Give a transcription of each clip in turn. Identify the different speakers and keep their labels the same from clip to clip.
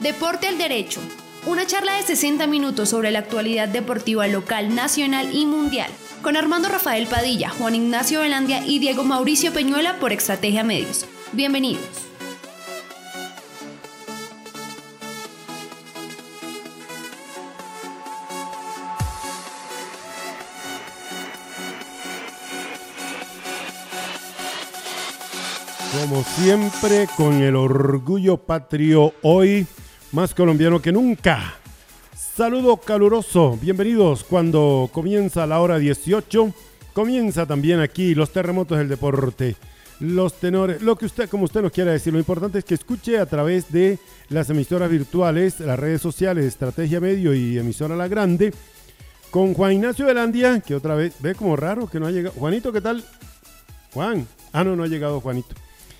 Speaker 1: Deporte al Derecho. Una charla de 60 minutos sobre la actualidad deportiva local, nacional y mundial. Con Armando Rafael Padilla, Juan Ignacio Velandia y Diego Mauricio Peñuela por Estrategia Medios. Bienvenidos.
Speaker 2: Como siempre, con el orgullo patrio hoy, más colombiano que nunca. Saludo caluroso, bienvenidos cuando comienza la hora 18. Comienza también aquí los terremotos del deporte, los tenores, lo que usted, como usted nos quiera decir. Lo importante es que escuche a través de las emisoras virtuales, las redes sociales, Estrategia Medio y Emisora La Grande, con Juan Ignacio Velandia, que otra vez, ve como raro que no ha llegado. Juanito, ¿qué tal? Juan. Ah, no, no ha llegado Juanito.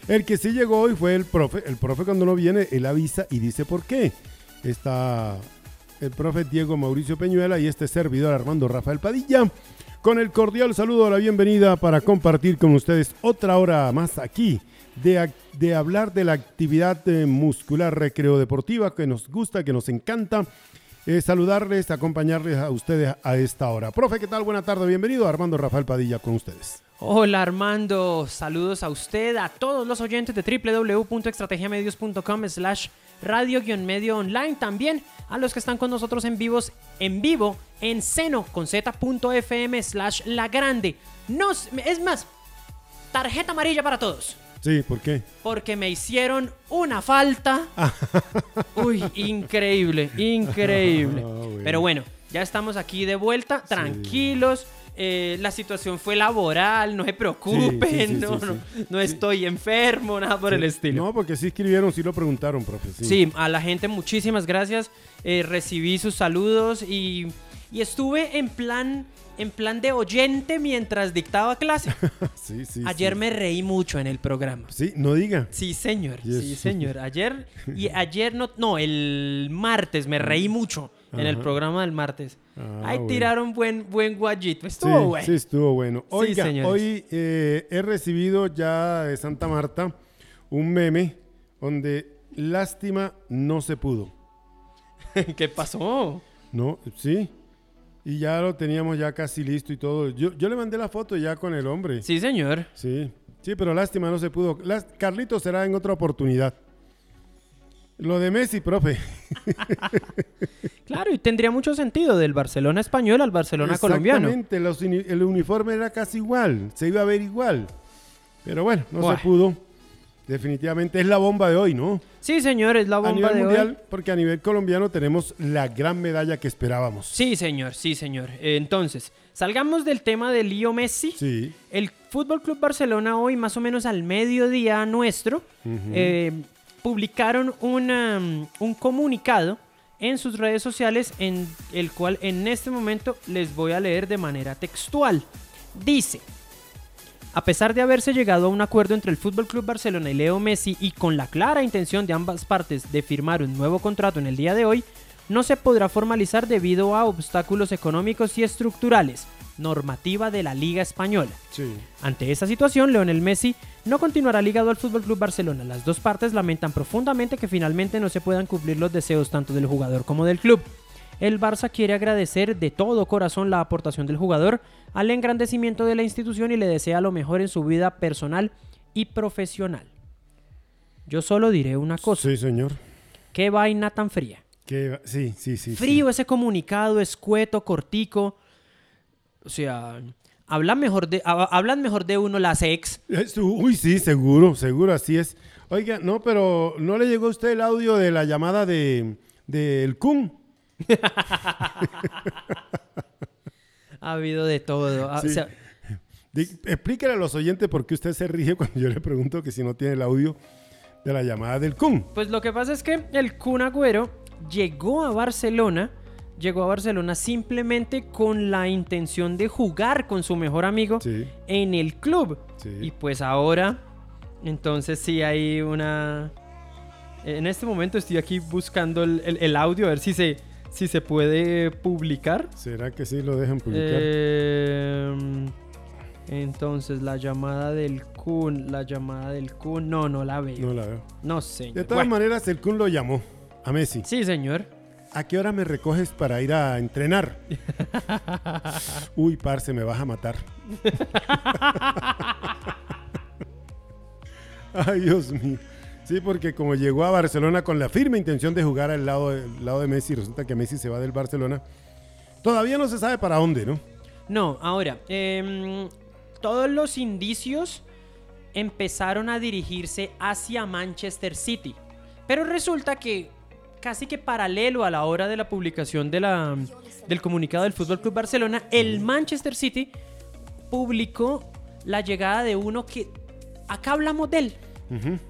Speaker 2: El que sí llegó hoy fue el profe. El profe cuando no viene, él avisa y dice por qué. Está el profe Diego Mauricio Peñuela y este servidor Armando Rafael Padilla. Con el cordial saludo, la bienvenida para compartir con ustedes otra hora más aquí de, de hablar de la actividad eh, muscular recreo deportiva que nos gusta, que nos encanta. eh, saludarles, acompañarles a ustedes a esta hora. Profe, ¿qué tal? Buena tarde, bienvenido. Armando Rafael Padilla con ustedes.
Speaker 3: Hola Armando, saludos a usted, a todos los oyentes de www.estrategiamedios.com slash radio-medio online, también a los que están con nosotros en vivos, en vivo, en seno con z.fm slash la grande. Nos, es más, tarjeta amarilla para todos,
Speaker 2: Sí, ¿por qué?
Speaker 3: porque me hicieron una falta. Uy, increíble, increíble.
Speaker 2: Ah, bueno.
Speaker 3: Pero bueno, ya estamos aquí de vuelta, tranquilos. eh, la situación fue laboral, no se preocupen,
Speaker 2: Sí, sí, sí,
Speaker 3: no,
Speaker 2: sí,
Speaker 3: no-
Speaker 2: sí.
Speaker 3: no estoy enfermo, nada por el
Speaker 2: Sí. No,
Speaker 3: estilo.
Speaker 2: pues. porque sí escribieron, sí lo preguntaron, profe. Sí.
Speaker 3: Sí, a la gente muchísimas gracias. eh, recibí sus saludos y, y estuve en plan, en plan de oyente mientras dictaba clase.
Speaker 2: Sí, sí,
Speaker 3: Ayer
Speaker 2: sí.
Speaker 3: me reí mucho en el programa.
Speaker 2: Sí, no diga.
Speaker 3: Sí, señor.
Speaker 2: Yes.
Speaker 3: Sí, señor. Ayer y ayer no, no, el martes me reí mucho en el
Speaker 2: Ajá.
Speaker 3: programa del martes.
Speaker 2: Ah,
Speaker 3: Ahí
Speaker 2: bueno.
Speaker 3: tiraron buen buen guayito.
Speaker 2: Sí,
Speaker 3: Estuvo bueno.
Speaker 2: sí, estuvo bueno. Oiga,
Speaker 3: señores.
Speaker 2: hoy eh, he recibido ya de Santa Marta un meme donde lástima no se pudo.
Speaker 3: ¿Qué pasó?
Speaker 2: No, sí. Y ya lo teníamos ya casi listo y todo. Yo, yo le mandé la foto ya con el hombre.
Speaker 3: Sí, señor.
Speaker 2: Sí, sí, pero lástima no se pudo. Las- Carlito será en otra oportunidad. Lo de Messi, profe.
Speaker 3: Claro, y tendría mucho sentido del Barcelona español al Barcelona colombiano.
Speaker 2: Exactamente, los uni- el uniforme era casi igual, se iba a ver igual. Pero bueno, no
Speaker 3: Buah.
Speaker 2: se pudo. Definitivamente es la bomba de hoy, ¿no?
Speaker 3: Sí, señor, es la
Speaker 2: A
Speaker 3: bomba
Speaker 2: nivel
Speaker 3: de
Speaker 2: mundial,
Speaker 3: hoy.
Speaker 2: porque a nivel colombiano tenemos la gran medalla que esperábamos.
Speaker 3: Sí, señor, sí, señor. Eh, Entonces, salgamos del tema de Lío Messi.
Speaker 2: Sí,
Speaker 3: El Fútbol Club Barcelona hoy, más o menos al mediodía nuestro, eh, publicaron una, mm, un comunicado en sus redes sociales, en el cual en este momento les voy a leer de manera textual. Dice. A pesar de haberse llegado a un acuerdo entre el Fútbol Club Barcelona y Leo Messi y con la clara intención de ambas partes de firmar un nuevo contrato en el día de hoy, no se podrá formalizar debido a obstáculos económicos y estructurales, normativa de la Liga Española.
Speaker 2: sí.
Speaker 3: Ante esa situación, Leonel Messi no continuará ligado al Fútbol Club Barcelona. Las dos partes lamentan profundamente que finalmente no se puedan cumplir los deseos tanto del jugador como del club. El Barça quiere agradecer de todo corazón la aportación del jugador al engrandecimiento de la institución y le desea lo mejor en su vida personal y profesional. Yo solo diré una cosa,
Speaker 2: Sí, señor.
Speaker 3: qué vaina tan fría.
Speaker 2: Que, sí, sí, sí. sí.
Speaker 3: Frío ese comunicado, escueto, cortico. O sea, hablan mejor de, hab- hablan mejor de uno las ex.
Speaker 2: Es- Eh, Uy, sí, seguro, seguro, así es. Oiga, no, pero ¿no le llegó a usted el audio de la llamada de del Kun?
Speaker 3: Ha habido de todo. Ah,
Speaker 2: Sí.
Speaker 3: o sea,
Speaker 2: Di- Explíquele a los oyentes por qué usted se rige cuando yo le pregunto que si no tiene el audio de la llamada del Kun.
Speaker 3: pues lo que pasa es que el Kun Agüero llegó a Barcelona, llegó a Barcelona simplemente con la intención de jugar con su mejor amigo
Speaker 2: Sí.
Speaker 3: en el club.
Speaker 2: Sí.
Speaker 3: Y pues ahora, entonces sí hay una... En este momento estoy aquí buscando el, el- el audio, a ver si se, si se puede publicar.
Speaker 2: ¿Será que sí lo dejan publicar?
Speaker 3: Eh, Em, entonces, la llamada del Kun, la llamada del Kun, no, no la veo.
Speaker 2: no la veo.
Speaker 3: No, señor.
Speaker 2: De todas
Speaker 3: eh, Bueno,
Speaker 2: maneras, el Kun lo llamó. a Messi.
Speaker 3: Sí, señor.
Speaker 2: ¿A qué hora me recoges para ir a entrenar? Uy, parce, me vas a matar. Ay, Dios mío. Sí, porque como llegó a Barcelona con la firme intención de jugar al lado de, al lado de Messi, resulta que Messi se va del Barcelona. Todavía no se sabe para dónde, ¿no?
Speaker 3: No, ahora, em, todos los indicios empezaron a dirigirse hacia Manchester City. Pero resulta que casi que paralelo a la hora de la publicación de la, del comunicado del Fútbol Club Barcelona, el Manchester City publicó la llegada de uno que acá hablamos de él.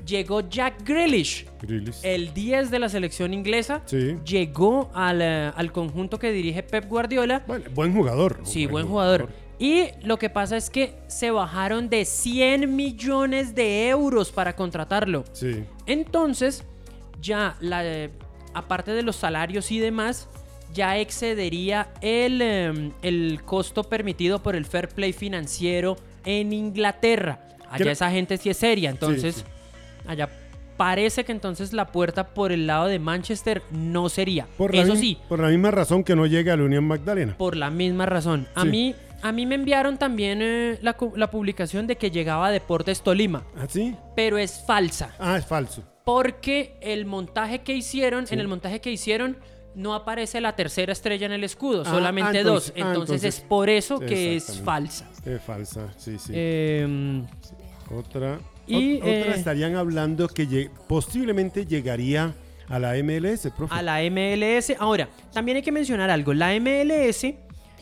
Speaker 3: Llegó Jack Grealish,
Speaker 2: Grealish.
Speaker 3: el 10 de la selección inglesa.
Speaker 2: Sí.
Speaker 3: Llegó al, eh, al conjunto que dirige Pep Guardiola.
Speaker 2: Bueno, Oh, buen jugador.
Speaker 3: Sí, buen jugador. Y lo que pasa es que se bajaron de 100 millones de euros para contratarlo.
Speaker 2: Sí.
Speaker 3: Entonces, ya la, eh, aparte de los salarios y demás, ya excedería el, eh, el costo permitido por el fair play financiero en Inglaterra.
Speaker 2: Creo-
Speaker 3: Allá esa gente sí es seria, entonces
Speaker 2: sí.
Speaker 3: allá parece que entonces la puerta por el lado de Manchester no sería.
Speaker 2: Por la,
Speaker 3: Eso
Speaker 2: mi-
Speaker 3: sí,
Speaker 2: por la misma razón que no llega a la Unión Magdalena.
Speaker 3: por la misma razón. A,
Speaker 2: Sí.
Speaker 3: mí, a mí me enviaron también eh, la, cu- la publicación de que llegaba a Deportes Tolima,
Speaker 2: ¿Ah, sí?
Speaker 3: pero es falsa.
Speaker 2: Ah, es falso.
Speaker 3: Porque el montaje que hicieron, en el montaje que hicieron, no aparece la tercera estrella en el escudo,
Speaker 2: Ah,
Speaker 3: solamente
Speaker 2: ah,
Speaker 3: dos.
Speaker 2: entonces- ah,
Speaker 3: Entonces,
Speaker 2: entonces-
Speaker 3: es por eso que es
Speaker 2: Exactamente.
Speaker 3: falsa.
Speaker 2: Es falsa, sí, sí.
Speaker 3: Em,
Speaker 2: Otra. ot-
Speaker 3: Y,
Speaker 2: otra
Speaker 3: eh,
Speaker 2: estarían hablando que lle- posiblemente llegaría a la MLS, profe.
Speaker 3: a la MLS. Ahora, también hay que mencionar algo. La MLS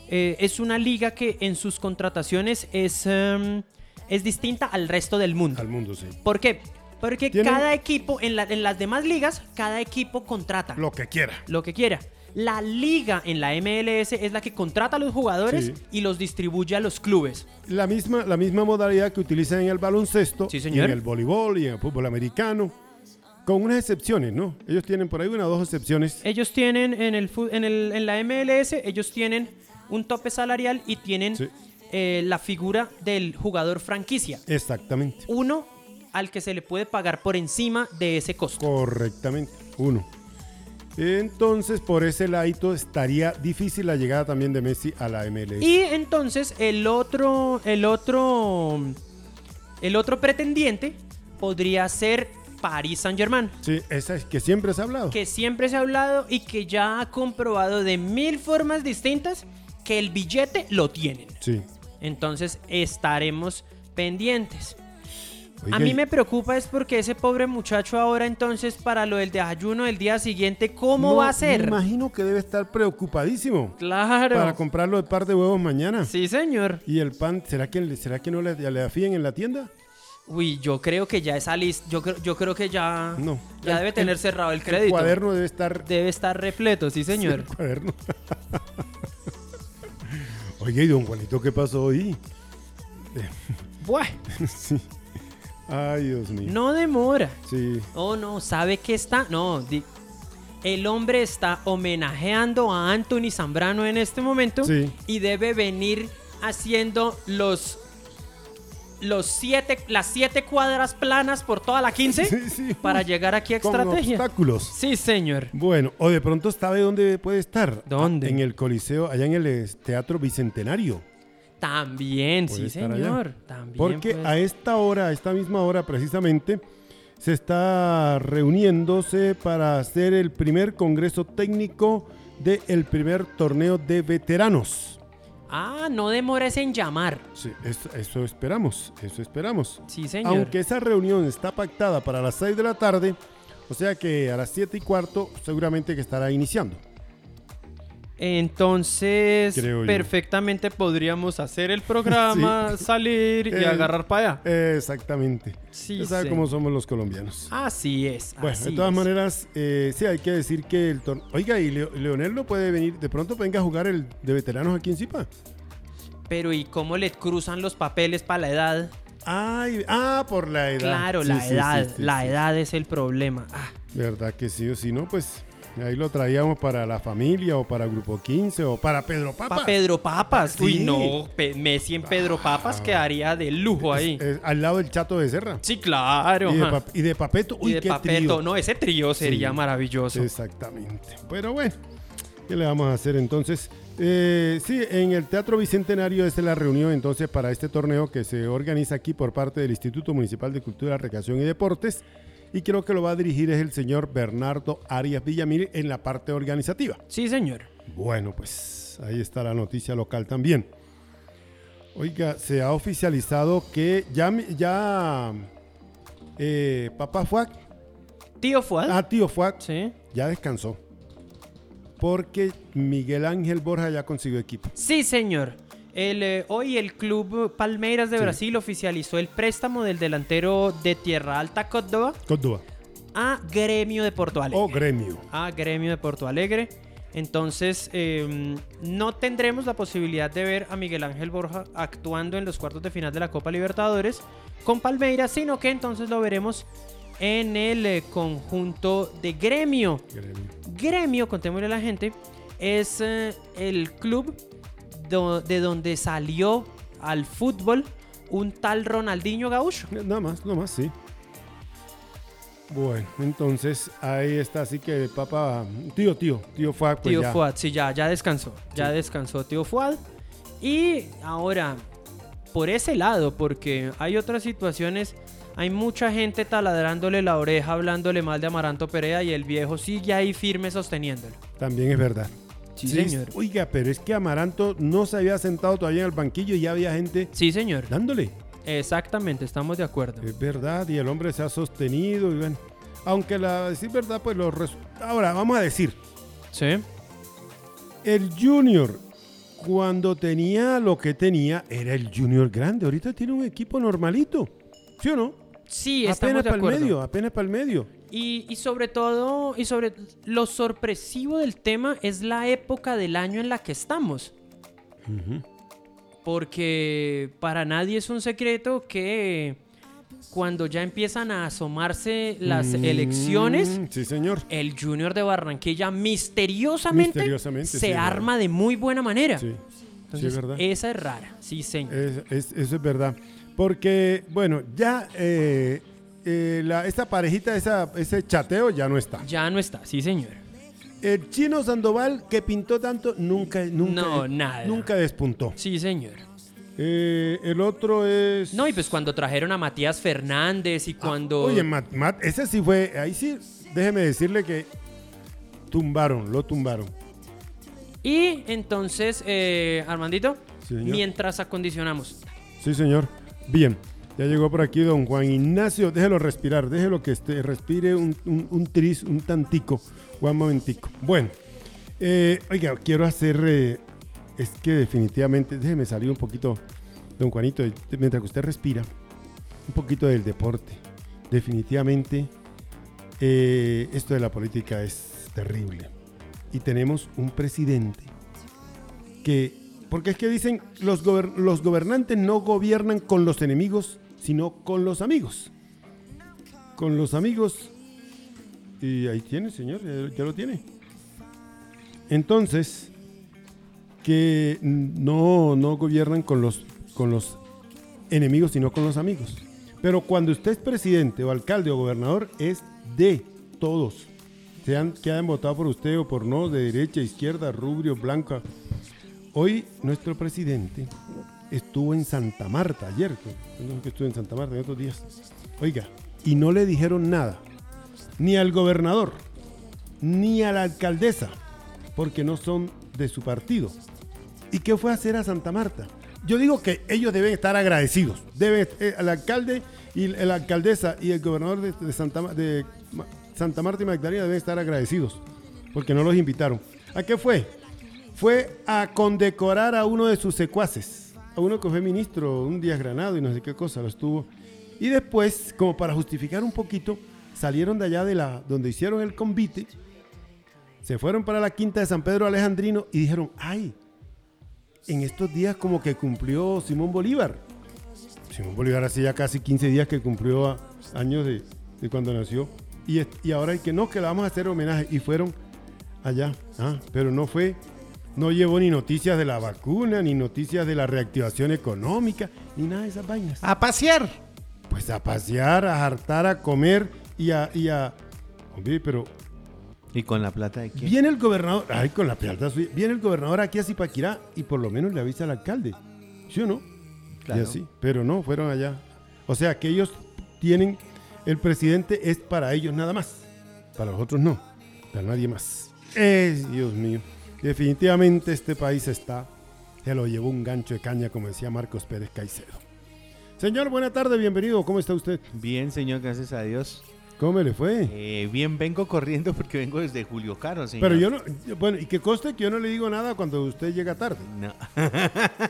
Speaker 3: eh, es una liga que en sus contrataciones es, em, es distinta al resto del mundo.
Speaker 2: Al mundo, sí.
Speaker 3: ¿Por qué? Porque
Speaker 2: Tienen-
Speaker 3: cada equipo, en, la- en las demás ligas, cada equipo contrata lo...
Speaker 2: Lo que quiera.
Speaker 3: que quiera. La liga en la MLS es la que contrata a los jugadores
Speaker 2: Sí.
Speaker 3: y los distribuye a los clubes.
Speaker 2: La misma, la misma modalidad que utilizan en el baloncesto,
Speaker 3: Sí,
Speaker 2: y
Speaker 3: señor.
Speaker 2: en el voleibol y en el fútbol americano. Con unas excepciones, ¿no? Ellos tienen por ahí una o dos excepciones.
Speaker 3: Ellos tienen en, el, fu- en, el- en la MLS, ellos tienen un tope salarial y tienen
Speaker 2: Sí.
Speaker 3: eh, la figura del jugador franquicia.
Speaker 2: Exactamente.
Speaker 3: Uno al que se le puede pagar por encima de ese costo.
Speaker 2: Correctamente, uno. Entonces, por ese ladito estaría difícil la llegada también de Messi a la MLS.
Speaker 3: Y entonces el otro, el otro, el otro pretendiente podría ser Paris Saint Germain,
Speaker 2: Sí, esa es que siempre se ha hablado.
Speaker 3: que siempre se ha hablado y que ya ha comprobado de mil formas distintas que el billete lo tienen.
Speaker 2: Sí.
Speaker 3: Entonces estaremos pendientes.
Speaker 2: Oiga,
Speaker 3: A mí me preocupa es porque ese pobre muchacho ahora entonces para lo del desayuno del día siguiente, ¿cómo
Speaker 2: no,
Speaker 3: va a
Speaker 2: Me
Speaker 3: ser?
Speaker 2: imagino que debe estar preocupadísimo
Speaker 3: Claro.
Speaker 2: para comprarlo de par de huevos mañana.
Speaker 3: Sí, señor.
Speaker 2: ¿Y el pan, será que, será que no le, le afíen en la tienda?
Speaker 3: Uy, yo creo que ya esa lista, yo creo, yo creo que ya,
Speaker 2: No.
Speaker 3: ya debe tener cerrado el
Speaker 2: El
Speaker 3: crédito.
Speaker 2: cuaderno debe estar
Speaker 3: Debe estar repleto, sí, señor.
Speaker 2: El cuaderno. Oye, ¿y don Juanito qué pasó hoy?
Speaker 3: Buah,
Speaker 2: sí. Ay, Dios mío.
Speaker 3: no demora.
Speaker 2: Sí.
Speaker 3: Oh, no, ¿sabe qué está? No, di- el hombre está homenajeando a Anthony Zambrano en este momento
Speaker 2: Sí.
Speaker 3: y debe venir haciendo los los siete las siete cuadras planas por toda la 15
Speaker 2: Sí, sí.
Speaker 3: para llegar aquí a
Speaker 2: Con
Speaker 3: estrategia.
Speaker 2: obstáculos.
Speaker 3: Sí, señor.
Speaker 2: Bueno, o de pronto sabe dónde puede estar.
Speaker 3: ¿Dónde?
Speaker 2: Ah, En el Coliseo, allá en el eh, Teatro Bicentenario.
Speaker 3: También,
Speaker 2: Puede
Speaker 3: sí,
Speaker 2: estar allá.
Speaker 3: señor. También.
Speaker 2: Porque
Speaker 3: puede
Speaker 2: a esta hora, a esta misma hora precisamente, se está reuniéndose para hacer el primer congreso técnico del primer torneo de veteranos.
Speaker 3: Ah, no demores en llamar.
Speaker 2: Sí, eso, eso esperamos, eso esperamos.
Speaker 3: Sí, señor.
Speaker 2: Aunque esa reunión está pactada para las 6 de la tarde, o sea que a las 7 y cuarto seguramente que estará iniciando.
Speaker 3: Entonces,
Speaker 2: Creo yo.
Speaker 3: perfectamente podríamos hacer el programa, salir y
Speaker 2: Eh,
Speaker 3: agarrar para allá.
Speaker 2: Exactamente.
Speaker 3: Sí,
Speaker 2: Ya sabe
Speaker 3: señor.
Speaker 2: cómo somos los colombianos.
Speaker 3: Así es.
Speaker 2: Bueno,
Speaker 3: así
Speaker 2: de todas
Speaker 3: es.
Speaker 2: maneras, eh, sí, hay que decir que el torneo... Oiga, y Leo- Leonel no puede venir, de pronto venga a jugar el de veteranos aquí en Zipa.
Speaker 3: Pero ¿y cómo le cruzan los papeles para la edad?
Speaker 2: Ay, ah, por la edad.
Speaker 3: Claro,
Speaker 2: Sí,
Speaker 3: la
Speaker 2: sí, sí,
Speaker 3: edad.
Speaker 2: sí,
Speaker 3: la
Speaker 2: sí.
Speaker 3: edad es el problema. Ah,
Speaker 2: Verdad que sí o sí, ¿no? Pues Ahí lo traíamos para la familia o para Grupo 15 o para Pedro Papa.
Speaker 3: Pa' Pedro Papas. Uy,
Speaker 2: Sí. Ah.
Speaker 3: no, Pe- Messi en Pedro Papas quedaría de lujo ahí.
Speaker 2: Es- al lado del Chato de Serra.
Speaker 3: Sí, claro.
Speaker 2: Y de,
Speaker 3: ajá.
Speaker 2: Pap- y de Papeto.
Speaker 3: Y
Speaker 2: Uy,
Speaker 3: de
Speaker 2: qué
Speaker 3: Papeto.
Speaker 2: trío.
Speaker 3: No, ese trío sería
Speaker 2: Sí.
Speaker 3: maravilloso.
Speaker 2: Exactamente. Pero bueno, ¿qué le vamos a hacer entonces? Eh, sí, en el Teatro Bicentenario es la reunión entonces para este torneo que se organiza aquí por parte del Instituto Municipal de Cultura, Recreación y Deportes. Y creo que lo va a dirigir es el señor Bernardo Arias Villamil en la parte organizativa.
Speaker 3: Sí, señor.
Speaker 2: Bueno, pues ahí está la noticia local también. Oiga, se ha oficializado que ya, mi- ya eh, papá Fuac,
Speaker 3: Tío Fuad.
Speaker 2: ah, tío Fuac,
Speaker 3: Sí.
Speaker 2: ya descansó. Porque Miguel Ángel Borja ya consiguió equipo.
Speaker 3: Sí, señor. El, eh, hoy el club Palmeiras de Brasil oficializó el préstamo del delantero de Tierra Alta Córdoba
Speaker 2: Córdoba.
Speaker 3: a Gremio de Porto Alegre.
Speaker 2: O gremio.
Speaker 3: A Gremio de Porto Alegre. Entonces, eh, no tendremos la posibilidad de ver a Miguel Ángel Borja actuando en los cuartos de final de la Copa Libertadores con Palmeiras, sino que entonces lo veremos en el eh, conjunto de Gremio.
Speaker 2: Gremio.
Speaker 3: Gremio, contémosle a la gente, es eh, el club do- de donde salió al fútbol un tal Ronaldinho Gaúcho.
Speaker 2: Nada más, nada más, sí. Bueno, entonces ahí está, así que papá, tío, tío, tío Fuac, pues
Speaker 3: tío
Speaker 2: ya.
Speaker 3: Fuad, sí, ya, ya descansó. Ya descansó Tío Fuad. Y ahora, por ese lado, porque hay otras situaciones, hay mucha gente taladrándole la oreja, hablándole mal de Amaranto Perea y el viejo sigue ahí firme sosteniéndolo.
Speaker 2: También es verdad.
Speaker 3: Sí, señor.
Speaker 2: Oiga, pero es que Amaranto no se había sentado todavía en el banquillo y ya había gente
Speaker 3: Sí, señor.
Speaker 2: dándole.
Speaker 3: Exactamente, estamos de acuerdo.
Speaker 2: Es verdad, y el hombre se ha sostenido. Y bueno, aunque la decir verdad, pues los resu- Ahora, vamos a decir,
Speaker 3: Sí.
Speaker 2: El Junior, cuando tenía lo que tenía, era el Junior grande. Ahorita tiene un equipo normalito. ¿Sí o no?
Speaker 3: Sí,
Speaker 2: apenas
Speaker 3: estamos de
Speaker 2: para el
Speaker 3: acuerdo.
Speaker 2: medio, apenas para el medio.
Speaker 3: Y, y sobre todo, y sobre lo sorpresivo del tema es la época del año en la que estamos. Porque para nadie es un secreto que cuando ya empiezan a asomarse las elecciones,
Speaker 2: Mm, Sí, señor.
Speaker 3: el Junior de Barranquilla misteriosamente,
Speaker 2: Misteriosamente,
Speaker 3: se
Speaker 2: sí, es
Speaker 3: arma de muy buena manera.
Speaker 2: Sí, sí,
Speaker 3: Entonces, eh,
Speaker 2: es verdad. Eh.
Speaker 3: Esa es rara, sí, señor.
Speaker 2: Es- es- eso es verdad. Porque, bueno, ya eh, eh, la- esta parejita, esa, ese chateo ya no está.
Speaker 3: Ya no está, sí, señor.
Speaker 2: El chino Sandoval, que pintó tanto, nunca, nunca,
Speaker 3: No, nada.
Speaker 2: nunca despuntó.
Speaker 3: Sí, señor.
Speaker 2: Eh, el otro es...
Speaker 3: No, y pues cuando trajeron a Matías Fernández y cuando...
Speaker 2: Oye, Matt, Matt, ese sí fue. Ahí sí, déjeme decirle que tumbaron, lo tumbaron.
Speaker 3: Y entonces, eh, Armandito,
Speaker 2: Sí, señor.
Speaker 3: mientras acondicionamos.
Speaker 2: Sí, señor. Bien, ya llegó por aquí don Juan Ignacio. Déjelo respirar, déjelo que este, respire un, un, un tris, un tantico. Juan, momentico. Bueno, eh, oiga, quiero hacer. eh, es que definitivamente, déjeme salir un poquito, don Juanito, eh, mientras que usted respira, un poquito del deporte. Definitivamente, eh, esto de la política es terrible. Y tenemos un presidente que, porque es que dicen, los, gober- los gobernantes no gobiernan con los enemigos, sino con los amigos. Con los amigos. Y ahí tiene, señor, ya, ya lo tiene. Entonces, que no, no gobiernan con los, con los enemigos, sino con los amigos. Pero cuando usted es presidente o alcalde o gobernador, es de todos. Sean que hayan votado por usted o por no, de derecha, izquierda, rubio, blanca, Hoy nuestro presidente estuvo en Santa Marta, ayer que, no, que estuvo en Santa Marta, en otros días. Oiga, y no le dijeron nada, ni al gobernador, ni a la alcaldesa, porque no son de su partido. ¿Y qué fue a hacer a Santa Marta? Yo digo que ellos deben estar agradecidos. Debe eh, al alcalde y l- la alcaldesa y el gobernador de, de Santa, Ma- de Ma- Santa Marta y Magdalena deben estar agradecidos porque no los invitaron. ¿A qué fue? Fue a condecorar a uno de sus secuaces, a uno que fue ministro un día granado y no sé qué cosa lo estuvo. Y después, como para justificar un poquito, salieron de allá de la donde hicieron el convite, se fueron para la quinta de San Pedro Alejandrino y dijeron, ay, en estos días como que cumplió Simón Bolívar. Simón Bolívar hace ya casi 15 días que cumplió a- años de, de cuando nació. Y, es- y ahora hay que no, que le vamos a hacer homenaje. Y fueron allá. Ah, pero no fue, no llevó ni noticias de la vacuna, ni noticias de la reactivación económica, ni nada de esas vainas.
Speaker 4: A pasear.
Speaker 2: Pues a pasear, a hartar, a comer y a, y a... Hombre, pero
Speaker 4: ¿Y con la plata de quién?
Speaker 2: viene el gobernador, ay, con la plata suya, viene el gobernador aquí a Zipaquirá y por lo menos le avisa al alcalde. ¿Sí o no?
Speaker 4: Claro.
Speaker 2: Y así, pero no, fueron allá. O sea, que ellos tienen, el presidente es para ellos nada más. Para los otros no, para nadie más. Eh, Dios mío, definitivamente este país está, se lo llevó un gancho de caña, como decía Marcos Pérez Caicedo. Señor, buena tarde, bienvenido, ¿cómo está usted?
Speaker 4: Bien, señor, gracias a Dios.
Speaker 2: ¿Cómo le fue?
Speaker 4: Eh, bien, vengo corriendo porque vengo desde Julio Caro, señor.
Speaker 2: Pero yo no, yo- bueno, y que conste que yo no le digo nada cuando usted llega tarde.
Speaker 4: No.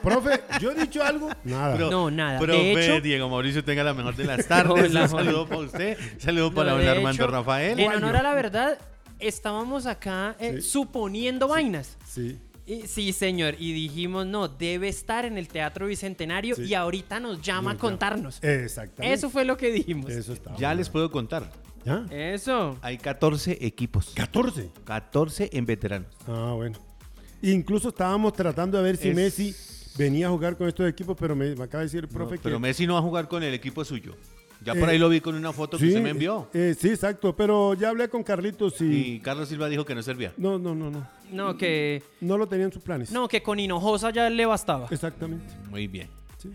Speaker 2: Profe, ¿yo he dicho algo? Nada.
Speaker 4: Pro-
Speaker 3: No, nada. De
Speaker 4: Profe
Speaker 3: hecho-
Speaker 4: Diego Mauricio, tenga la mejor de las tardes.
Speaker 3: Hola,
Speaker 4: Un saludo para usted. un Saludo para
Speaker 3: No,
Speaker 4: don
Speaker 3: de
Speaker 4: Armando
Speaker 3: hecho,
Speaker 4: Rafael.
Speaker 3: En honor a la verdad, estábamos acá eh,
Speaker 2: Sí.
Speaker 3: suponiendo vainas.
Speaker 2: Sí.
Speaker 3: Y- sí, señor. Y dijimos, no, debe estar en el Teatro Bicentenario
Speaker 2: Sí.
Speaker 3: y ahorita nos llama a
Speaker 2: Nos llama.
Speaker 3: contarnos.
Speaker 2: Exactamente.
Speaker 3: Eso fue lo que dijimos. Eso.
Speaker 2: Eso está.
Speaker 4: Ya
Speaker 2: bueno.
Speaker 4: les puedo contar.
Speaker 2: ¿Ya?
Speaker 4: Hay 14 equipos.
Speaker 2: 14.
Speaker 4: 14 en veteranos.
Speaker 2: Ah, bueno. Incluso estábamos tratando de ver si
Speaker 4: Es-
Speaker 2: Messi venía a jugar con estos equipos, pero me, me acaba de decir el profe
Speaker 4: No, pero
Speaker 2: que.
Speaker 4: Messi no va a jugar con el equipo suyo. Ya por
Speaker 2: Eh,
Speaker 4: ahí lo vi con una foto que usted me envió.
Speaker 2: eh, sí, exacto. Pero ya hablé con Carlitos y.
Speaker 4: Y Carlos Silva dijo que no servía.
Speaker 2: No, no, no, no.
Speaker 3: No, que.
Speaker 2: No lo tenían sus planes.
Speaker 3: No, que con Hinojosa ya le bastaba.
Speaker 2: Exactamente.
Speaker 4: Muy bien.
Speaker 2: Sí.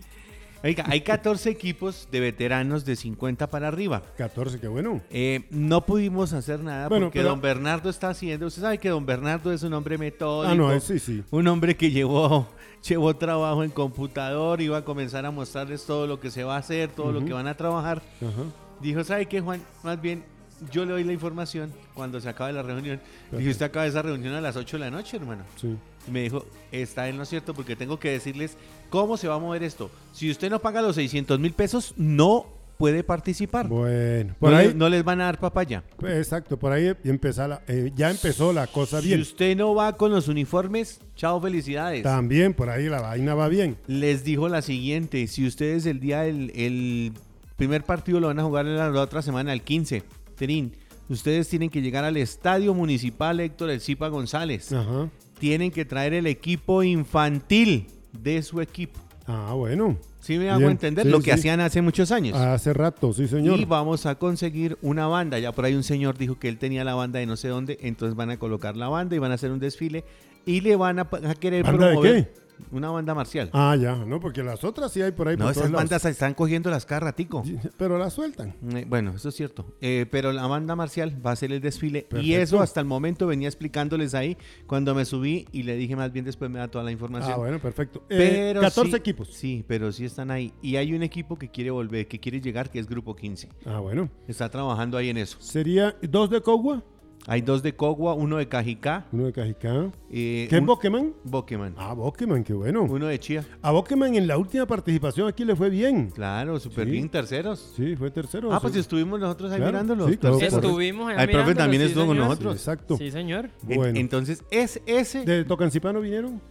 Speaker 4: Oiga, hay 14 equipos de veteranos de 50 para arriba.
Speaker 2: 14, qué bueno.
Speaker 4: Eh, no pudimos hacer nada
Speaker 2: Bueno,
Speaker 4: porque
Speaker 2: pero-
Speaker 4: don Bernardo está haciendo. Usted sabe que don Bernardo es un hombre metódico.
Speaker 2: Ah, no, eh, sí, sí.
Speaker 4: Un hombre que llevó, llevó trabajo en computador, iba a comenzar a mostrarles todo lo que se va a hacer, todo lo que van a trabajar.
Speaker 2: Ajá.
Speaker 4: Dijo, ¿sabe qué, Juan? Más bien, yo le doy la información cuando se acabe la reunión. Dije, usted acaba esa reunión a las 8 de la noche, hermano.
Speaker 2: Sí.
Speaker 4: Y me dijo, está en lo cierto porque tengo que decirles cómo se va a mover esto. Si usted no paga los 600 mil pesos, no puede participar.
Speaker 2: Bueno, por
Speaker 4: no, le-
Speaker 2: ahí.
Speaker 4: no les van a dar papaya.
Speaker 2: Pues, Exacto, por ahí empezó la- eh, ya empezó la cosa
Speaker 4: Si
Speaker 2: bien.
Speaker 4: usted no va con los uniformes, chao, felicidades.
Speaker 2: También por ahí la vaina va bien.
Speaker 4: Les dijo la siguiente, si ustedes el día del el primer partido lo van a jugar la, la otra semana, el 15, Terín, ustedes tienen que llegar al Estadio Municipal Héctor El Cipa González.
Speaker 2: Ajá.
Speaker 4: Tienen que traer el equipo infantil de su equipo.
Speaker 2: Ah, bueno.
Speaker 4: ¿Sí me
Speaker 2: Bien.
Speaker 4: hago entender?
Speaker 2: Sí,
Speaker 4: lo que
Speaker 2: sí.
Speaker 4: hacían hace muchos años.
Speaker 2: Hace rato, sí, señor.
Speaker 4: Y vamos a conseguir una banda. Ya por ahí un señor dijo que él tenía la banda de no sé dónde, entonces van a colocar la banda y van a hacer un desfile y le van a, pa- a querer
Speaker 2: ¿Banda de
Speaker 4: promover una banda marcial.
Speaker 2: Ah, ya, no, porque las otras sí hay por ahí.
Speaker 4: no,
Speaker 2: por
Speaker 4: esas
Speaker 2: todos lados.
Speaker 4: bandas están cogiendo las cada ratico.
Speaker 2: Sí, Pero las sueltan.
Speaker 4: Eh, Bueno, eso es cierto. Eh, pero la banda marcial va a hacer el desfile. Y
Speaker 2: Perfecto.
Speaker 4: eso hasta el momento venía explicándoles ahí cuando me subí y le dije más bien después me da toda la información.
Speaker 2: Ah, bueno, perfecto. Eh, 14
Speaker 4: sí-
Speaker 2: equipos.
Speaker 4: Sí, pero sí están ahí. Y hay un equipo que quiere volver, que quiere llegar, que es Grupo 15.
Speaker 2: Ah, bueno.
Speaker 4: Está trabajando ahí en eso.
Speaker 2: Sería dos de Cogua,
Speaker 4: Hay dos de Cogua, uno de Cajicá.
Speaker 2: uno de Cajicá.
Speaker 4: eh,
Speaker 2: ¿Qué es
Speaker 4: un-
Speaker 2: Boqueman?
Speaker 4: Boqueman.
Speaker 2: Ah, Boqueman, qué bueno.
Speaker 4: Uno de Chía.
Speaker 2: A Boqueman en la última participación aquí le fue bien.
Speaker 4: Claro, súper
Speaker 2: Sí.
Speaker 4: bien, terceros.
Speaker 2: Sí, fue tercero.
Speaker 4: Ah, pues
Speaker 2: sí.
Speaker 4: estuvimos nosotros ahí
Speaker 2: Claro,
Speaker 4: mirándolos.
Speaker 2: sí, claro,
Speaker 4: terceros.
Speaker 2: correcto.
Speaker 3: Estuvimos ahí
Speaker 4: Ah, el profe
Speaker 3: mirándolo,
Speaker 4: también
Speaker 3: sí,
Speaker 4: estuvo con
Speaker 3: señor.
Speaker 2: Sí,
Speaker 4: nosotros.
Speaker 2: exacto.
Speaker 3: Sí, señor.
Speaker 4: En-
Speaker 2: Bueno.
Speaker 4: Entonces, es ese.
Speaker 2: ¿De Tocancipano vinieron?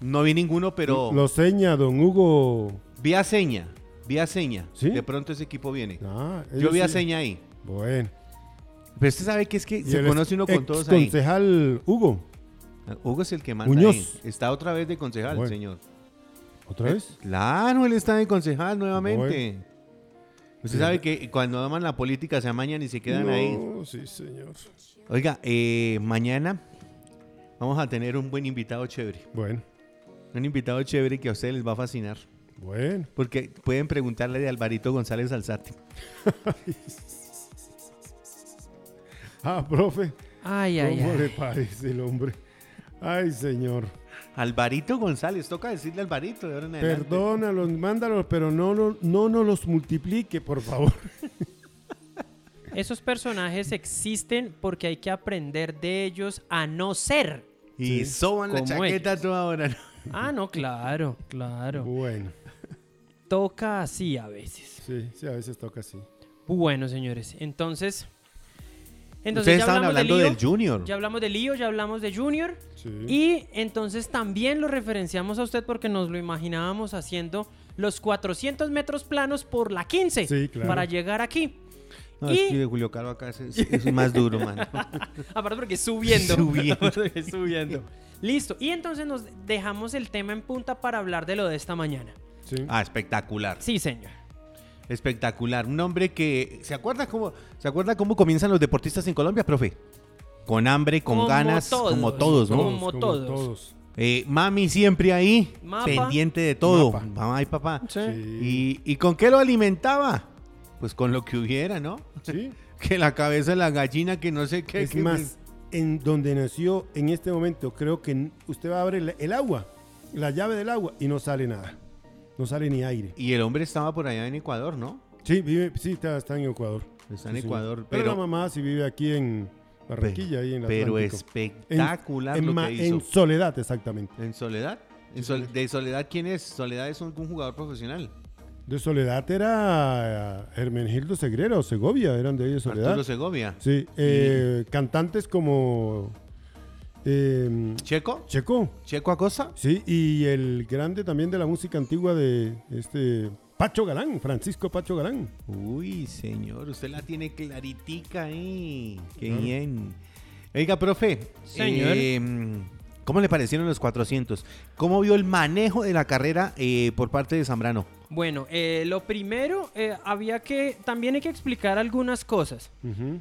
Speaker 4: No vi ninguno, pero
Speaker 2: Lo seña, don Hugo.
Speaker 4: vía seña. Vía seña.
Speaker 2: ¿Sí?
Speaker 4: De pronto ese equipo viene.
Speaker 2: Ah,
Speaker 4: Yo
Speaker 2: ellos
Speaker 4: vi a
Speaker 2: sí.
Speaker 4: seña ahí.
Speaker 2: Bueno.
Speaker 4: Pero usted sabe que es que
Speaker 2: Y
Speaker 4: se
Speaker 2: el
Speaker 4: conoce uno con todos ahí.
Speaker 2: Concejal Hugo.
Speaker 4: Hugo es el que manda
Speaker 2: Muñoz.
Speaker 4: ahí. Está otra vez de concejal,
Speaker 2: Bueno.
Speaker 4: señor. Eh,
Speaker 2: ¿Otra vez?
Speaker 4: Claro, él está de concejal nuevamente. Usted sabe que cuando aman la política se amañan y se quedan ahí.
Speaker 2: No, sí, señor.
Speaker 4: Oiga, eh, mañana vamos a tener un buen invitado chévere.
Speaker 2: Bueno,
Speaker 4: Un invitado chévere que a ustedes les va a fascinar.
Speaker 2: bueno.
Speaker 4: Porque pueden preguntarle de Alvarito González Alzate.
Speaker 2: Ah, profe.
Speaker 3: Ay, ay,
Speaker 2: ¿Cómo
Speaker 3: ay.
Speaker 2: le parece el hombre? Ay, señor.
Speaker 4: Alvarito González, toca decirle Alvarito de ahora en adelante.
Speaker 2: Perdónalos, mándalos, pero no, lo- no nos los multiplique, por favor.
Speaker 3: Esos personajes existen porque hay que aprender de ellos a no ser.
Speaker 4: Y soban la
Speaker 3: Como
Speaker 4: chaqueta toda hora. ¿no?
Speaker 3: Ah, no, claro, claro.
Speaker 2: Bueno,
Speaker 3: Toca así a veces.
Speaker 2: sí, sí, a veces toca así.
Speaker 3: Bueno, señores, entonces. Entonces
Speaker 4: Ustedes
Speaker 3: ya
Speaker 4: estaban
Speaker 3: hablamos de
Speaker 4: hablando
Speaker 3: lío,
Speaker 4: del Junior.
Speaker 3: Ya hablamos de lío, ya hablamos de Junior.
Speaker 2: Sí.
Speaker 3: Y entonces también lo referenciamos a usted porque nos lo imaginábamos haciendo los 400 metros planos por la 15
Speaker 2: Sí, claro.
Speaker 3: para llegar aquí.
Speaker 4: No,
Speaker 3: Y-
Speaker 4: es que de Julio Caro acá es, es- es más duro, mano.
Speaker 3: Aparte porque es subiendo.
Speaker 4: Subiendo.
Speaker 3: Aparte porque es subiendo. Listo. Y entonces nos dejamos el tema en punta para hablar de lo de esta mañana.
Speaker 2: Sí.
Speaker 4: Ah, espectacular.
Speaker 3: Sí, señor.
Speaker 4: Espectacular. Un hombre que. ¿Se acuerda cómo, ¿se acuerda cómo comienzan los deportistas en Colombia, profe? Con hambre, con
Speaker 3: Como
Speaker 4: ganas,
Speaker 3: todos.
Speaker 4: como todos, ¿no?
Speaker 3: Como todos.
Speaker 4: Eh, mami siempre ahí,
Speaker 3: Mapa.
Speaker 4: pendiente de todo.
Speaker 2: Mapa.
Speaker 4: Mamá y papá.
Speaker 2: Sí.
Speaker 4: ¿Y, y con qué lo alimentaba? Pues con lo que hubiera, ¿no?
Speaker 2: Sí.
Speaker 4: Que la cabeza de la gallina, que no sé qué.
Speaker 2: Es
Speaker 4: que-
Speaker 2: más, en donde nació en este momento, creo que n- usted va a abrir la- el agua, la llave del agua, y no sale nada. No sale ni aire.
Speaker 4: Y el hombre estaba por allá en Ecuador, ¿no?
Speaker 2: Sí, vive, sí está, está en Ecuador.
Speaker 4: Está en
Speaker 2: Sí, señor.
Speaker 4: Ecuador,
Speaker 2: Pero,
Speaker 4: pero-
Speaker 2: la mamá sí vive aquí en Barranquilla, ahí en la
Speaker 4: Pero espectacular
Speaker 2: en,
Speaker 4: lo
Speaker 2: ma-
Speaker 4: que hizo.
Speaker 2: en Soledad, exactamente.
Speaker 4: ¿En Soledad? ¿En Sol- ¿De Soledad quién es? Soledad es un, un jugador profesional.
Speaker 2: De Soledad era eh, Hermenegildo Segrera o Segovia, eran de ahí de Soledad.
Speaker 4: Arturo Segovia.
Speaker 2: Sí, eh, cantantes como eh,
Speaker 4: ¿Checo?
Speaker 2: Checo,
Speaker 4: ¿Checo Acosta?
Speaker 2: sí, y el grande también de la música antigua de este Pacho Galán, Francisco Pacho Galán.
Speaker 4: Uy, señor, usted la tiene claritica ahí. Qué bien. Oiga, profe.
Speaker 3: Señor.
Speaker 4: eh, ¿Cómo le parecieron los 400? ¿Cómo vio el manejo de la carrera eh, por parte de Zambrano?
Speaker 3: Bueno, eh, lo primero, eh, había que. También hay que explicar algunas cosas.
Speaker 2: Ujú.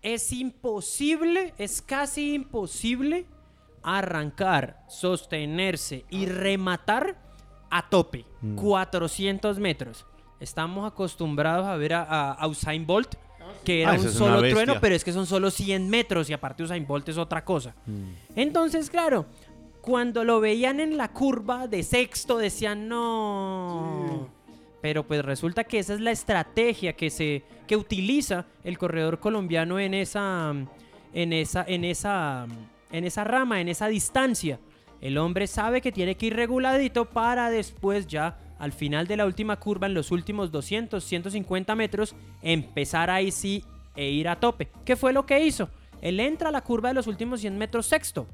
Speaker 3: Es imposible, es casi imposible arrancar, sostenerse y rematar a tope.
Speaker 4: Mm.
Speaker 3: 400 metros. Estamos acostumbrados a ver a, a- a Usain Bolt, que era
Speaker 4: Ah,
Speaker 3: un
Speaker 4: esa es una
Speaker 3: solo
Speaker 4: bestia.
Speaker 3: trueno, pero es que son solo 100 metros y aparte Usain Bolt es otra cosa.
Speaker 4: Mm.
Speaker 3: Entonces, claro, cuando lo veían en la curva de sexto decían, no. Pero pues resulta que esa es la estrategia que se que utiliza el corredor colombiano en esa en esa en esa en esa rama, en esa distancia. El hombre sabe que tiene que ir reguladito para después ya al final de la última curva en los últimos 200, 150 metros empezar ahí sí e ir a tope. ¿Qué fue lo que hizo? Él entra a la curva de los últimos 100 metros sexto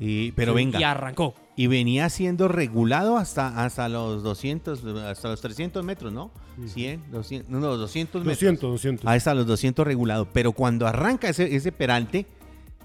Speaker 4: Y, pero
Speaker 3: y
Speaker 4: venga.
Speaker 3: arrancó.
Speaker 4: Y venía siendo regulado hasta, hasta los 200, hasta los 300 metros, ¿no? 100, 200, no, no, 200 metros.
Speaker 2: 200, 200.
Speaker 4: Ahí está, los 200 regulados. Pero cuando arranca ese, ese peralte,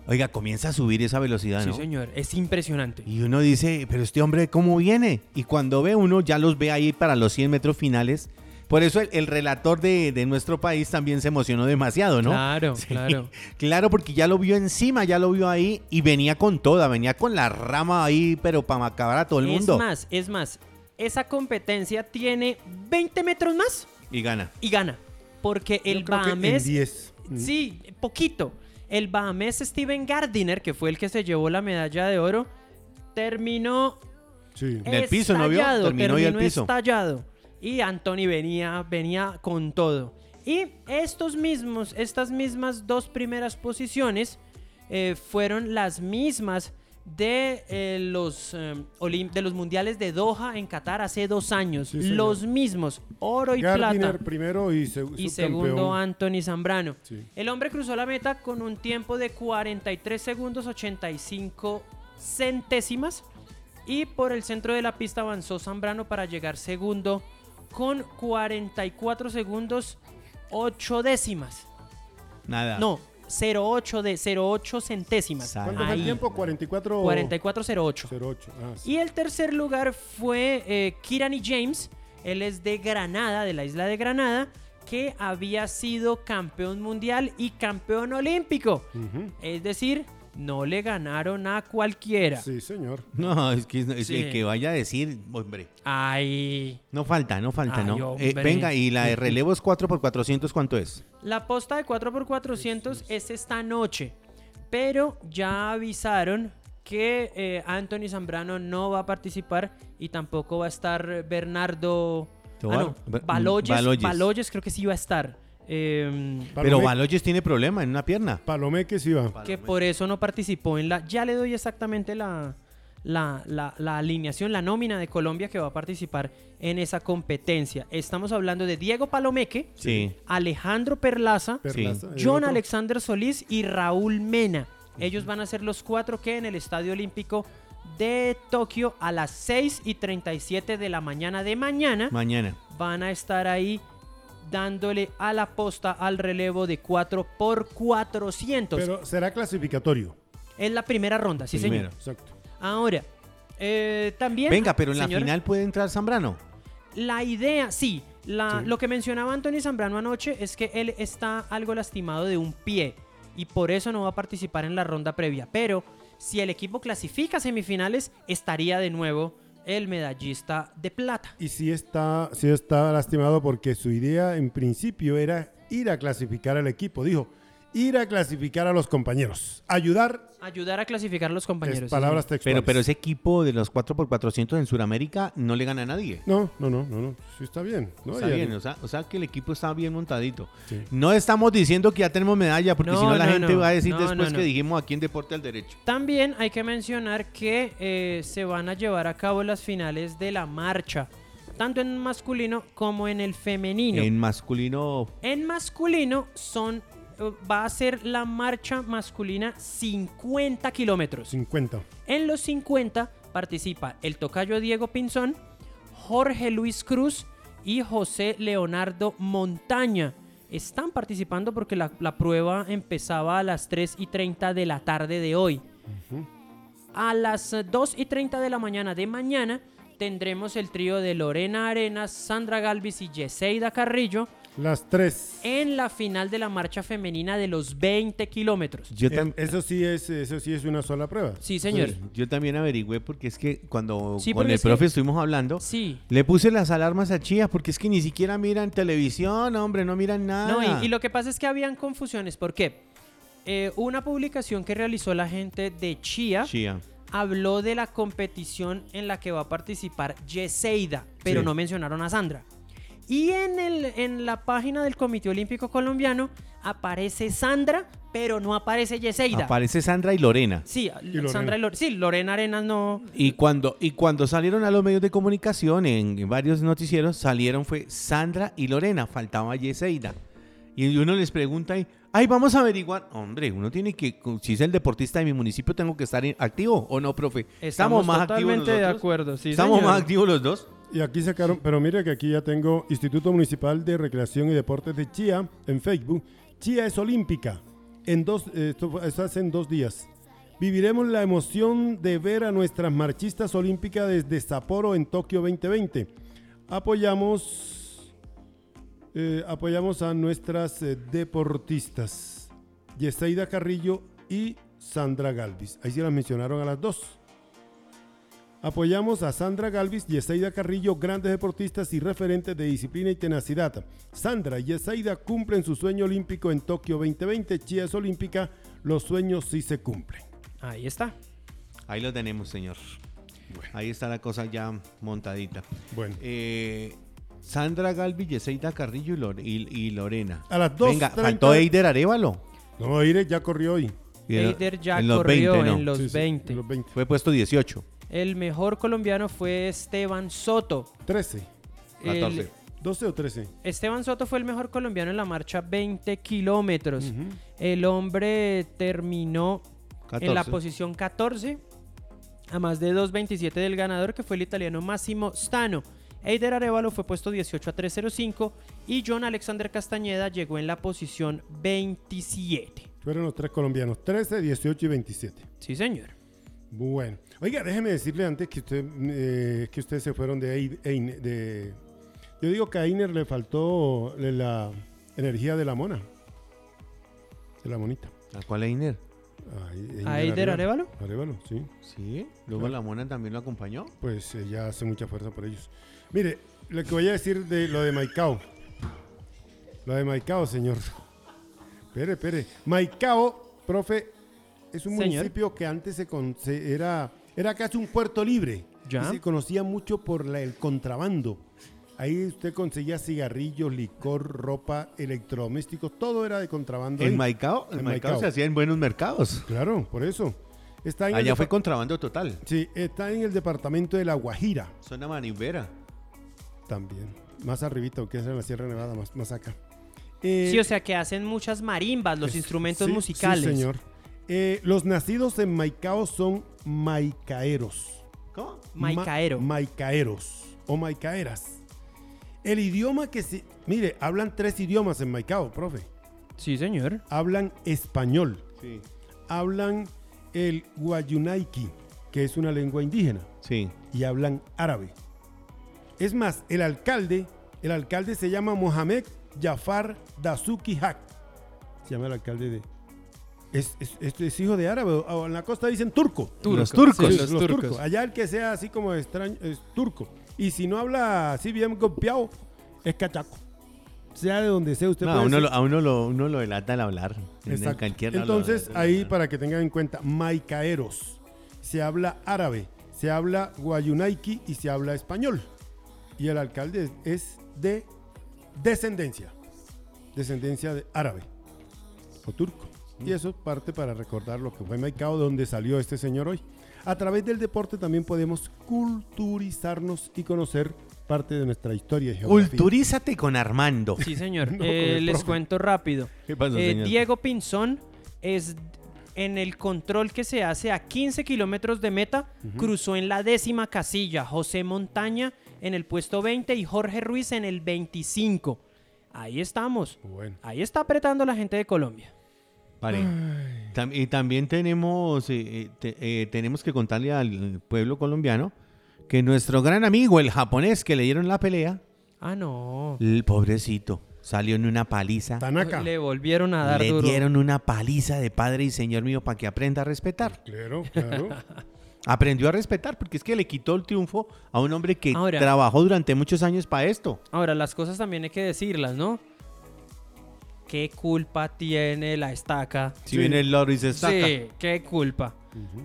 Speaker 4: oiga, comienza a subir esa velocidad,
Speaker 3: Sí,
Speaker 4: Ah, ¿no?
Speaker 3: señor, es impresionante.
Speaker 4: Y uno dice, pero este hombre, ¿cómo viene? Y cuando ve uno, ya los ve ahí para los 100 metros finales. Por eso el, el relator de, de nuestro país también se emocionó demasiado, ¿no?
Speaker 3: Claro,
Speaker 4: Sí.
Speaker 3: claro.
Speaker 4: Claro, porque ya lo vio encima, ya lo vio ahí y venía con toda, venía con la rama ahí, pero para macabar a todo el mundo.
Speaker 3: Es más, es más, esa competencia tiene 20 metros más
Speaker 4: Y gana.
Speaker 3: y gana. Porque
Speaker 2: Yo
Speaker 3: el
Speaker 2: creo que en
Speaker 3: Bahames
Speaker 2: 10.
Speaker 3: Sí, poquito. El Bahames Steven Gardiner, que fue el que se llevó la medalla de oro, terminó
Speaker 2: Sí.
Speaker 4: En el piso, ¿no vio?
Speaker 3: estallado,
Speaker 4: Terminó y al piso.
Speaker 3: estallado. Y Anthony venía, venía con todo. Y estos mismos, estas mismas dos primeras posiciones eh, fueron las mismas de, eh, los, eh, olim- de los mundiales de Doha en Qatar hace dos años.
Speaker 2: Sí, señor.
Speaker 3: los mismos, oro y
Speaker 2: Gardiner
Speaker 3: plata
Speaker 2: primero y, seg-
Speaker 3: y
Speaker 2: subcampeón.
Speaker 3: segundo Anthony Zambrano.
Speaker 2: Sí.
Speaker 3: El hombre cruzó la meta con un tiempo de 43 segundos 85 centésimas y por el centro de la pista avanzó Zambrano para llegar segundo con 44 segundos 8 décimas.
Speaker 4: Nada.
Speaker 3: No, 08 de 08 centésimas.
Speaker 4: Ah. Exacto.
Speaker 2: ¿Cuánto fue el
Speaker 3: Ahí,
Speaker 2: tiempo? 44.
Speaker 3: 4408.
Speaker 2: 08. Ah, sí.
Speaker 3: Y el tercer lugar fue eh, Kirani James. Él es de Granada, de la isla de Granada, que había sido campeón mundial y campeón olímpico.
Speaker 2: Ujú.
Speaker 3: Es decir, no le ganaron a cualquiera.
Speaker 2: Sí, señor.
Speaker 4: No, es que, es
Speaker 3: Sí.
Speaker 4: que- que vaya a decir, hombre.
Speaker 3: Ay.
Speaker 4: No falta, no falta,
Speaker 3: Ay,
Speaker 4: ¿no?
Speaker 3: hombre.
Speaker 4: Eh, venga, y la de relevos 4x400, ¿cuánto es?
Speaker 3: La posta de 4x400 es esta noche, pero ya avisaron que eh, Anthony Zambrano no va a participar y tampoco va a estar Bernardo
Speaker 4: Tobar.
Speaker 3: ah, no,
Speaker 4: Ba-
Speaker 3: Baloyes,
Speaker 4: Baloyes.
Speaker 3: Baloyes creo que sí va a estar. eh,
Speaker 4: Pero
Speaker 2: Palome-
Speaker 4: Baloyes tiene problema en una pierna.
Speaker 2: Palomeque sí va.
Speaker 3: que por eso no participó en la... Ya le doy exactamente la, la, la- la alineación, la nómina de Colombia que va a participar en esa competencia. Estamos hablando de Diego Palomeque,
Speaker 4: Sí.
Speaker 3: Alejandro Perlaza,
Speaker 2: Perlaza, el
Speaker 3: John
Speaker 2: otro.
Speaker 3: Alexander Solís y Raúl Mena. Ellos van a ser los cuatro que en el Estadio Olímpico de Tokio a las 6 y 37 de la mañana de mañana
Speaker 4: Mañana.
Speaker 3: van a estar ahí dándole a la posta al relevo de 4 por 400.
Speaker 2: Pero será clasificatorio.
Speaker 3: es la primera ronda, sí,
Speaker 4: Primero.
Speaker 3: señor.
Speaker 2: Exacto.
Speaker 3: Ahora, eh, también.
Speaker 4: Venga, pero en la
Speaker 3: señores,
Speaker 4: final puede entrar Zambrano.
Speaker 3: La idea, sí. La,
Speaker 2: Sí.
Speaker 3: Lo que mencionaba Anthony Zambrano anoche es que él está algo lastimado de un pie y por eso no va a participar en la ronda previa. Pero si el equipo clasifica a semifinales, estaría de nuevo el medallista de plata.
Speaker 2: Y sí está, sí está lastimado porque su idea en principio era ir a clasificar al equipo. Dijo, ir a clasificar a los compañeros. Ayudar
Speaker 3: Ayudar a clasificar a los compañeros.
Speaker 2: es
Speaker 3: sí, señor.
Speaker 2: palabras textuales.
Speaker 4: Pero, pero ese equipo de los 4x400 en Sudamérica no le gana a nadie.
Speaker 2: No, no, no, no, no. Sí está bien. ¿no?
Speaker 4: Está
Speaker 2: Y-
Speaker 4: bien, o sea, o sea que el equipo está bien montadito.
Speaker 2: Sí.
Speaker 4: No estamos diciendo que ya tenemos medalla, porque
Speaker 3: No,
Speaker 4: si no la
Speaker 3: no,
Speaker 4: gente
Speaker 3: no.
Speaker 4: va a decir
Speaker 3: No,
Speaker 4: después
Speaker 3: no,
Speaker 4: que
Speaker 3: no.
Speaker 4: dijimos aquí en Deporte al Derecho.
Speaker 3: También hay que mencionar que eh, se van a llevar a cabo las finales de la marcha, tanto en masculino como en el femenino.
Speaker 4: En masculino,
Speaker 3: En masculino son eh, va a ser la marcha masculina 50 kilómetros.
Speaker 2: 50.
Speaker 3: En los 50 participa el tocayo Diego Pinzón, Jorge Luis Cruz y José Leonardo Montaña. Están participando porque la, la prueba empezaba a las 3 y 30 de la tarde de hoy. A las eh, 2 y 30 de la mañana de mañana tendremos el trío de Lorena Arenas, Sandra Galvis y Yeseida Carrillo
Speaker 2: Las tres.
Speaker 3: en la final de la marcha femenina de los 20 kilómetros.
Speaker 4: yo,
Speaker 2: Eh,
Speaker 4: tam-
Speaker 2: Eso sí es, eso sí es una sola prueba.
Speaker 3: Sí, señor.
Speaker 4: yo también averigüé porque es que cuando
Speaker 3: Sí,
Speaker 4: con
Speaker 3: porque
Speaker 4: el
Speaker 3: es que-
Speaker 4: profe estuvimos hablando,
Speaker 3: Sí.
Speaker 4: le puse las alarmas a Chía porque es que ni siquiera miran televisión, hombre, no miran nada.
Speaker 3: No, y, y lo que pasa es que habían confusiones. ¿Por qué? Eh, una publicación que realizó la gente de Chía
Speaker 4: Chía.
Speaker 3: habló de la competición en la que va a participar Yeseida, pero
Speaker 2: Sí.
Speaker 3: no mencionaron a Sandra. Y en, el, en la página del Comité Olímpico Colombiano aparece Sandra, pero no aparece Yeseida.
Speaker 4: Aparece Sandra y Lorena.
Speaker 3: sí,
Speaker 2: Lorena.
Speaker 3: Sandra y Lorena. Sí, Lorena Arenas no.
Speaker 4: Y cuando, y cuando salieron a los medios de comunicación, en, en varios noticieros, salieron fue Sandra y Lorena, faltaba Yeseida. Y uno les pregunta ahí, ay, vamos a averiguar. Hombre, uno tiene que, si es el deportista de mi municipio, tengo que estar en- activo o no, profe.
Speaker 3: totalmente de
Speaker 4: nosotros?
Speaker 3: acuerdo. Sí,
Speaker 4: Estamos
Speaker 3: señor.
Speaker 4: más activos los dos.
Speaker 2: Y aquí sacaron, pero mira que aquí ya tengo Instituto Municipal de Recreación y Deportes de Chía en Facebook. Chía es olímpica. En dos, eh, esto, fue- esto hace en dos días. Viviremos la emoción de ver a nuestras marchistas olímpicas desde Sapporo en Tokio 2020. Apoyamos, eh, apoyamos a nuestras eh, deportistas, Yeseida Carrillo y Sandra Galvis. Ahí se las mencionaron a las dos. Apoyamos a Sandra Galvis y Esaida Carrillo, grandes deportistas y referentes de disciplina y tenacidad. Sandra y Esaida cumplen su sueño olímpico en Tokio 2020. Chía es olímpica, los sueños sí se cumplen.
Speaker 3: Ahí está.
Speaker 4: Ahí lo tenemos, señor. Ahí está la cosa ya montadita.
Speaker 2: Bueno.
Speaker 4: Eh, Sandra Galvi, Yeseida Carrillo y, Lore- y- y Lorena.
Speaker 2: A las dos
Speaker 4: Venga,
Speaker 2: treinta-
Speaker 4: faltó Eider Arevalo.
Speaker 2: No, Ire ya corrió hoy.
Speaker 4: Y en-
Speaker 3: Eider ya
Speaker 4: en los
Speaker 3: corrió
Speaker 4: 20, ¿no?
Speaker 3: en los
Speaker 2: Sí, sí,
Speaker 3: 20.
Speaker 2: los 20.
Speaker 4: Fue puesto 18.
Speaker 3: El mejor colombiano fue Esteban Soto.
Speaker 2: 13.
Speaker 3: El-
Speaker 4: 14.
Speaker 2: 12 o 13.
Speaker 3: Esteban Soto fue el mejor colombiano en la marcha 20 kilómetros. El hombre terminó en la
Speaker 4: 14.
Speaker 3: posición 14 a más de 2.27 del ganador que fue el italiano Massimo Stano. Eider Arevalo fue puesto 18 a 3.05 y John Alexander Castañeda llegó en la posición 27.
Speaker 2: Fueron los tres colombianos, 13, 18 y 27.
Speaker 3: Sí, señor.
Speaker 2: Bueno. Oiga, déjeme decirle antes que, usted, eh, que ustedes se fueron de, Ei- Ein- de... Yo digo que a Einer le faltó la energía de la mona. De la monita.
Speaker 4: ¿A cuál Einer?
Speaker 2: A
Speaker 3: ¿A Eider Arevalo?
Speaker 2: Arevalo, sí.
Speaker 4: Sí. Luego la mona también lo acompañó.
Speaker 2: Pues ella hace mucha fuerza por ellos. Mire, lo que voy a decir de lo de Maicao. Lo de Maicao, señor. Espere, espere. Maicao, profe, es un
Speaker 3: Señor.
Speaker 2: municipio que antes se, con- se- era, era casi un puerto libre.
Speaker 3: Ya.
Speaker 2: Y se conocía mucho por la- el contrabando. Ahí usted conseguía cigarrillos, licor, ropa, electrodomésticos, todo era de contrabando.
Speaker 4: En
Speaker 2: ahí.
Speaker 4: Maicao,
Speaker 2: En
Speaker 4: en Maicao
Speaker 2: Maicao.
Speaker 4: se hacía en buenos mercados.
Speaker 2: Claro, por eso. Está en el
Speaker 4: Allá fue
Speaker 2: depar-
Speaker 4: contrabando total.
Speaker 2: Sí, está en el departamento de La Guajira.
Speaker 4: Zona manivera.
Speaker 2: También. Más arribita, que es en la Sierra Nevada, más, más acá. Eh,
Speaker 3: Sí, o sea que hacen muchas marimbas, los
Speaker 2: es-
Speaker 3: instrumentos
Speaker 2: sí,
Speaker 3: musicales.
Speaker 2: Sí, señor. Eh, los nacidos en Maicao son maicaeros.
Speaker 4: ¿Cómo?
Speaker 2: Ma-
Speaker 3: Maicaero.
Speaker 2: maicaeros o maicaeras. El idioma que se... Mire, hablan tres idiomas en Maicao, profe.
Speaker 3: Sí, señor.
Speaker 2: Hablan español.
Speaker 4: Sí.
Speaker 2: Hablan el guayunaiki, que es una lengua indígena.
Speaker 4: Sí.
Speaker 2: y hablan árabe. Es más, el alcalde, el alcalde se llama Mohamed Jafar Dazuki Haq. Se llama el alcalde de... Es, es, es- es hijo de árabe, o en la costa dicen turco.
Speaker 3: Turco,
Speaker 4: Los turcos.
Speaker 3: sí,
Speaker 2: Sí, los, turcos. Allá el que sea así como extraño es turco. Y si no habla así bien golpeado, es cachaco. Sea de donde sea usted.
Speaker 4: No, a,
Speaker 2: puede
Speaker 4: uno
Speaker 2: ser-
Speaker 4: lo, a uno lo- uno lo delata al hablar. En
Speaker 2: Exacto.
Speaker 4: cualquier lado lo
Speaker 2: Entonces,
Speaker 4: delata al
Speaker 2: ahí
Speaker 4: hablar.
Speaker 2: para que tengan en cuenta, maicaeros. Se habla árabe, se habla guayunaiki y se habla español. Y el alcalde es de descendencia. Descendencia de árabe o turco.
Speaker 4: Mm.
Speaker 2: Y eso parte para recordar lo que fue Maicao, de donde salió este señor hoy. A través del deporte también podemos culturizarnos y conocer parte de nuestra historia y geografía.
Speaker 4: Culturízate con Armando.
Speaker 3: Sí, señor.
Speaker 2: No,
Speaker 3: Eh,
Speaker 2: con el
Speaker 3: les
Speaker 2: profe.
Speaker 3: cuento rápido.
Speaker 4: ¿Qué pasó,
Speaker 3: Eh,
Speaker 4: señor?
Speaker 3: Diego Pinzón es en el control que se hace a 15 kilómetros de meta, cruzó en la décima casilla, José Montaña en el puesto 20 y Jorge Ruiz en el 25. Ahí estamos.
Speaker 2: Bueno.
Speaker 3: Ahí está apretando la gente de Colombia.
Speaker 4: Vale. Tam- y también tenemos, eh, eh, te- eh, tenemos que contarle al pueblo colombiano que nuestro gran amigo, el japonés que le dieron la pelea,
Speaker 3: Ah, no.
Speaker 4: el pobrecito, salió en una paliza.
Speaker 2: Tanaka.
Speaker 3: Le volvieron a dar
Speaker 4: Le
Speaker 3: duro.
Speaker 4: dieron una paliza de padre y señor mío para que aprenda a respetar.
Speaker 2: Claro, claro.
Speaker 4: Aprendió a respetar porque es que le quitó el triunfo a un hombre que
Speaker 3: Ahora.
Speaker 4: trabajó durante muchos años para esto.
Speaker 3: Ahora, las cosas también hay que decirlas, ¿no? ¿Qué culpa tiene la estaca?
Speaker 4: Si viene el loro y se saca.
Speaker 3: Sí, qué culpa.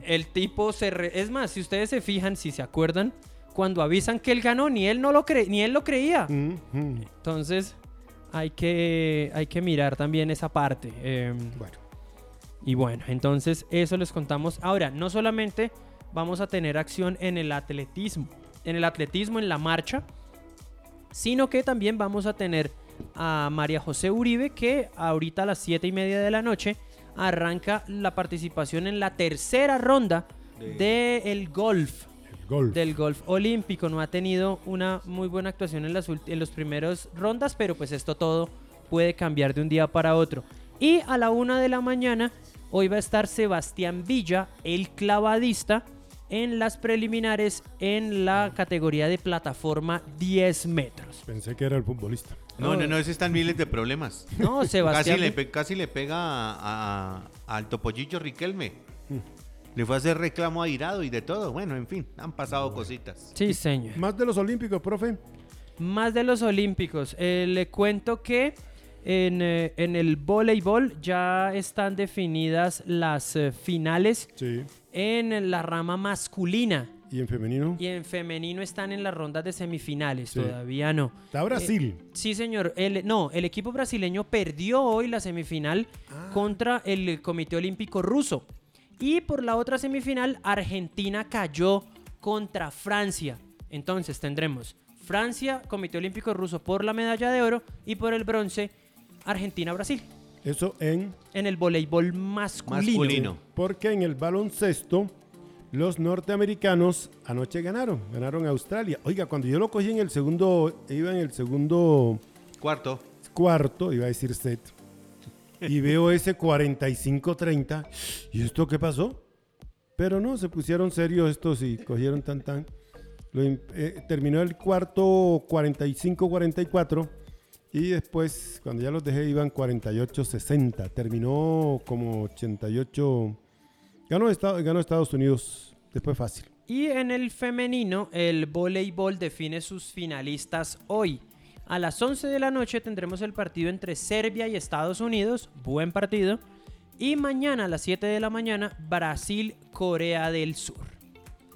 Speaker 3: El tipo se re- es más, si ustedes se fijan, si se acuerdan, cuando avisan que él ganó, ni él no lo cre- ni él lo creía.
Speaker 2: Mm, mm.
Speaker 3: Entonces, hay que hay que mirar también esa parte. eh,
Speaker 2: Bueno.
Speaker 3: y bueno, entonces eso les contamos. Ahora, no solamente vamos a tener acción en el atletismo, en el atletismo en la marcha, sino que también vamos a tener a María José Uribe, que ahorita a las 7 y media de la noche arranca la participación en la tercera ronda del golf,
Speaker 2: El golf.
Speaker 3: del golf olímpico. No ha tenido una muy buena actuación en las ult- en los primeros rondas, pero pues esto todo puede cambiar de un día para otro. Y a la una de la mañana, hoy va a estar Sebastián Villa, el clavadista, en las preliminares en la categoría de plataforma 10 metros.
Speaker 2: Pensé que era el futbolista.
Speaker 4: No, no, no, ese están miles de problemas.
Speaker 3: No, Sebastián.
Speaker 4: Casi le, pe- casi le pega a- a- al topollillo Riquelme.
Speaker 3: Mm.
Speaker 4: Le fue a hacer reclamo airado y de todo. Bueno, en fin, han pasado cositas.
Speaker 3: Sí, señor.
Speaker 2: Más de los olímpicos, profe.
Speaker 3: Más de los olímpicos. eh, le cuento que en, eh, en el voleibol ya están definidas las eh, finales
Speaker 2: Sí.
Speaker 3: en la rama masculina.
Speaker 2: ¿Y en femenino?
Speaker 3: Y en femenino están en las rondas de semifinales.
Speaker 2: Sí.
Speaker 3: Todavía no.
Speaker 2: Está Brasil.
Speaker 3: Sí, señor. El, no, el equipo brasileño perdió hoy la semifinal contra el Comité Olímpico Ruso. Y por la otra semifinal, Argentina cayó contra Francia. Entonces tendremos Francia, Comité Olímpico Ruso por la medalla de oro y por el bronce, Argentina-Brasil.
Speaker 2: Eso en...
Speaker 3: En el voleibol masculino.
Speaker 4: Masculino.
Speaker 2: Porque en el baloncesto, los norteamericanos anoche ganaron. Ganaron a Australia. Oiga, cuando yo lo cogí en el segundo... Iba en el segundo
Speaker 4: Cuarto.
Speaker 2: cuarto, iba a decir set. Y veo ese 45-30. ¿Y esto qué pasó? Pero no, se pusieron serios estos y cogieron tan tan. Lo im- eh, terminó el cuarto 45-44. Y después, cuando ya los dejé, iban 48-60. Terminó como 88. Ganó, Esta- ganó Estados Unidos. Después fácil.
Speaker 3: Y en el femenino, el voleibol define sus finalistas hoy. A las 11 de la noche tendremos el partido entre Serbia y Estados Unidos, buen partido. Y mañana a las 7 de la mañana, Brasil-Corea del Sur.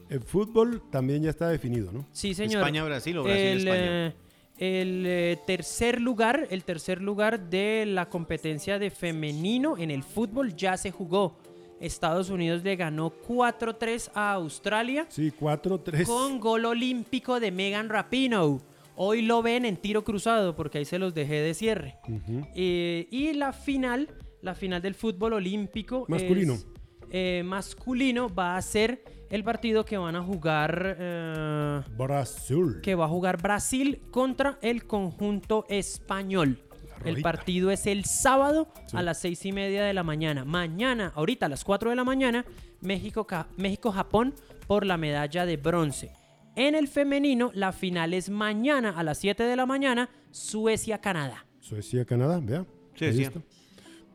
Speaker 2: El fútbol también ya está definido, ¿no?
Speaker 3: Sí, señor.
Speaker 4: España-Brasil o Brasil-España.
Speaker 3: eh, el, eh, tercer lugar, el tercer lugar de la competencia de femenino en el fútbol ya se jugó. Estados Unidos le ganó 4-3 a Australia.
Speaker 2: Sí, 4-3.
Speaker 3: con gol olímpico de Megan Rapinoe. Hoy lo ven en tiro cruzado porque ahí se los dejé de cierre.
Speaker 2: Ujú.
Speaker 3: Eh, y la final, la final del fútbol olímpico.
Speaker 2: Masculino.
Speaker 3: es- eh, masculino va a ser el partido que van a jugar. eh,
Speaker 2: Brasil.
Speaker 3: que va a jugar Brasil contra el conjunto español.
Speaker 2: La
Speaker 3: El
Speaker 2: rojita.
Speaker 3: partido es el sábado
Speaker 2: Sí.
Speaker 3: a las seis y media de la mañana. Mañana, ahorita a las 4 de la mañana, México, ca- México-Japón por la medalla de bronce. En el femenino, la final es mañana a las 7 de la mañana, Suecia-Canadá.
Speaker 2: Suecia, Canadá, vea.
Speaker 4: Sí,
Speaker 2: Ahí
Speaker 4: sí.
Speaker 2: está.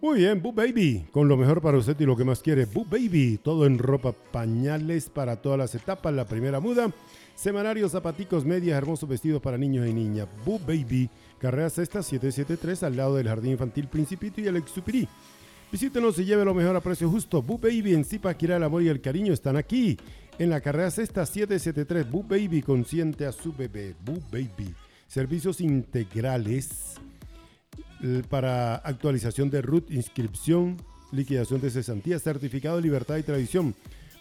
Speaker 2: Muy bien, Boo Baby, con lo mejor para usted y lo que más quiere. Boo Baby, todo en ropa, pañales para todas las etapas, la primera muda, semanarios, zapaticos, medias, hermosos vestidos para niños y niñas. Boo Baby, carrera sexta 773 al lado del Jardín Infantil Principito y el Exupirí. Visítenos y lleve lo mejor a precio justo. Boo Baby en Zipaquirá, el amor y el cariño están aquí. En la carrera sexta 773, Boo Baby consiente a su bebé. Boo Baby, servicios integrales l- para actualización de RUT, inscripción, liquidación de cesantía, certificado de libertad y tradición,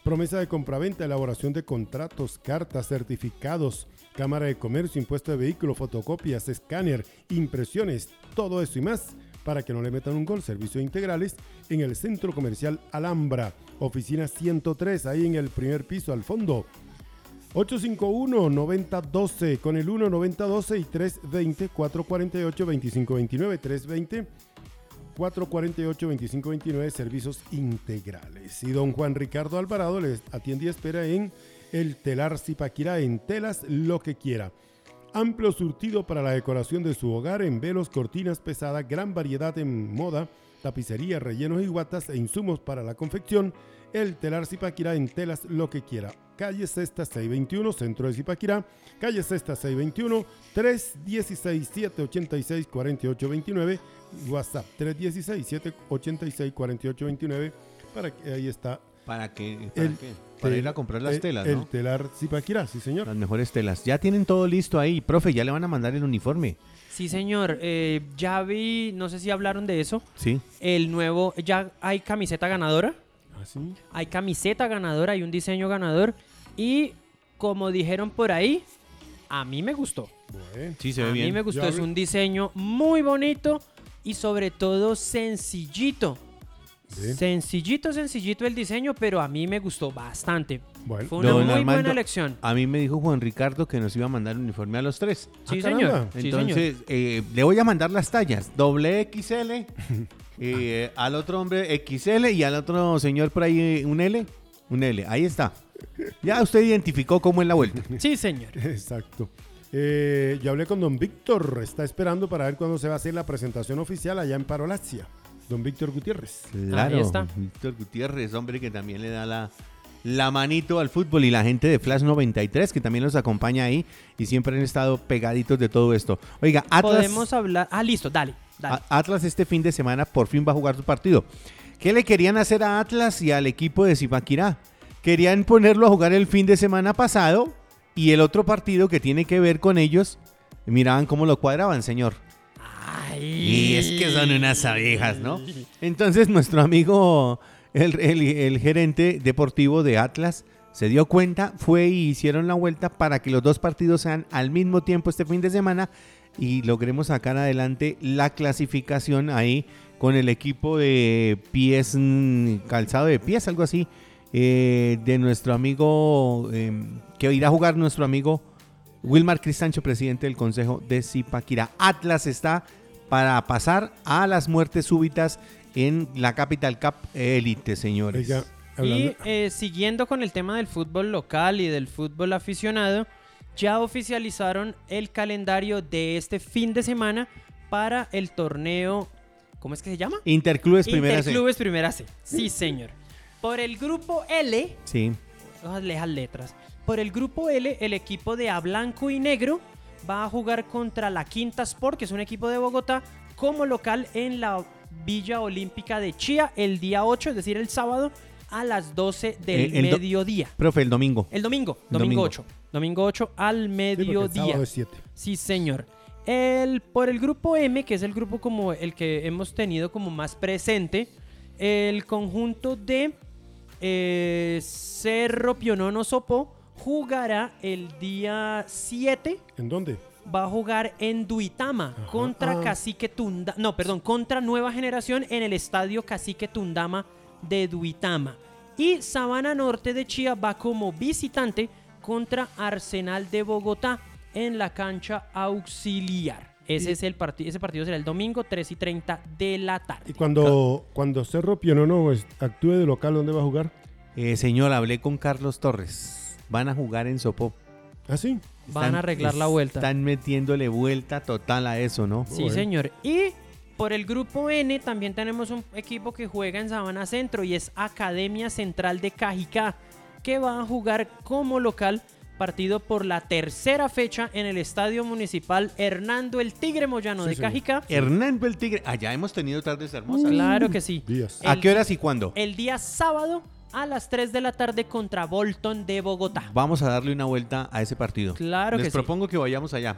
Speaker 2: promesa de compraventa, elaboración de contratos, cartas, certificados, cámara de comercio, impuesto de vehículo, fotocopias, escáner, impresiones, todo eso y más para que no le metan un gol. Servicios integrales en el Centro Comercial Alhambra, oficina 103, ahí en el primer piso, al fondo. 851-9012 con el 1-9012 y 320-448-2529. 320-448-2529 servicios integrales. Y don Juan Ricardo Alvarado les atiende y espera en el telar Zipaquirá en telas lo que quiera. Amplio surtido para la decoración de su hogar en velos, cortinas pesadas, gran variedad en moda, tapicería, rellenos y guatas e insumos para la confección. El telar Zipaquirá en telas lo que quiera. Calle Sexta 621, centro de Zipaquirá. Calle Sexta 621, 316-786-4829. WhatsApp 316-786-4829. Para que ahí está.
Speaker 4: ¿Para qué? ¿Para,
Speaker 2: el
Speaker 4: qué? Para
Speaker 2: tel-
Speaker 4: ir a comprar las
Speaker 2: el-
Speaker 4: telas,
Speaker 2: El
Speaker 4: ¿no? Ah.
Speaker 2: telar Zipaquirá, sí señor.
Speaker 4: Las mejores telas. Ya tienen todo listo ahí. Profe, ya le van a mandar el uniforme.
Speaker 3: Sí, señor. eh, ya vi, no sé si hablaron de eso,
Speaker 4: Sí.
Speaker 3: el nuevo, ya hay camiseta ganadora.
Speaker 2: Ah, sí.
Speaker 3: hay camiseta ganadora, hay un diseño ganador y como dijeron por ahí, a mí me gustó.
Speaker 2: Bueno.
Speaker 4: Sí, se
Speaker 3: A
Speaker 4: ve
Speaker 3: mí
Speaker 4: bien.
Speaker 3: me gustó,
Speaker 2: Ya
Speaker 3: es
Speaker 2: vi.
Speaker 3: un diseño muy bonito y sobre todo sencillito.
Speaker 2: Sí.
Speaker 3: Sencillito, sencillito el diseño, pero a mí me gustó bastante.
Speaker 2: Bueno.
Speaker 3: Fue una
Speaker 4: Don
Speaker 3: muy buena
Speaker 4: Armando, Ah,
Speaker 3: elección.
Speaker 4: A mí me dijo Juan Ricardo que nos iba a mandar el uniforme a los tres.
Speaker 3: Sí,
Speaker 2: ah, caramba.
Speaker 3: señor. Sí, señor.
Speaker 4: Entonces, eh, le voy a mandar las tallas. Doble XL, eh, al otro hombre XL y al otro señor por ahí eh, un L. Un L, ahí está. Ya usted identificó cómo es la vuelta.
Speaker 3: Sí, señor.
Speaker 2: Exacto. Eh, yo hablé con don Víctor, está esperando para ver cuándo se va a hacer la presentación oficial allá en Parolacia. Don Víctor Gutiérrez.
Speaker 4: Claro,
Speaker 3: Ahí está.
Speaker 4: Víctor Gutiérrez, hombre que también le da la, la manito al fútbol y la gente de Flash 93 que también los acompaña ahí y siempre han estado pegaditos de todo esto. Oiga, Atlas...
Speaker 3: Podemos hablar. Ah, listo, dale. dale.
Speaker 4: A- Atlas este fin de semana por fin va a jugar su partido. ¿Qué le querían hacer a Atlas y al equipo de Zipaquirá? Querían ponerlo a jugar el fin de semana pasado y el otro partido que tiene que ver con ellos, miraban cómo lo cuadraban, señor.
Speaker 3: Ay.
Speaker 4: Ah, Y es que son unas abejas, ¿no? Entonces nuestro amigo, el, el- el gerente deportivo de Atlas, se dio cuenta, fue y hicieron la vuelta para que los dos partidos sean al mismo tiempo este fin de semana y logremos sacar adelante la clasificación ahí con el equipo de pies, mm, calzado de pies, algo así, eh, de nuestro amigo, em, que irá a jugar nuestro amigo Wilmar Cristancho, presidente del Consejo de Zipaquirá. Atlas está para pasar a las muertes súbitas en la Capital Cup Elite, señores.
Speaker 2: Oiga, hablando-
Speaker 3: Y eh, siguiendo con el tema del fútbol local y del fútbol aficionado, ya oficializaron el calendario de este fin de semana para el torneo, ¿cómo es que se llama?
Speaker 4: Interclubes primera C.
Speaker 3: Interclubes Primera C. Sí, señor. Por el grupo L,
Speaker 4: Sí.
Speaker 3: ojalá lejas letras. Por el grupo L, el equipo de A Blanco y Negro va a jugar contra la Quinta Sport, que es un equipo de Bogotá, como local en la Villa Olímpica de Chía el día 8, es decir, el sábado a las 12 del
Speaker 4: Eh, el do-
Speaker 3: mediodía.
Speaker 4: Profe, el domingo.
Speaker 3: El domingo,
Speaker 4: El
Speaker 3: domingo
Speaker 4: domingo.
Speaker 3: 8. Domingo 8 al
Speaker 2: Sí, porque el
Speaker 3: mediodía.
Speaker 2: sábado es siete.
Speaker 3: Sí, señor. El, por el grupo M, que es el grupo como el que hemos tenido como más presente, el conjunto de eh, Cerro Pionono Sopo jugará el día 7,
Speaker 2: ¿En dónde?
Speaker 3: va a jugar en Duitama
Speaker 2: Ajá.
Speaker 3: contra
Speaker 2: Ah.
Speaker 3: Cacique Tundama, no, perdón, contra Nueva Generación en el estadio Cacique Tundama de Duitama. Y Sabana Norte de Chía va como visitante contra Arsenal de Bogotá en la cancha auxiliar. Ese, es el parti- ese partido será el domingo 3 y 30 de la tarde.
Speaker 2: Y cuando, cuando Cerro Pionono es- actúe de local, ¿dónde va a jugar?
Speaker 4: Eh, señor, hablé con Carlos Torres. Van a jugar en Sopó.
Speaker 2: ¿Ah, sí?
Speaker 3: Van
Speaker 4: Están-
Speaker 3: a arreglar la vuelta.
Speaker 4: Están metiéndole vuelta total a eso, ¿no?
Speaker 3: Sí,
Speaker 2: Bueno.
Speaker 3: señor. Y por el grupo N también tenemos un equipo que juega en Sabana Centro y es Academia Central de Cajicá, que va a jugar como local partido por la tercera fecha en el Estadio Municipal Hernando el Tigre Moyano
Speaker 2: Sí,
Speaker 3: de
Speaker 2: señor.
Speaker 3: Cajicá.
Speaker 4: Hernán Beltigre. Allá hemos tenido tardes hermosas.
Speaker 3: Claro que sí.
Speaker 2: Díaz.
Speaker 4: ¿A
Speaker 3: el-
Speaker 4: qué horas y cuándo?
Speaker 3: El día sábado a las 3 de la tarde contra Bolton de Bogotá.
Speaker 4: Vamos a darle una vuelta a ese partido.
Speaker 3: Claro
Speaker 4: Les
Speaker 3: que sí.
Speaker 4: propongo que vayamos allá.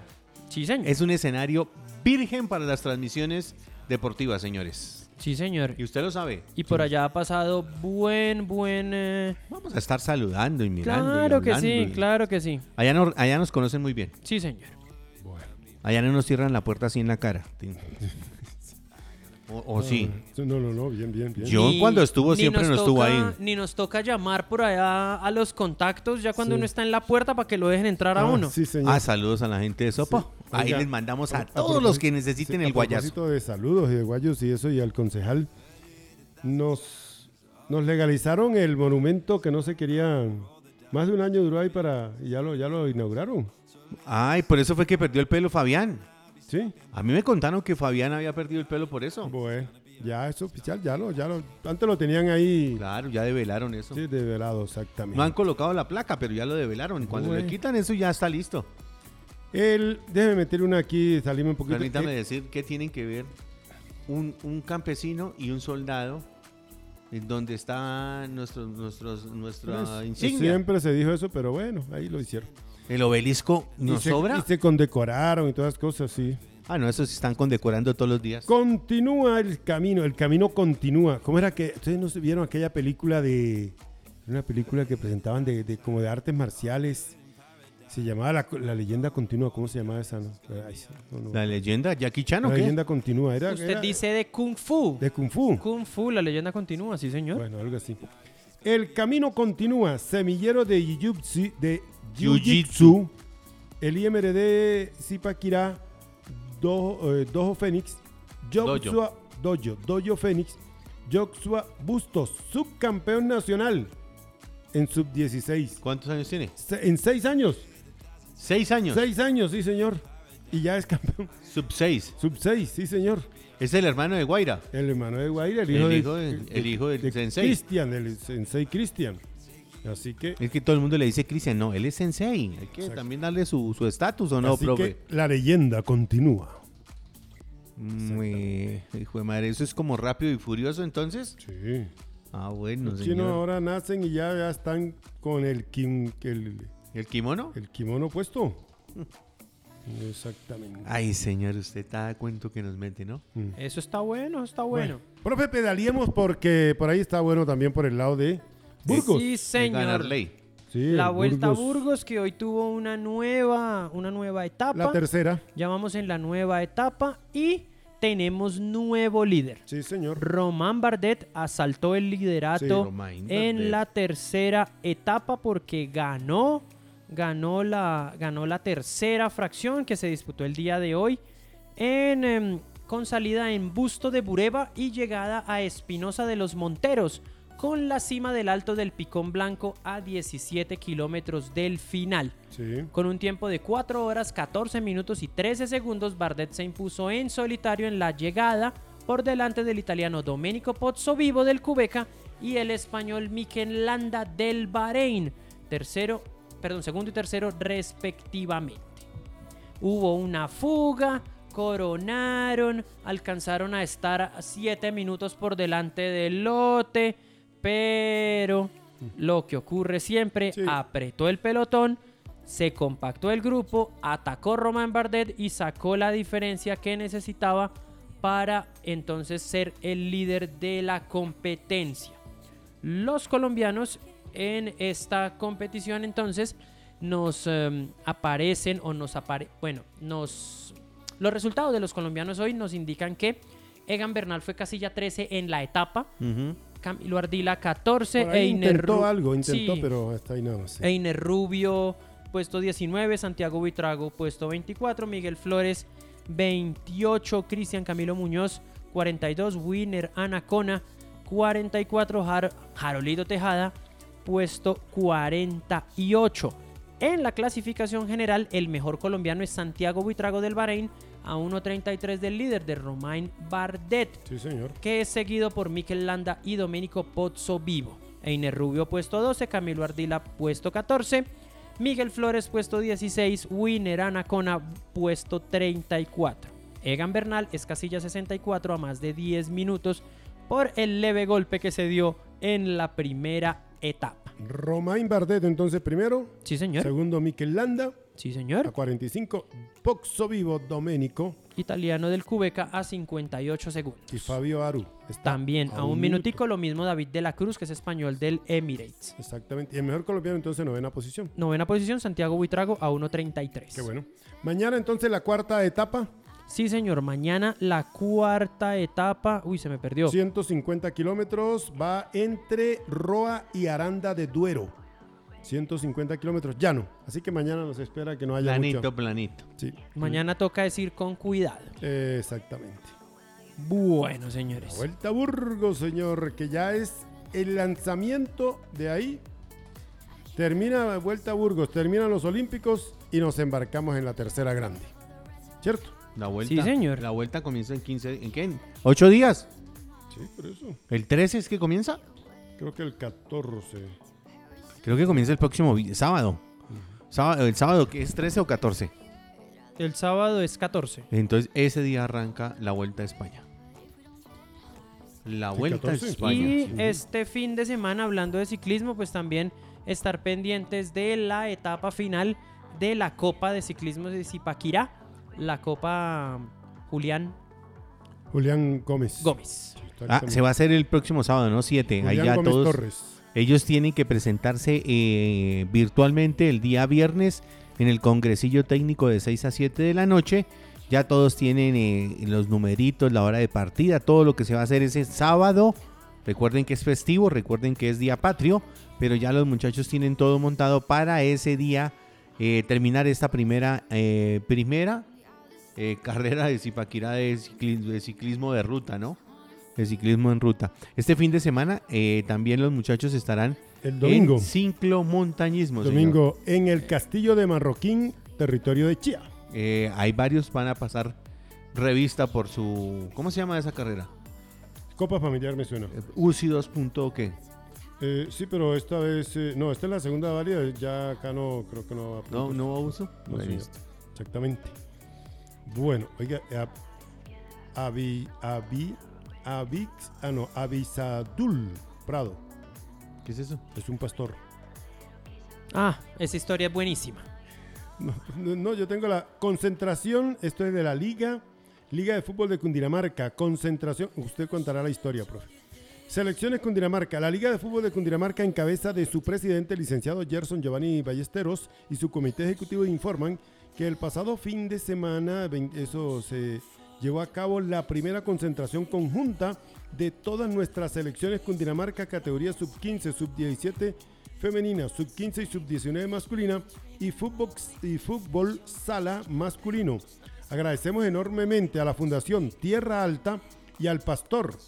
Speaker 3: Sí, señor.
Speaker 4: Es un escenario virgen para las transmisiones deportivas, señores.
Speaker 3: Sí, señor.
Speaker 4: Y usted lo sabe.
Speaker 3: Y por allá ha pasado buen, buen... eh,
Speaker 4: Vamos a estar saludando y mirando. y
Speaker 3: Claro que
Speaker 4: hablando
Speaker 3: sí,
Speaker 4: y-
Speaker 3: claro que sí.
Speaker 4: Allá, no- allá nos conocen muy bien.
Speaker 3: Sí, señor.
Speaker 4: Allá no nos cierran la puerta así en la cara. O, o sí.
Speaker 2: No, no, no, bien, bien, bien.
Speaker 4: Yo- John cuando estuvo
Speaker 3: ni
Speaker 4: siempre no estuvo
Speaker 3: toca-
Speaker 4: ahí.
Speaker 3: Ni nos toca llamar por allá a los contactos ya cuando
Speaker 2: Sí.
Speaker 3: uno está en la puerta para que lo dejen entrar a
Speaker 2: Ah,
Speaker 3: uno.
Speaker 2: Sí, señor.
Speaker 4: Ah, saludos a la gente de Sopo.
Speaker 2: Sí.
Speaker 4: Ahí
Speaker 2: Oiga, Ah,
Speaker 4: les mandamos a,
Speaker 2: a
Speaker 4: todos los
Speaker 2: propósito-
Speaker 4: que necesiten
Speaker 2: sí,
Speaker 4: el
Speaker 2: A
Speaker 4: guayazo.
Speaker 2: propósito de saludos y de guayos y eso, y al concejal, nos, nos legalizaron el monumento que no se quería. Más de un año duró ahí para. Y ya lo, ya lo inauguraron.
Speaker 4: Ay, por eso fue que perdió el pelo Fabián.
Speaker 2: Sí.
Speaker 4: A mí me contaron que Fabián había perdido el pelo por eso.
Speaker 2: Bueno, ya es oficial, ya lo, ya lo. Antes lo tenían ahí.
Speaker 4: Claro, ya develaron eso.
Speaker 2: Sí, de velado, exactamente.
Speaker 4: No han colocado la placa, pero ya lo develaron. Cuando
Speaker 2: Bueno.
Speaker 4: le quitan eso ya está listo.
Speaker 2: El, déjeme meter una aquí, salirme un poquito.
Speaker 4: Permítame
Speaker 2: Eh,
Speaker 4: decir que tienen que ver un, un campesino y un soldado en donde está nuestro, nuestros, nuestra
Speaker 2: pues,
Speaker 4: insignia.
Speaker 2: Siempre se dijo eso, pero bueno, ahí lo hicieron.
Speaker 4: El obelisco
Speaker 2: y
Speaker 4: nos
Speaker 2: se,
Speaker 4: sobra.
Speaker 2: Y se condecoraron y todas las cosas, sí.
Speaker 4: Ah, no, esos se están condecorando todos los días.
Speaker 2: Continúa el camino, el camino continúa. ¿Cómo era que ustedes no se vieron aquella película de una película que presentaban de, de- como de artes marciales? Se llamaba la, la leyenda continúa, ¿cómo se llamaba esa? No? Ay, sí, no, no.
Speaker 4: La leyenda, Jackie Chan, ¿o
Speaker 2: La
Speaker 4: qué?
Speaker 2: leyenda continúa, era,
Speaker 3: Usted
Speaker 2: era
Speaker 3: dice de Kung Fu.
Speaker 2: de kung fu.
Speaker 3: Kung Fu, la leyenda continúa, sí,
Speaker 4: ¿Eh?
Speaker 3: señor.
Speaker 2: Bueno, algo así. El camino continúa. Semillero de Jiu-Jitsu. De jiu
Speaker 4: Jiu-Jitsu.
Speaker 2: el IMRD Zipaquirá. Dojo, eh, Dojo Fénix. Joshua Dojo. Dojo Fénix. Joshua Bustos. Subcampeón nacional. En sub-16.
Speaker 4: ¿Cuántos años tiene?
Speaker 2: Se- En seis años.
Speaker 4: Seis años.
Speaker 2: Seis años, sí, señor. Y ya es campeón.
Speaker 4: Sub seis.
Speaker 2: Sub-6, sí, señor.
Speaker 4: Es el hermano de Guaira.
Speaker 2: El hermano de Guaira, el
Speaker 4: El
Speaker 2: hijo,
Speaker 4: hijo de- el hijo del sensei.
Speaker 2: Cristian, el sensei Cristian. Así que
Speaker 4: Es que todo el mundo le dice Cristian, no, él es sensei. Hay que
Speaker 2: Exacto.
Speaker 4: también darle su su estatus, ¿o no,
Speaker 2: Así
Speaker 4: profe?
Speaker 2: que la leyenda continúa.
Speaker 4: Muy, Mm, hijo de madre, ¿eso es como rápido y furioso entonces?
Speaker 2: Sí.
Speaker 4: Ah, bueno,
Speaker 2: Los chinos
Speaker 4: señor.
Speaker 2: ahora nacen y ya, ya están con el, kim- el,
Speaker 4: ¿El kimono?
Speaker 2: el kimono puesto. Ah, Exactamente.
Speaker 4: Ay, señor, usted da cuento que nos mete, ¿no?
Speaker 3: Eso está bueno, está bueno.
Speaker 2: Profe, pedaliemos porque por ahí está bueno también por el lado de Burgos.
Speaker 3: Sí,
Speaker 4: De ganar
Speaker 3: señor.
Speaker 4: ley.
Speaker 2: Sí,
Speaker 3: La vuelta
Speaker 2: Burgos,
Speaker 3: a Burgos que hoy tuvo una nueva, una nueva etapa.
Speaker 2: La tercera.
Speaker 3: Ya vamos en la nueva etapa y tenemos nuevo líder.
Speaker 2: Sí, señor.
Speaker 3: Román Bardet asaltó el
Speaker 2: Sí,
Speaker 3: liderato
Speaker 4: Romain Bardet.
Speaker 3: en la tercera etapa porque ganó, ganó la, ganó la tercera fracción que se disputó el día de hoy en, em, con salida en Busto de Bureba y llegada a Espinosa de los Monteros con la cima del Alto del Picón Blanco a 17 kilómetros del final.
Speaker 2: Sí.
Speaker 3: Con un tiempo de 4 horas 14 minutos y 13 segundos, Bardet se impuso en solitario en la llegada por delante del italiano Domenico Pozzovivo del Cubeca y el español Mikel Landa del Bahrein. Tercero, perdón, segundo y tercero respectivamente. Hubo una fuga, coronaron, alcanzaron a estar 7 minutos por delante del lote, pero lo que ocurre siempre,
Speaker 2: Sí.
Speaker 3: apretó el pelotón, se compactó el grupo, atacó Romain Bardet y sacó la diferencia que necesitaba para entonces ser el líder de la competencia. Los colombianos en esta competición entonces nos em, aparecen o nos apare bueno, nos los resultados de los colombianos hoy nos indican que Egan Bernal fue casilla 13 en la etapa, Camilo Ardila 14,
Speaker 2: Por ahí
Speaker 3: Einer
Speaker 2: intentó
Speaker 3: e Ru-
Speaker 2: algo, intentó,
Speaker 3: Sí, E
Speaker 2: pero hasta ahí nada más. sí.
Speaker 3: Einer Rubio, puesto 19, Santiago Buitrago, puesto 24, Miguel Flores, 28, Cristian Camilo Muñoz, 42, Winner Anacona, 44, Har- Jarolito Tejada, puesto 48. En la clasificación general, el mejor colombiano es Santiago Buitrago del Bahrein, a 1.33 del líder de Romain Bardet
Speaker 2: Sí, señor.
Speaker 3: que es seguido por Mikel Landa y Domenico Pozzo Vivo. Einer Rubio puesto 12, Camilo Ardila puesto 14, Miguel Flores puesto 16, Winner Anacona puesto 34. Egan Bernal es casilla 64 a más de 10 minutos por el leve golpe que se dio en la primera etapa.
Speaker 2: Romain Bardet, entonces primero.
Speaker 3: Sí, señor.
Speaker 2: Segundo, Mikel Landa.
Speaker 3: sí,
Speaker 2: A
Speaker 3: señor.
Speaker 2: 45, Poxo Vivo, Domenico
Speaker 3: Italiano del Cubeca a 58
Speaker 2: y
Speaker 3: segundos.
Speaker 2: Fabio Aru. Está
Speaker 3: También a un minutico lo mismo David de la Cruz, que es español del Emirates.
Speaker 2: Exactamente. Y el mejor colombiano entonces novena posición.
Speaker 3: Novena posición, Santiago Buitrago a 1.33.
Speaker 2: Qué bueno. Mañana entonces la cuarta etapa,
Speaker 3: Sí, señor. Mañana la cuarta etapa. Uy, se me perdió.
Speaker 2: 150 kilómetros, va entre Roa y Aranda de Duero. 150 kilómetros llano. Así que mañana nos espera que no haya
Speaker 4: Planito,
Speaker 2: mucho.
Speaker 4: planito.
Speaker 2: Sí,
Speaker 3: Mañana toca decir con cuidado.
Speaker 2: eh, exactamente.
Speaker 3: Bueno,
Speaker 2: La
Speaker 3: señores.
Speaker 2: Vuelta a Burgos, señor, que ya es el lanzamiento de ahí. Termina la Vuelta a Burgos, terminan los Olímpicos y nos embarcamos en la tercera grande. ¿Cierto?
Speaker 4: La vuelta.
Speaker 3: Sí, señor.
Speaker 4: La vuelta comienza en 15. ¿En qué? ¿Ocho días?
Speaker 2: Sí, por eso.
Speaker 4: ¿El 13 es que comienza?
Speaker 2: Creo que el 14.
Speaker 4: Creo que comienza el próximo vi- sábado. Sábado- El sábado que es 13 o 14.
Speaker 3: El sábado es 14.
Speaker 4: Entonces ese día arranca la vuelta a España. La
Speaker 2: Sí,
Speaker 4: vuelta a
Speaker 2: 14.
Speaker 4: España.
Speaker 3: y
Speaker 2: sí.
Speaker 3: este fin de semana, hablando de ciclismo, pues también estar pendientes de la etapa final de la Copa de Ciclismo de Zipaquirá. La Copa mm, Julián
Speaker 2: Julián Gómez.
Speaker 3: Gómez.
Speaker 4: Ah, se va a hacer el próximo sábado, ¿no? 7. Ahí
Speaker 2: Julián
Speaker 4: ya
Speaker 2: Gómez
Speaker 4: todos.
Speaker 2: Torres.
Speaker 4: Ellos tienen que presentarse eh, virtualmente el día viernes en el Congresillo Técnico de 6 a 7 de la noche. Ya todos tienen eh, los numeritos, la hora de partida, todo lo que se va a hacer ese sábado. Recuerden que es festivo, recuerden que es día patrio, pero ya los muchachos tienen todo montado para ese día eh, terminar esta primera, eh, primera eh, carrera de Zipaquirá de cicli- de ciclismo de ruta, ¿no? de ciclismo en ruta. Este fin de semana eh, también los muchachos estarán
Speaker 2: El domingo.
Speaker 4: en ciclomontañismo. señor.
Speaker 2: Domingo en el Castillo de Marroquín, territorio de Chía.
Speaker 4: Eh, hay varios van a pasar revista por su... ¿Cómo se llama esa carrera?
Speaker 2: Copa familiar me suena.
Speaker 4: Eh, UCI 2. punto qué?
Speaker 2: Eh, sí, pero esta vez. eh, no, esta es la segunda válida. Ya acá no, creo que no va a
Speaker 4: ¿No, no va a uso?
Speaker 2: No,
Speaker 4: Bueno,
Speaker 2: señor. Exactamente. Bueno, oiga, eh, Abi, Abi, Abix, ah no, Avisadul Prado,
Speaker 4: ¿Qué es eso?
Speaker 2: es un pastor.
Speaker 3: Ah, esa historia es buenísima.
Speaker 2: No, no, no, yo tengo la concentración, esto es de la Liga, Liga de Fútbol de Cundinamarca, concentración, usted contará la historia, profe. Selecciones Cundinamarca. La Liga de Fútbol de Cundinamarca en cabeza de su presidente, licenciado Gerson Giovanni Ballesteros, y su comité ejecutivo informan que el pasado fin de semana vein- eso se llevó a cabo la primera concentración conjunta de todas nuestras selecciones Cundinamarca categoría sub 15, sub 17 femenina, sub 15 y sub 19 masculina y fútbol, y fútbol sala masculino. Agradecemos enormemente a la Fundación Tierra Alta y al pastor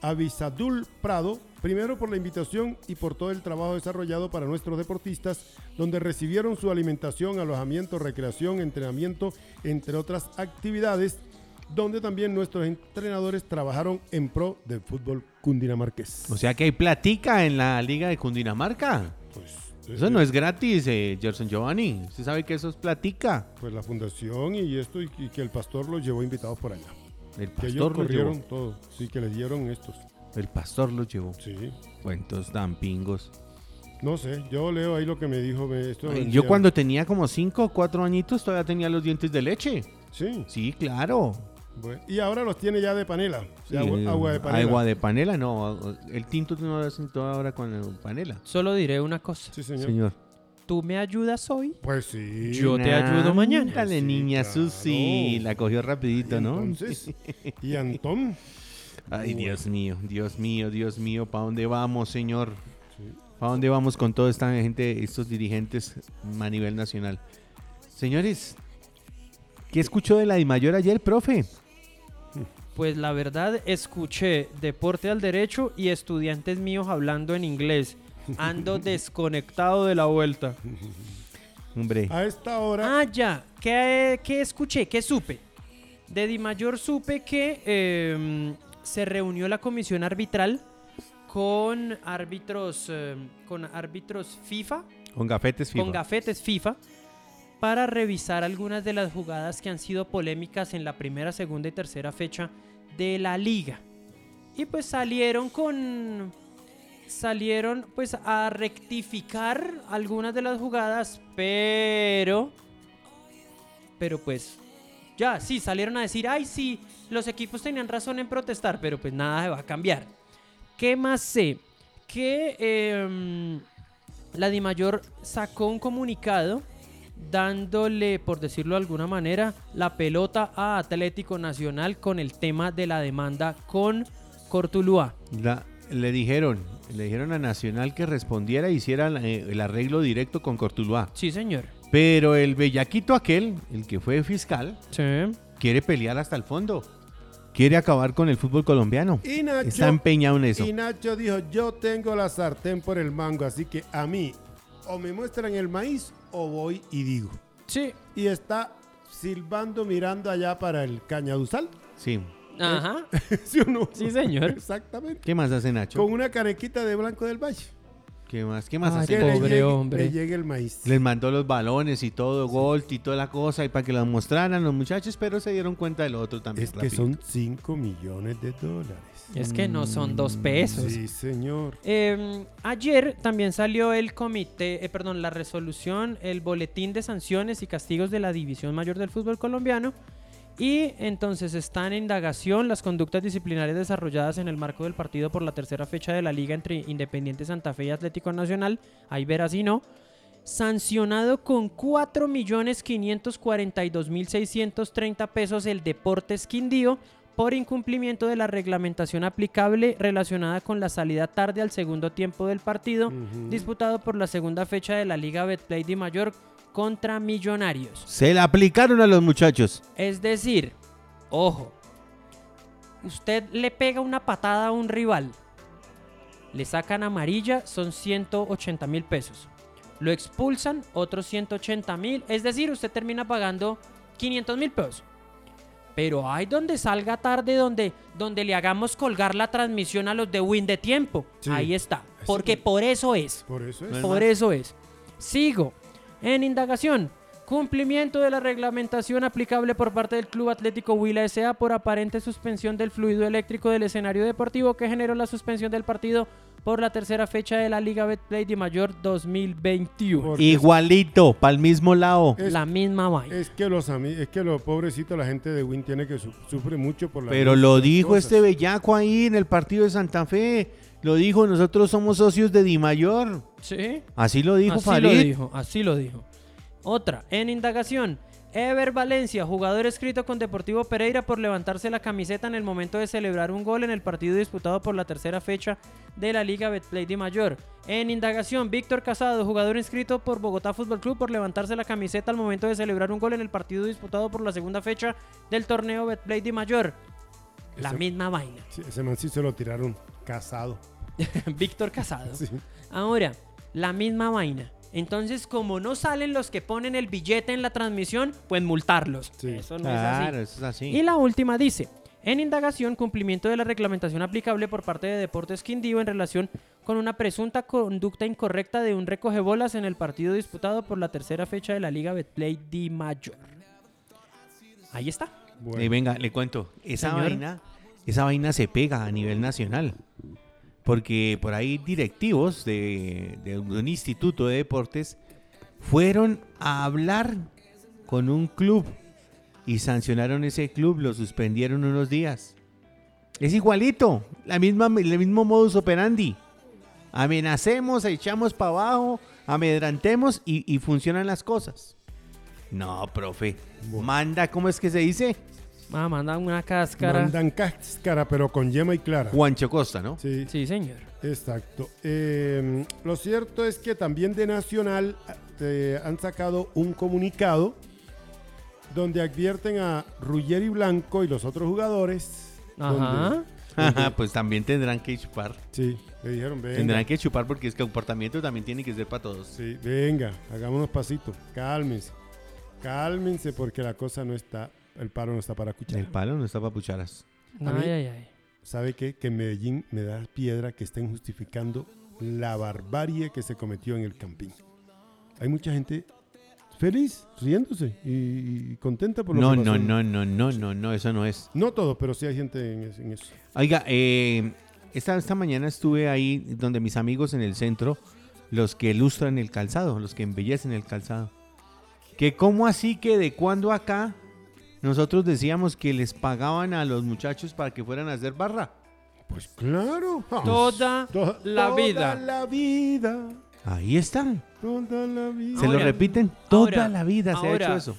Speaker 2: Avisadul Prado, primero por la invitación y por todo el trabajo desarrollado para nuestros deportistas, donde recibieron su alimentación, alojamiento, recreación, entrenamiento, entre otras actividades, donde también nuestros entrenadores trabajaron en pro del fútbol cundinamarqués.
Speaker 4: O sea que hay platica en la Liga de Cundinamarca.
Speaker 2: Pues,
Speaker 4: Eso
Speaker 2: eh,
Speaker 4: no es gratis, eh, Gerson Giovanni. Usted sabe que eso es platica.
Speaker 2: pues la fundación y esto, y, y que el pastor los llevó invitados por allá.
Speaker 4: El
Speaker 2: Que ellos
Speaker 4: pastor lo
Speaker 2: corrieron
Speaker 4: llevó.
Speaker 2: todo, sí, que les dieron estos.
Speaker 4: El pastor lo llevó.
Speaker 2: Sí.
Speaker 4: Cuentos tan pingos.
Speaker 2: No sé, yo leo ahí lo que me dijo. me- Esto me
Speaker 4: Ay, Yo
Speaker 2: decía-
Speaker 4: cuando tenía como 5 o 4 añitos todavía tenía los dientes de leche.
Speaker 2: Sí.
Speaker 4: Sí, claro.
Speaker 2: Bueno, y ahora los tiene ya de panela. de Pues, agua,
Speaker 4: Sí, eh,
Speaker 2: agua de panela.
Speaker 4: Agua de panela, no. El tinto no lo hacen toda ahora con el panela.
Speaker 3: Solo diré una cosa.
Speaker 2: Sí, señor.
Speaker 4: Señor.
Speaker 3: ¿Tú me ayudas hoy?
Speaker 2: Pues sí.
Speaker 3: Yo te ayudo mañana.
Speaker 4: Dale,
Speaker 2: Sí,
Speaker 4: niña
Speaker 2: claro.
Speaker 4: Susi. La cogió rapidito, ¿no?
Speaker 2: Entonces, y Antón,
Speaker 4: Ay, Dios mío, Dios mío, Dios mío, ¿para dónde vamos, señor? ¿Para dónde vamos con toda esta gente, estos dirigentes a nivel nacional? Señores, ¿qué escuchó de la Dimayor ayer, profe?
Speaker 3: Pues la verdad, escuché Deporte al Derecho y estudiantes míos hablando en inglés. Ando desconectado de la vuelta.
Speaker 4: Hombre,
Speaker 2: A esta hora,
Speaker 3: Ah, ya. ¿Qué, qué escuché? ¿Qué supe? De Di Mayor supe que eh, se reunió la comisión arbitral con árbitros, eh, con árbitros FIFA,
Speaker 4: con gafetes
Speaker 3: con
Speaker 4: FIFA.
Speaker 3: gafetes FIFA, para revisar algunas de las jugadas que han sido polémicas en la primera, segunda y tercera fecha de la liga. Y pues salieron con... Salieron pues a rectificar algunas de las jugadas, pero... Pero pues... Ya, sí, salieron a decir, ay, sí, los equipos tenían razón en protestar, pero pues nada va a cambiar. ¿Qué más sé? Que em, la DiMayor sacó un comunicado dándole, por decirlo de alguna manera, la pelota a Atlético Nacional con el tema de la demanda con Cortuluá.
Speaker 4: La- le dijeron, le dijeron a Nacional que respondiera e hiciera la- eh, el arreglo directo con Cortuluá.
Speaker 3: Sí, señor.
Speaker 4: Pero el bellaquito aquel, el que fue fiscal,
Speaker 3: Sí.
Speaker 4: quiere pelear hasta el fondo. Quiere acabar con el fútbol colombiano.
Speaker 2: y Nacho,
Speaker 4: Está empeñado en eso.
Speaker 2: y Nacho dijo, yo tengo la sartén por el mango, así que a mí o me muestran el maíz o voy y digo.
Speaker 3: Sí.
Speaker 2: Y está silbando mirando allá para el cañaduzal.
Speaker 4: Sí.
Speaker 3: Ajá.
Speaker 2: ¿Sí o no?
Speaker 3: Sí, señor.
Speaker 2: Exactamente.
Speaker 4: ¿Qué más hace Nacho?
Speaker 2: Con Ah, una carequita de Blanco del Valle.
Speaker 4: ¿Qué más? ¿Qué más
Speaker 3: Ay,
Speaker 4: hace
Speaker 2: Que
Speaker 3: qué
Speaker 2: le
Speaker 4: Nacho?
Speaker 3: pobre
Speaker 2: llegue-
Speaker 3: hombre.
Speaker 2: Le llegue el maíz.
Speaker 4: Les mandó los balones y todo, Gold y toda la cosa, y para que los mostraran los muchachos, pero se dieron cuenta del otro también.
Speaker 2: Es que
Speaker 4: rapidito.
Speaker 2: son 5 millones de dólares.
Speaker 3: Es que no son dos pesos.
Speaker 2: Sí, señor.
Speaker 3: Eh, ayer también salió el comité, eh, perdón, la resolución, el boletín de sanciones y castigos de la División Mayor del Fútbol Colombiano. Y entonces están en indagación las conductas disciplinarias desarrolladas en el marco del partido por la tercera fecha de la liga entre Independiente Santa Fe y Atlético Nacional. Ahí verás si no. Sancionado con 4.542.630 pesos el Deportes Quindío por incumplimiento de la reglamentación aplicable relacionada con la salida tarde al segundo tiempo del partido disputado por la segunda fecha de la Liga Betplay de Mayor contra Millonarios.
Speaker 4: Se la aplicaron a los muchachos.
Speaker 3: Es decir, ojo, usted le pega una patada a un rival, le sacan amarilla, son 180 mil pesos. Lo expulsan, otros 180 mil. Es decir, usted termina pagando 500 mil pesos. Pero hay donde salga tarde, donde, donde le hagamos colgar la transmisión a los de Win de tiempo.
Speaker 2: Sí.
Speaker 3: Ahí está.
Speaker 2: Eso
Speaker 3: Porque
Speaker 2: no-
Speaker 3: por eso es.
Speaker 2: Por eso es.
Speaker 3: Por eso es. Sigo. En indagación. Cumplimiento de la reglamentación aplicable por parte del Club Atlético Huila S.A. por aparente suspensión del fluido eléctrico del escenario deportivo que generó la suspensión del partido por la tercera fecha de la Liga Betplay de Mayor 2021.
Speaker 2: Por-
Speaker 4: Igualito, para el mismo lado.
Speaker 2: Es-
Speaker 3: La misma vaina.
Speaker 2: Es que los ami- es que los pobrecitos, la gente de Win tiene que su- sufre mucho por la
Speaker 4: Pero lo dijo este bellaco ahí en el partido de Santa Fe. Lo dijo, nosotros somos socios de Di Mayor.
Speaker 3: Sí.
Speaker 4: Así lo dijo
Speaker 3: así
Speaker 4: Farid.
Speaker 3: lo dijo, así lo dijo. Otra, en indagación. Ever Valencia, jugador escrito con Deportivo Pereira por levantarse la camiseta en el momento de celebrar un gol en el partido disputado por la tercera fecha de la Liga Betplay de Mayor. En indagación, Víctor Casado, jugador inscrito por Bogotá Fútbol Club por levantarse la camiseta al momento de celebrar un gol en el partido disputado por la segunda fecha del torneo Betplay de Mayor. La
Speaker 2: Ese-
Speaker 3: misma vaina.
Speaker 2: Sí, ese man sí se lo tiraron casado.
Speaker 3: Víctor Casado.
Speaker 2: Sí.
Speaker 3: Ahora, la misma vaina. Entonces, como no salen los que ponen el billete en la transmisión, pues multarlos.
Speaker 2: Sí.
Speaker 3: Eso no es así.
Speaker 4: Claro, eso es así.
Speaker 3: Y la última dice, en indagación, cumplimiento de la reglamentación aplicable por parte de Deportes Quindío en relación con una presunta conducta incorrecta de un recogebolas en el partido disputado por la tercera fecha de la Liga Betplay Di Mayor. Ahí está.
Speaker 2: Bueno,
Speaker 4: Eh, venga, le cuento. Esa
Speaker 3: Señor.
Speaker 4: vaina, esa vaina se pega a nivel nacional. Porque por ahí directivos de, de un instituto de deportes fueron a hablar con un club y sancionaron ese club, lo suspendieron unos días. Es igualito, la misma, el mismo modus operandi. Amenacemos, echamos para abajo, amedrantemos y, y funcionan las cosas. No, profe. Manda, ¿cómo es que se dice?
Speaker 3: Ah, mandan una cáscara.
Speaker 2: Mandan cáscara, pero con yema y clara.
Speaker 4: Juancho Costa, ¿no?
Speaker 2: Sí,
Speaker 3: Sí, señor.
Speaker 2: exacto. Eh, lo cierto es que también de Nacional eh, han sacado un comunicado donde advierten a Ruggeri Blanco y los otros jugadores. donde-
Speaker 3: Ajá.
Speaker 4: Ajá, pues también tendrán que chupar.
Speaker 2: sí, le dijeron, venga.
Speaker 4: Tendrán que chupar porque es que el comportamiento también tiene que ser para todos.
Speaker 2: Sí, venga, hagámonos pasitos. Cálmense. Cálmense porque la cosa no está, el paro no está para escuchar.
Speaker 4: El palo no está para pucharas.
Speaker 2: A mí-
Speaker 3: Ay, ay, ay.
Speaker 2: ¿Sabe qué? Que en Medellín me da piedra que estén justificando la barbarie que se cometió en el Campín. Hay mucha gente feliz, riéndose y, y contenta por lo
Speaker 4: No,
Speaker 2: que pasó.
Speaker 4: no, no, no, no, no, no, eso no es.
Speaker 2: No todo, pero sí hay gente en, es- en eso.
Speaker 4: Oiga, eh, esta, esta mañana estuve ahí donde mis amigos en el centro, los que ilustran el calzado, los que embellecen el calzado. Que cómo así que de cuando acá nosotros decíamos que les pagaban a los muchachos para que fueran a hacer barra.
Speaker 2: Pues claro. vamos.
Speaker 3: Toda la vida.
Speaker 2: Toda la vida.
Speaker 4: Ahí están.
Speaker 2: Toda la vida.
Speaker 4: Se lo
Speaker 3: Ahora,
Speaker 4: repiten toda
Speaker 3: ahora,
Speaker 4: la vida se
Speaker 3: ahora.
Speaker 4: ha hecho eso.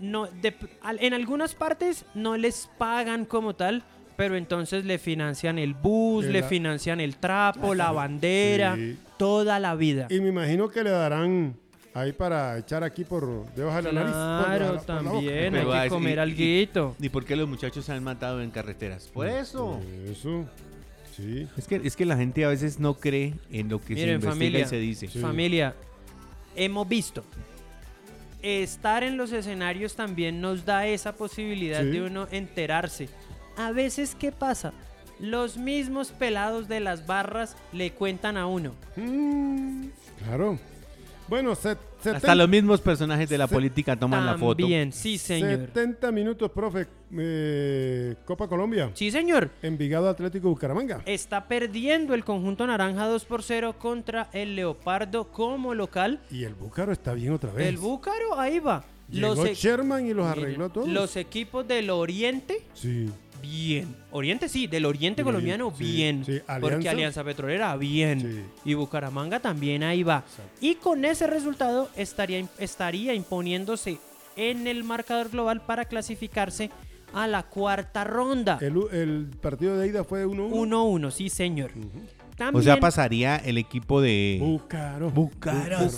Speaker 3: No, de- al- en algunas partes no les pagan como tal, pero entonces le financian el bus,
Speaker 2: Eh,
Speaker 3: le
Speaker 2: la-
Speaker 3: financian el trapo, la bandera,
Speaker 2: Sí.
Speaker 3: toda la vida.
Speaker 2: Y me imagino que le darán ahí para echar aquí por debajo de la nariz. por debajo de la-
Speaker 3: Claro,
Speaker 2: por la boca.
Speaker 3: también
Speaker 4: Pero
Speaker 3: hay
Speaker 4: hay-
Speaker 3: que
Speaker 4: y-
Speaker 3: comer
Speaker 4: y-
Speaker 3: alguito.
Speaker 4: ¿Y por qué los muchachos se han matado en carreteras? Por eso.
Speaker 2: Eso. Sí.
Speaker 4: Es que, es que la gente a veces no cree en lo que se
Speaker 3: Miren,
Speaker 4: investiga
Speaker 3: familia.
Speaker 4: y se dice.
Speaker 2: Sí.
Speaker 3: Familia, hemos visto. Estar en los escenarios también nos da esa posibilidad
Speaker 2: Sí.
Speaker 3: de uno enterarse. A veces, ¿qué pasa? Los mismos pelados de las barras le cuentan a uno.
Speaker 2: Mm, claro. Bueno, se-
Speaker 4: Hasta
Speaker 2: 70,
Speaker 4: los mismos personajes de la política toman la foto.
Speaker 3: También, sí, señor.
Speaker 2: 70 minutos, profe. eh, Copa Colombia.
Speaker 3: Sí, señor.
Speaker 2: Envigado Atlético Bucaramanga.
Speaker 3: Está perdiendo el conjunto naranja 2 por 0 contra el Leopardo como local.
Speaker 2: Y el Búcaro está bien otra vez.
Speaker 3: El Búcaro, ahí va.
Speaker 2: Pues. Llegó
Speaker 3: e-
Speaker 2: Sherman y los arregló a todos.
Speaker 3: Los equipos del Oriente,
Speaker 2: Sí.
Speaker 3: bien. Oriente sí, del Oriente
Speaker 2: Del
Speaker 3: colombiano,
Speaker 2: Oriente, sí,
Speaker 3: bien.
Speaker 2: sí.
Speaker 3: Porque
Speaker 2: Alianza.
Speaker 3: Alianza Petrolera, bien.
Speaker 2: Sí.
Speaker 3: Y Bucaramanga también ahí va. Y con ese resultado estaría, estaría imponiéndose en el marcador global para clasificarse a la cuarta ronda.
Speaker 2: El, u- el partido de ida fue 1-1.
Speaker 3: 1-1, sí, señor. También
Speaker 4: O sea, pasaría el equipo de...
Speaker 2: Búcaro.
Speaker 3: Bucaros.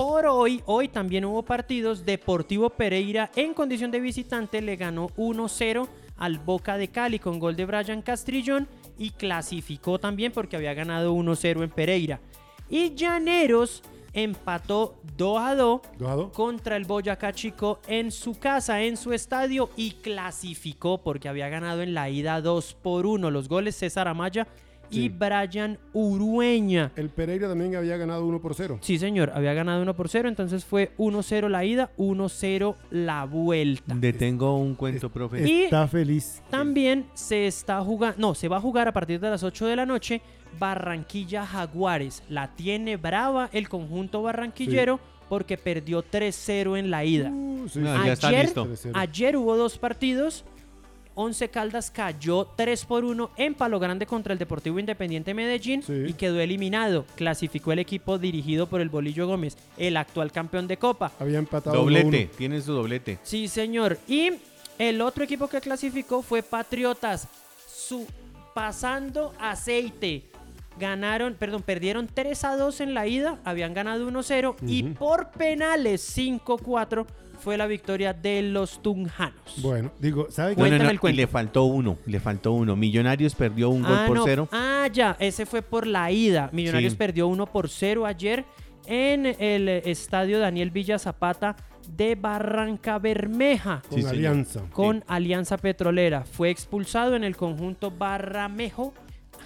Speaker 3: Por hoy, hoy también hubo partidos. Deportivo Pereira en condición de visitante le ganó 1-0 al Boca de Cali con gol de Brian Castrillón y clasificó también porque había ganado 1-0 en Pereira. Y Llaneros empató 2-2
Speaker 2: ¿Dos a dos?
Speaker 3: contra el Boyacá Chico en su casa, en su estadio y clasificó porque había ganado en la ida 2 por 1 los goles César Amaya
Speaker 2: Sí.
Speaker 3: y Brian Urueña.
Speaker 2: El Pereira también había ganado 1 por 0.
Speaker 3: Sí, señor, había ganado 1 por 0, entonces fue 1-0 la ida, 1-0 la
Speaker 4: Mm,
Speaker 3: vuelta.
Speaker 4: Detengo un cuento, profe.
Speaker 3: Y-
Speaker 2: Está feliz.
Speaker 3: También se está jugando, no, se va a jugar a partir de las 8 de la noche Barranquilla Jaguares. La tiene brava el conjunto barranquillero porque perdió 3-0 en la ida.
Speaker 2: Uh, sí,
Speaker 4: No,
Speaker 2: sí.
Speaker 4: Ah, ya está
Speaker 3: Ayer-
Speaker 4: listo.
Speaker 2: 3-0.
Speaker 3: Ayer hubo dos partidos. Once Caldas cayó 3 por 1 en Palo Grande contra el Deportivo Independiente Medellín
Speaker 2: Sí.
Speaker 3: y quedó eliminado. Clasificó el equipo dirigido por el Bolillo Gómez, el actual campeón de Copa.
Speaker 2: Había empatado 1-1.
Speaker 4: Doblete, tiene su doblete.
Speaker 3: Sí, señor. Y el otro equipo que clasificó fue Patriotas, su, pasando aceite. Ganaron, perdón, perdieron 3 a 2 en la ida, habían ganado 1-0 y por penales 5-4 fue la victoria de los Tunjanos.
Speaker 2: Bueno, digo, ¿sabe
Speaker 3: Bueno,
Speaker 2: qué?
Speaker 3: Cuéntame el
Speaker 4: y
Speaker 3: cuento.
Speaker 4: le faltó uno, le faltó uno. Millonarios perdió un gol
Speaker 3: ah,
Speaker 4: por
Speaker 3: no.
Speaker 4: cero.
Speaker 3: Ah, ya, ese fue por la ida. Millonarios
Speaker 4: Sí.
Speaker 3: perdió 1 por 0 ayer en el eh, estadio Daniel Villa Zapata de Barranca Bermeja.
Speaker 2: Con
Speaker 4: Sí, señor.
Speaker 2: Alianza.
Speaker 3: con Alianza Petrolera. Fue expulsado en el conjunto Barramejo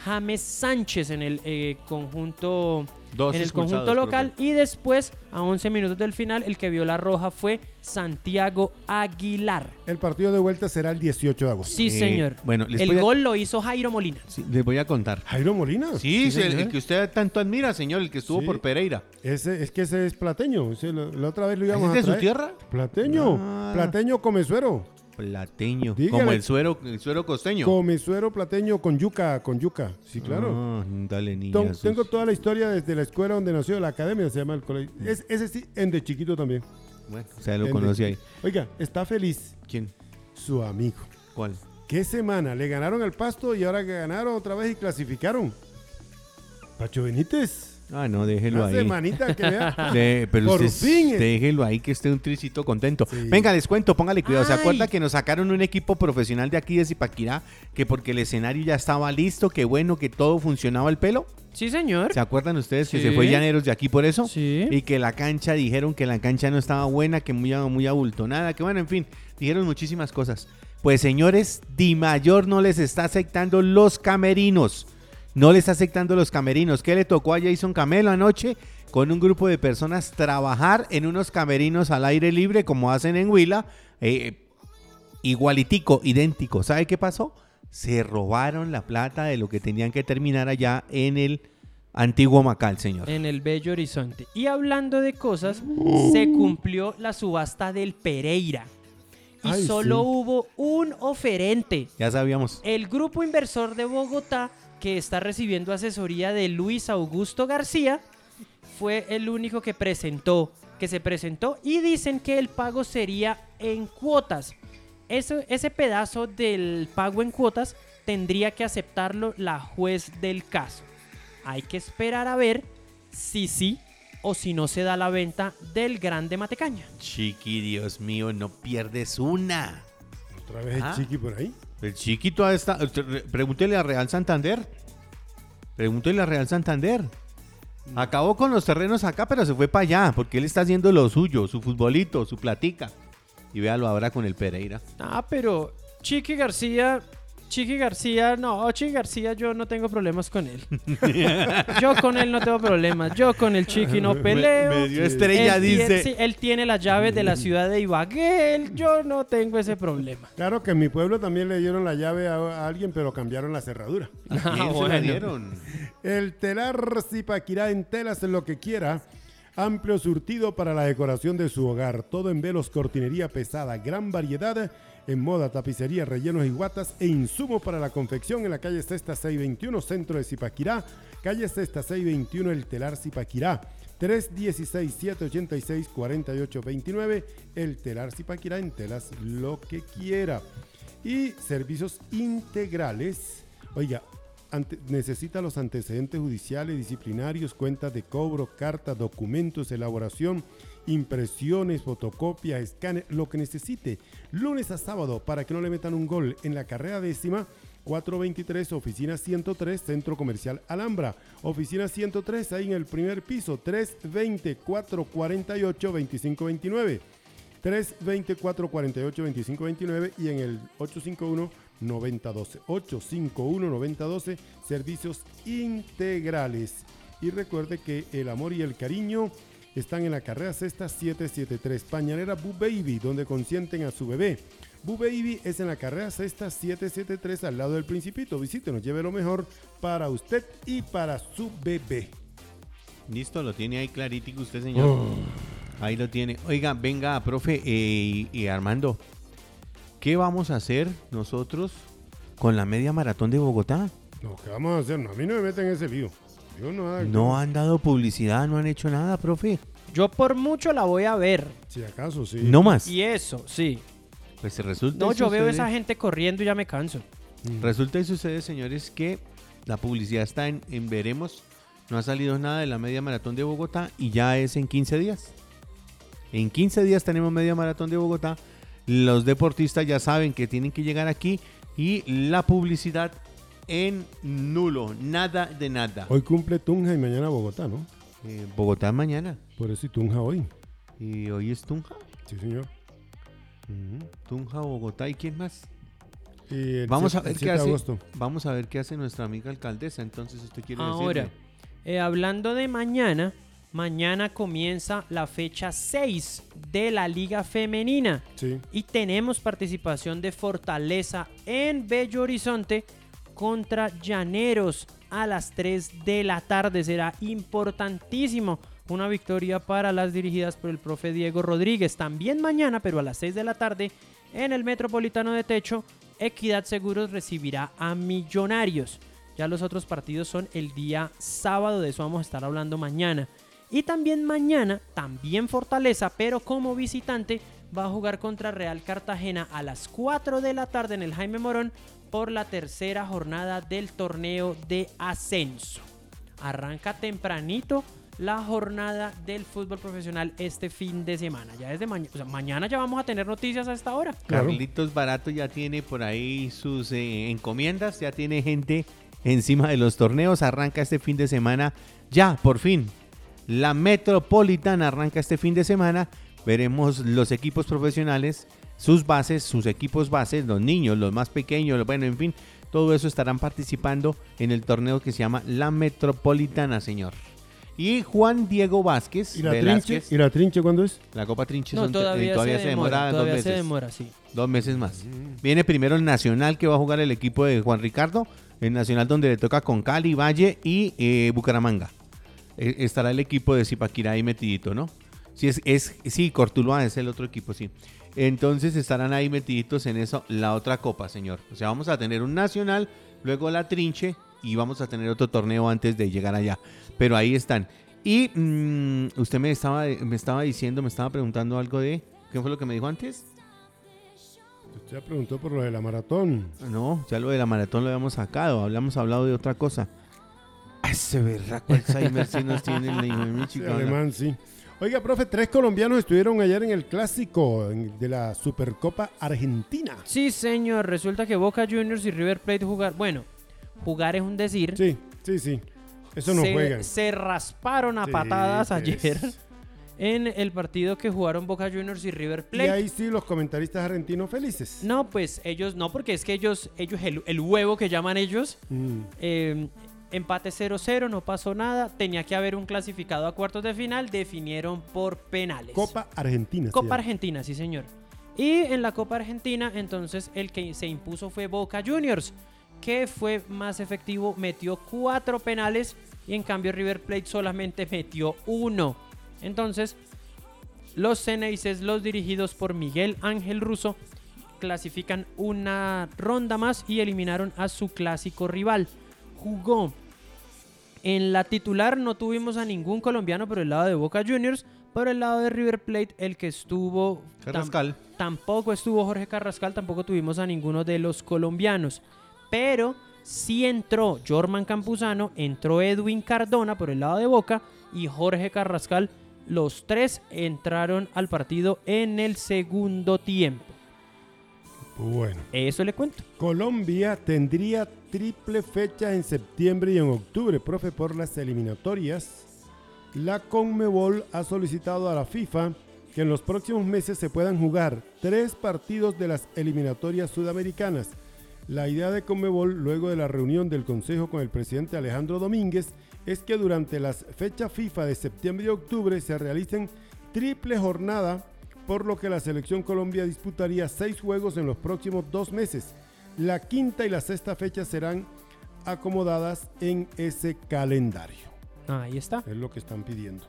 Speaker 3: James Sánchez en el eh, conjunto
Speaker 4: Dos
Speaker 3: en el
Speaker 4: expulsados,
Speaker 3: conjunto local
Speaker 4: profe.
Speaker 3: y después a 11 minutos del final el que vio la roja fue Santiago Aguilar.
Speaker 2: El partido de vuelta será el 18 de agosto.
Speaker 3: Sí,
Speaker 4: Eh,
Speaker 3: señor.
Speaker 4: bueno, les voy
Speaker 3: el
Speaker 4: a-
Speaker 3: gol lo hizo Jairo Molina.
Speaker 4: Sí, les voy a contar.
Speaker 2: Jairo Molina.
Speaker 4: Sí, sí, el,
Speaker 2: señor.
Speaker 4: el que usted tanto admira, señor, el que estuvo
Speaker 2: Sí.
Speaker 4: por Pereira.
Speaker 2: Ese, es que ese es plateño. ese la, la otra vez lo íbamos
Speaker 4: ¿Ese es
Speaker 2: a
Speaker 4: de
Speaker 2: traer.
Speaker 4: su tierra?
Speaker 2: Plateño.
Speaker 4: Ah.
Speaker 2: Plateño comezuero.
Speaker 4: Plateño,
Speaker 2: Dígale.
Speaker 4: como el suero, el suero costeño.
Speaker 2: Comezuero plateño con yuca, con yuca. Sí, claro.
Speaker 4: Ah, dale, niña.
Speaker 2: Ton-
Speaker 4: sus-
Speaker 2: tengo toda la historia desde la escuela donde nació, la academia se llama el colegio.
Speaker 4: Mm.
Speaker 2: Es, ese sí, en de chiquito también.
Speaker 4: Bueno, o sea,
Speaker 2: En
Speaker 4: lo
Speaker 2: de
Speaker 4: conocí ahí.
Speaker 2: chiquito. Oiga, está feliz.
Speaker 4: ¿Quién?
Speaker 2: su amigo.
Speaker 4: ¿Cuál?
Speaker 2: ¿Qué semana? Le ganaron al Pasto y ahora que ganaron otra vez y clasificaron. Pacho Benítez.
Speaker 4: Ah, no, déjelo
Speaker 2: Una
Speaker 4: ahí.
Speaker 2: semanita que vea.
Speaker 4: De- pero
Speaker 2: Por
Speaker 4: usted
Speaker 2: fin. eh.
Speaker 4: déjelo ahí que esté un tricito contento.
Speaker 2: Sí.
Speaker 4: Venga, les cuento, póngale cuidado. ¿Se
Speaker 1: Ay.
Speaker 4: acuerda que nos sacaron un equipo profesional de aquí de Zipaquirá? Que porque el escenario ya estaba listo, que bueno, que todo funcionaba el pelo.
Speaker 3: Sí, señor.
Speaker 4: ¿Se acuerdan ustedes que
Speaker 3: Sí.
Speaker 4: se fue Llaneros de aquí por eso?
Speaker 3: Sí.
Speaker 4: Y que la cancha, dijeron que la cancha no estaba buena, que muy, muy abultonada, que bueno, en fin, dijeron muchísimas cosas. Pues señores, Di Mayor no les está aceptando los camerinos. No les está aceptando los camerinos. ¿Qué le tocó a Jason Camelo anoche? Con un grupo de personas trabajar en unos camerinos al aire libre, como hacen en Huila. eh, igualitico, idéntico. ¿Sabe qué pasó? Se robaron la plata de lo que tenían que terminar allá en el antiguo Macal, señor. Uh.
Speaker 3: En el Bello Horizonte. Y hablando de cosas, se cumplió la subasta del Pereira. Y
Speaker 2: Ay,
Speaker 3: solo
Speaker 2: sí.
Speaker 3: hubo un oferente.
Speaker 4: Ya sabíamos.
Speaker 3: El grupo inversor de Bogotá, que está recibiendo asesoría de Luis Augusto García, fue el único que presentó, que se presentó y dicen que el pago sería en cuotas. Eso- ese pedazo del pago en cuotas tendría que aceptarlo la juez del caso. Hay que esperar a ver si sí o si no se da la venta del Grande Matecaña.
Speaker 4: Chiqui, Dios mío, no pierdes una.
Speaker 2: Otra vez el
Speaker 4: Ah.
Speaker 2: chiqui por ahí.
Speaker 4: El chiquito ha esta- eh, Pregúntele a Real Santander. Pregúntele a Real Santander. Acabó con los terrenos acá, pero se fue para allá, porque él está haciendo lo suyo, su futbolito, su platica. Y véalo ahora con el Pereira.
Speaker 3: Ah, pero Chiqui García, Chiqui García, no, Chiqui García yo no tengo problemas con él. yo con él no tengo problemas, yo con el Chiqui no peleo.
Speaker 4: Me dio
Speaker 2: Sí.
Speaker 4: estrella,
Speaker 3: él,
Speaker 4: dice.
Speaker 3: Tiene, sí, él tiene las llaves de la ciudad de Ibagué, él- yo no tengo ese problema.
Speaker 2: Claro que en mi pueblo también le dieron la llave a, a alguien, pero cambiaron la cerradura.
Speaker 4: ¿A quién se la
Speaker 3: bueno.
Speaker 4: dieron?
Speaker 2: El telar Zipaquirá en telas en lo que quiera. Amplio surtido para la decoración de su hogar. Todo en velos, cortinería pesada, gran variedad en moda, tapicería, rellenos y guatas e insumos para la confección en la calle Sexta 621, centro de Zipaquirá. Calle Sexta 621, el telar Zipaquirá. 316-786-4829, el telar Zipaquirá en telas lo que quiera. Y servicios integrales. Oiga, ante- necesita los antecedentes judiciales, disciplinarios, cuentas de cobro, cartas, documentos, elaboración, impresiones, fotocopias, escáner, lo que necesite. Lunes a sábado, para que no le metan un gol en la carrera décima. 423, oficina 103, Centro Comercial Alhambra. Oficina 103, ahí en el primer piso, 320-448-2529. 320-448-2529 y en el 851-9012. 851-9012, servicios integrales. Y recuerde que el amor y el cariño están en la carrera sexta 773, pañalera Boo Baby, donde consienten a su bebé. Boo Baby es en la carrera sexta 773 al lado del Principito. Visítenos, lleve lo mejor para usted y para su bebé.
Speaker 4: Listo, lo tiene ahí claritico usted, señor. Ahí lo tiene. Oiga, venga, profe eh, y, y Armando, ¿qué vamos a hacer nosotros con la media maratón de Bogotá?
Speaker 2: No, ¿qué vamos a hacer? No, a mí no me meten en ese lío. Yo no,
Speaker 4: No han dado publicidad, no han hecho nada, profe.
Speaker 3: Yo por mucho la voy a ver.
Speaker 2: Si acaso sí.
Speaker 4: No más.
Speaker 3: Y eso, sí.
Speaker 4: Pues resulta
Speaker 3: No,
Speaker 4: y
Speaker 3: yo veo
Speaker 4: sucede-
Speaker 3: esa gente corriendo y ya me canso.
Speaker 4: Resulta y sucede, señores, que la publicidad está en, en veremos. No ha salido nada de la media maratón de Bogotá y ya es en 15 días. En 15 días tenemos media maratón de Bogotá. Los deportistas ya saben que tienen que llegar aquí y la publicidad en nulo, nada de nada.
Speaker 2: Hoy cumple Tunja y mañana Bogotá, ¿no?
Speaker 4: Eh, Bogotá mañana
Speaker 2: Por eso y Tunja hoy.
Speaker 4: y hoy es Tunja,
Speaker 2: Sí, señor.
Speaker 4: Tunja Bogotá y quién más.
Speaker 2: Y el
Speaker 4: Vamos a
Speaker 2: siete-
Speaker 4: ver
Speaker 2: el
Speaker 4: qué
Speaker 2: 7 de
Speaker 4: hace.
Speaker 2: agosto.
Speaker 4: Vamos a ver qué hace nuestra amiga alcaldesa. Entonces usted quiere
Speaker 3: Ahora,
Speaker 4: decirme?
Speaker 3: eh, hablando de mañana, mañana comienza la fecha 6 de la Liga Femenina.
Speaker 2: Sí.
Speaker 3: Y tenemos participación de Fortaleza en Bello Horizonte contra Llaneros a las 3 de la tarde. Será importantísimo una victoria para las dirigidas por el profe Diego Rodríguez. También mañana, pero a las 6 de la tarde, en el Metropolitano de Techo, Equidad Seguros recibirá a Millonarios. Ya los otros partidos son el día sábado, de eso vamos a estar hablando mañana. Y también mañana, también Fortaleza, pero como visitante, va a jugar contra Real Cartagena a las 4 de la tarde en el Jaime Morón por la tercera jornada del torneo de ascenso. Arranca tempranito la jornada del fútbol profesional este fin de semana. Ya desde mañana, mañana ya vamos a tener noticias a esta hora.
Speaker 2: Claro.
Speaker 4: Carlitos Barato ya tiene por ahí sus eh, encomiendas, ya tiene gente encima de los torneos. Arranca este fin de semana, ya, por fin. La Metropolitana arranca este fin de semana. Veremos los equipos profesionales, sus bases, sus equipos bases, los niños, los más pequeños, los- bueno, en fin, todo eso estarán participando en el torneo que se llama La Metropolitana, señor. Y Juan Diego Vázquez,
Speaker 2: ¿Y la
Speaker 4: Velázquez,
Speaker 2: trinche? ¿Y la trinche cuándo es?
Speaker 4: la Copa Trinche
Speaker 3: No,
Speaker 4: son-
Speaker 3: todavía, se, demora,
Speaker 4: dos
Speaker 3: todavía se
Speaker 4: veces.
Speaker 3: demora, sí.
Speaker 4: Dos meses más. Viene primero el Nacional que va a jugar el equipo de Juan Ricardo. El Nacional donde le toca con Cali, Valle y eh, Bucaramanga. Eh, estará el equipo de Zipaquirá ahí metidito, ¿no? Sí, es, es, sí, Cortuluá es el otro equipo, sí. Entonces estarán ahí metiditos en eso la otra copa, señor. O sea, vamos a tener un Nacional, luego la Trinche y vamos a tener otro torneo antes de llegar allá. Pero ahí están. Y mm, usted me estaba, me estaba diciendo, me estaba preguntando algo de... ¿Qué fue lo que me dijo antes?
Speaker 2: Usted ya preguntó por lo de la maratón.
Speaker 4: No, ya lo de la maratón lo habíamos sacado, hablamos hablado de otra cosa. Ah, Ese berraco Alzheimer sí nos tiene la hijo de mi
Speaker 2: Sí,
Speaker 4: chica.
Speaker 2: alemán, sí. Oiga, profe, tres colombianos estuvieron ayer en el clásico en- de la Supercopa Argentina.
Speaker 3: Sí, señor. Resulta que Boca Juniors y River Plate jugar. Bueno, jugar es un decir.
Speaker 2: Sí, sí, sí. Eso no
Speaker 3: se,
Speaker 2: juegan.
Speaker 3: se rasparon a
Speaker 2: Sí,
Speaker 3: patadas
Speaker 2: pues.
Speaker 3: ayer en el partido que jugaron Boca Juniors y River
Speaker 2: Y
Speaker 3: Plate.
Speaker 2: ahí sí los comentaristas argentinos felices.
Speaker 3: No, pues ellos no, porque es que ellos, ellos el, el huevo que llaman ellos,
Speaker 2: Mm.
Speaker 3: eh, empate 0-0, no pasó nada, tenía que haber un clasificado a cuartos de final, definieron por penales.
Speaker 2: Copa Argentina. se
Speaker 3: Copa
Speaker 2: llama.
Speaker 3: Argentina, sí señor. Y en la Copa Argentina, entonces el que se impuso fue Boca Juniors, que fue más efectivo, metió cuatro penales y en cambio River Plate solamente metió uno. Entonces, los Ceneices, los dirigidos por Miguel Ángel Russo, clasifican una ronda más y eliminaron a su clásico rival. Jugó en la titular no tuvimos a ningún colombiano por el lado de Boca Juniors. Por el lado de River Plate, el que estuvo... tam-
Speaker 4: Carrascal.
Speaker 3: tampoco estuvo Jorge Carrascal, tampoco tuvimos a ninguno de los colombianos. Pero sí entró Jorman Campuzano, entró Edwin Cardona por el lado de Boca y Jorge Carrascal. Los tres entraron al partido en el segundo tiempo.
Speaker 2: Bueno.
Speaker 3: Eso le cuento.
Speaker 2: Colombia tendría triple fecha en septiembre y en octubre, profe, por las eliminatorias. La Conmebol ha solicitado a la FIFA que en los próximos meses se puedan jugar tres partidos de las eliminatorias sudamericanas. La idea de Conmebol, luego de la reunión del Consejo con el presidente Alejandro Domínguez, es que durante las fechas FIFA de septiembre y octubre se realicen triple jornada, por lo que la selección Colombia disputaría seis juegos en los próximos dos meses. La quinta y la sexta fecha serán acomodadas en ese calendario.
Speaker 3: Ahí está.
Speaker 2: Es lo que están pidiendo.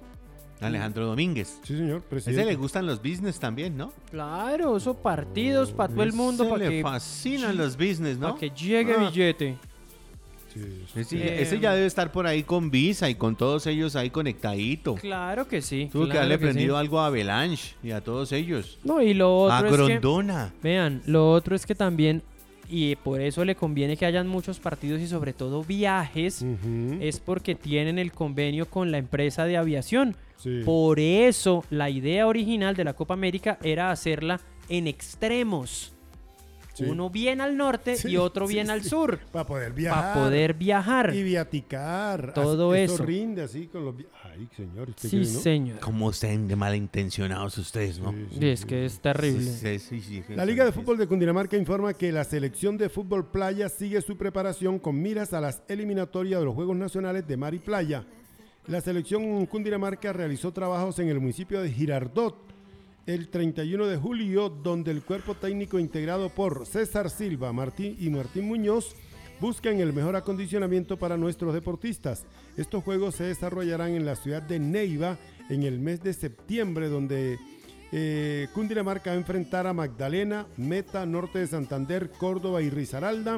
Speaker 4: Alejandro Domínguez.
Speaker 2: Sí, señor,
Speaker 4: A ese
Speaker 2: presidente.
Speaker 4: le gustan los business también, ¿no?
Speaker 3: Claro, esos partidos para todo el mundo,
Speaker 4: Ese
Speaker 3: para
Speaker 4: le
Speaker 3: que,
Speaker 4: fascinan los business, ¿no?
Speaker 3: pa' que llegue
Speaker 4: Ah.
Speaker 3: billete.
Speaker 2: Sí, sí.
Speaker 4: Ese,
Speaker 3: Eh,
Speaker 4: ese ya debe estar por ahí con Visa y con todos ellos ahí conectadito.
Speaker 3: Claro que sí.
Speaker 4: Tuvo que
Speaker 3: claro
Speaker 4: haberle
Speaker 3: sí.
Speaker 4: prendido algo a Avalanche y a todos ellos.
Speaker 3: No, y lo otro
Speaker 4: a
Speaker 3: es que-
Speaker 4: Grondona.
Speaker 3: vean, lo otro es que también, y por eso le conviene que hayan muchos partidos y sobre todo viajes,
Speaker 2: Ujú,
Speaker 3: es porque tienen el convenio con la empresa de aviación.
Speaker 2: sí.
Speaker 3: Por eso la idea original de la Copa América era hacerla en extremos.
Speaker 2: Sí.
Speaker 3: Uno bien al norte
Speaker 2: Sí,
Speaker 3: y otro
Speaker 2: sí,
Speaker 3: bien al
Speaker 2: sí.
Speaker 3: sur.
Speaker 2: Para poder viajar.
Speaker 3: Para poder viajar.
Speaker 2: Y viaticar.
Speaker 3: Todo
Speaker 2: Así-
Speaker 3: eso.
Speaker 2: rinde así con los... vi- Ay, señor. ¿usted
Speaker 3: Sí,
Speaker 2: cree, no?
Speaker 3: señor.
Speaker 4: Como estén de malintencionados ustedes, ¿no?
Speaker 2: Sí, sí,
Speaker 3: Y es
Speaker 2: sí.
Speaker 3: que es terrible.
Speaker 4: Sí, sí, sí, sí,
Speaker 2: La Liga de
Speaker 4: sí.
Speaker 2: Fútbol de Cundinamarca informa que la selección de fútbol playa sigue su preparación con miras a las eliminatorias de los Juegos Nacionales de Mar y Playa. La selección Cundinamarca realizó trabajos en el municipio de Girardot el 31 de julio, donde el cuerpo técnico integrado por César Silva Martín y Martín Muñoz buscan el mejor acondicionamiento para nuestros deportistas. Estos juegos se desarrollarán en la ciudad de Neiva en el mes de septiembre, donde eh, Cundinamarca va a enfrentar a Magdalena, Meta, Norte de Santander, Córdoba y Risaralda.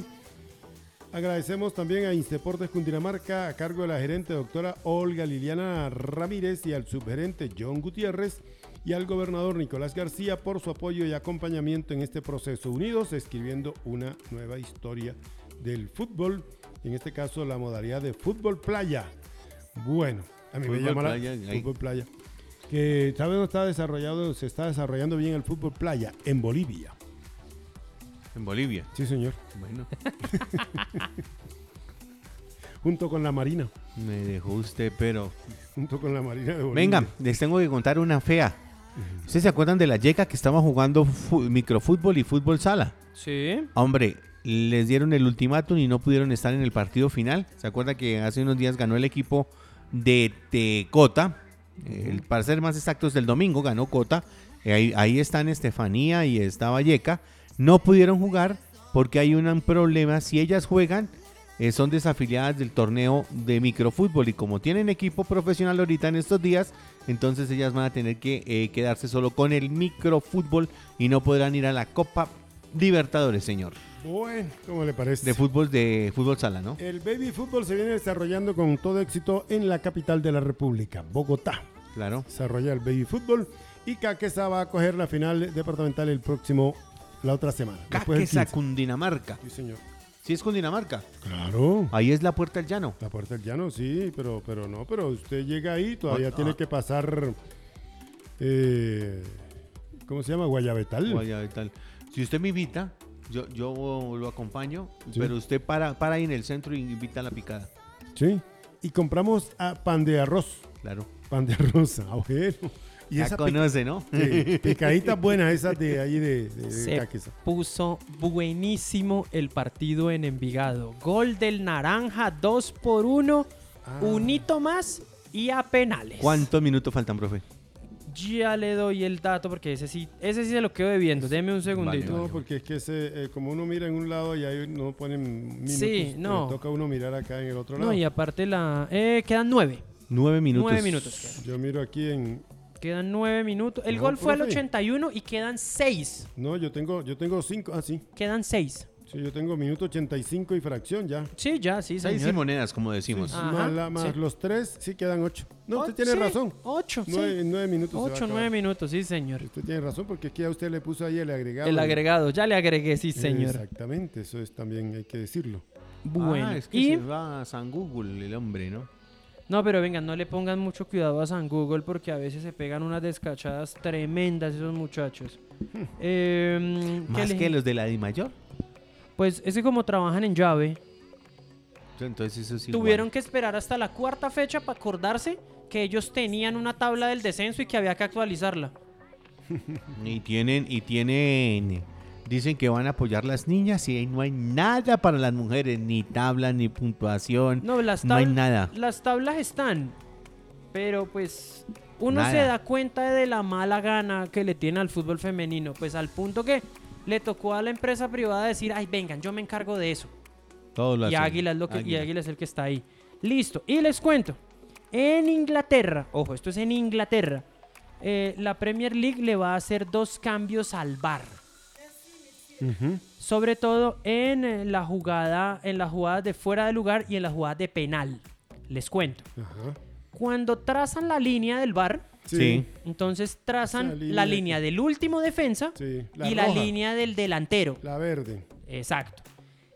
Speaker 2: Agradecemos también a Insteportes Cundinamarca, a cargo de la gerente doctora Olga Liliana Ramírez y al subgerente John Gutiérrez y al gobernador Nicolás García por su apoyo y acompañamiento en este proceso. Unidos escribiendo una nueva historia del fútbol, en este caso la modalidad de fútbol playa. Bueno, a mí me
Speaker 4: Fútbol
Speaker 2: llama
Speaker 4: playa,
Speaker 2: la
Speaker 4: ahí.
Speaker 2: fútbol playa. Que sabes no está desarrollado, se está desarrollando bien el fútbol playa en Bolivia.
Speaker 4: En Bolivia.
Speaker 2: Sí, señor.
Speaker 4: Bueno,
Speaker 2: Junto con la Marina.
Speaker 4: me dejó usted, pero.
Speaker 2: Junto con la Marina de Bolivia.
Speaker 4: Venga, les tengo que contar una fea. ¿Ustedes se acuerdan de la yeca que estaba jugando fu- microfútbol y fútbol sala?
Speaker 3: Sí.
Speaker 4: Hombre, les dieron el ultimátum y no pudieron estar en el partido final. ¿Se acuerda que hace unos días ganó el equipo de Tecota? Eh, el- para ser más exactos, del domingo ganó Cota. Eh, ahí, ahí están Estefanía y está Valleca. No pudieron jugar porque hay un problema. Si ellas juegan, eh, son desafiliadas del torneo de microfútbol. Y como tienen equipo profesional ahorita en estos días, entonces ellas van a tener que eh, quedarse solo con el microfútbol y no podrán ir a la Copa Libertadores, señor.
Speaker 2: Bueno, ¿cómo le parece?
Speaker 4: De fútbol, de fútbol sala, ¿no?
Speaker 2: El baby fútbol se viene desarrollando con todo éxito en la capital de la República, Bogotá.
Speaker 4: Claro.
Speaker 2: Desarrolla el baby fútbol y Caquesa va a coger la final departamental el próximo, la otra semana. después del
Speaker 4: Caquesa,
Speaker 2: 15.
Speaker 4: Cundinamarca.
Speaker 2: Sí, señor.
Speaker 4: Sí es Cundinamarca.
Speaker 2: Claro.
Speaker 4: Ahí es la puerta del llano.
Speaker 2: La puerta del llano, sí, pero, pero no, pero usted llega ahí, todavía
Speaker 4: Ah,
Speaker 2: tiene
Speaker 4: ah.
Speaker 2: que pasar, eh, ¿cómo se llama? Guayabetal.
Speaker 4: Guaya, tal. Si usted me invita, yo, yo lo acompaño,
Speaker 2: Sí.
Speaker 4: pero usted para, para ahí en el centro y invita a la picada.
Speaker 2: Sí. Y compramos a pan de arroz,
Speaker 4: Claro.
Speaker 2: pan de arroz, ah, bueno. Y
Speaker 4: Ya
Speaker 2: esa pica-
Speaker 4: conoce, ¿no?
Speaker 2: Sí, picaditas buenas esas de ahí de, de- de
Speaker 3: Se
Speaker 2: Caquesa.
Speaker 3: puso buenísimo el partido en Envigado. Gol del Naranja, 2 por 1,
Speaker 2: Ah.
Speaker 3: un hito más y a penales.
Speaker 4: ¿Cuántos minutos faltan, profe?
Speaker 3: Ya le doy el dato porque ese sí, ese sí se lo quedo debiendo. Deme un segundito.
Speaker 2: No, porque es que ese, eh, como uno mira en un lado y ahí no ponen minutos,
Speaker 3: Sí, no.
Speaker 2: le toca uno mirar acá en el otro lado.
Speaker 3: No, y aparte la... eh, quedan nueve.
Speaker 4: Nueve minutos.
Speaker 3: Nueve minutos. quedan.
Speaker 2: Yo miro aquí en...
Speaker 3: Quedan nueve minutos. El
Speaker 2: No,
Speaker 3: gol fue al
Speaker 2: profe.
Speaker 3: 81 y quedan seis.
Speaker 2: No, yo tengo, yo tengo cinco, ah, sí.
Speaker 3: Quedan seis.
Speaker 2: Sí, yo tengo minuto 85 y fracción ya.
Speaker 3: Sí, ya, sí,
Speaker 4: Seis y
Speaker 3: señor.
Speaker 4: monedas, como decimos.
Speaker 3: Ah. Ajá,
Speaker 2: más la- más
Speaker 3: sí.
Speaker 2: los tres, sí quedan ocho. No,
Speaker 3: Oh,
Speaker 2: usted tiene
Speaker 3: sí,
Speaker 2: razón.
Speaker 3: Ocho,
Speaker 2: Nueve,
Speaker 3: sí.
Speaker 2: nueve minutos. se va a
Speaker 3: Ocho,
Speaker 2: acabar.
Speaker 3: nueve minutos, sí, señor.
Speaker 2: Usted tiene razón porque es que a usted le puso ahí el agregado.
Speaker 3: El agregado, ya le agregué, sí, señor.
Speaker 2: Exactamente, eso es también, hay que decirlo.
Speaker 3: Bueno,
Speaker 4: Ah, es que
Speaker 3: y...
Speaker 4: se va a San Google el hombre, ¿no?
Speaker 3: No, pero venga, no le pongan mucho cuidado a San Google porque a veces se pegan unas descachadas tremendas esos muchachos. Em, ¿qué
Speaker 4: Hmm. Más
Speaker 3: le-
Speaker 4: que los de la Di Mayor.
Speaker 3: Pues es que como trabajan en llave,
Speaker 4: Entonces eso sí.
Speaker 3: tuvieron que esperar hasta la cuarta fecha para acordarse que ellos tenían una tabla del descenso y que había que actualizarla.
Speaker 4: Y tienen, y tienen, dicen que van a apoyar las niñas y ahí no hay nada para las mujeres, ni tabla, ni puntuación, no,
Speaker 3: No, las,
Speaker 4: hay
Speaker 3: tabl-
Speaker 4: nada.
Speaker 3: las tablas están, pero pues uno se
Speaker 4: Nada.
Speaker 3: da cuenta de la mala gana que le tiene al fútbol femenino, pues al punto que le tocó a la empresa privada decir, ay, vengan, yo me encargo de eso.
Speaker 4: Todo lo
Speaker 3: Y
Speaker 4: hacen.
Speaker 3: Águila, es lo que,
Speaker 4: Águila.
Speaker 3: y Águila es el que está ahí. Listo. Y les cuento. En Inglaterra, ojo, esto es en Inglaterra, eh, la Premier League le va a hacer dos cambios al VAR. Sobre todo en eh, la jugada, en las jugadas de fuera de lugar y en las jugadas de penal. Les cuento.
Speaker 2: Ajá.
Speaker 3: Cuando trazan la línea del VAR,
Speaker 4: Sí.
Speaker 3: entonces trazan
Speaker 2: Esa línea
Speaker 3: la
Speaker 2: de-
Speaker 3: línea del último defensa
Speaker 2: Sí, la
Speaker 3: y la
Speaker 2: roja.
Speaker 3: línea del delantero.
Speaker 2: La verde.
Speaker 3: Exacto.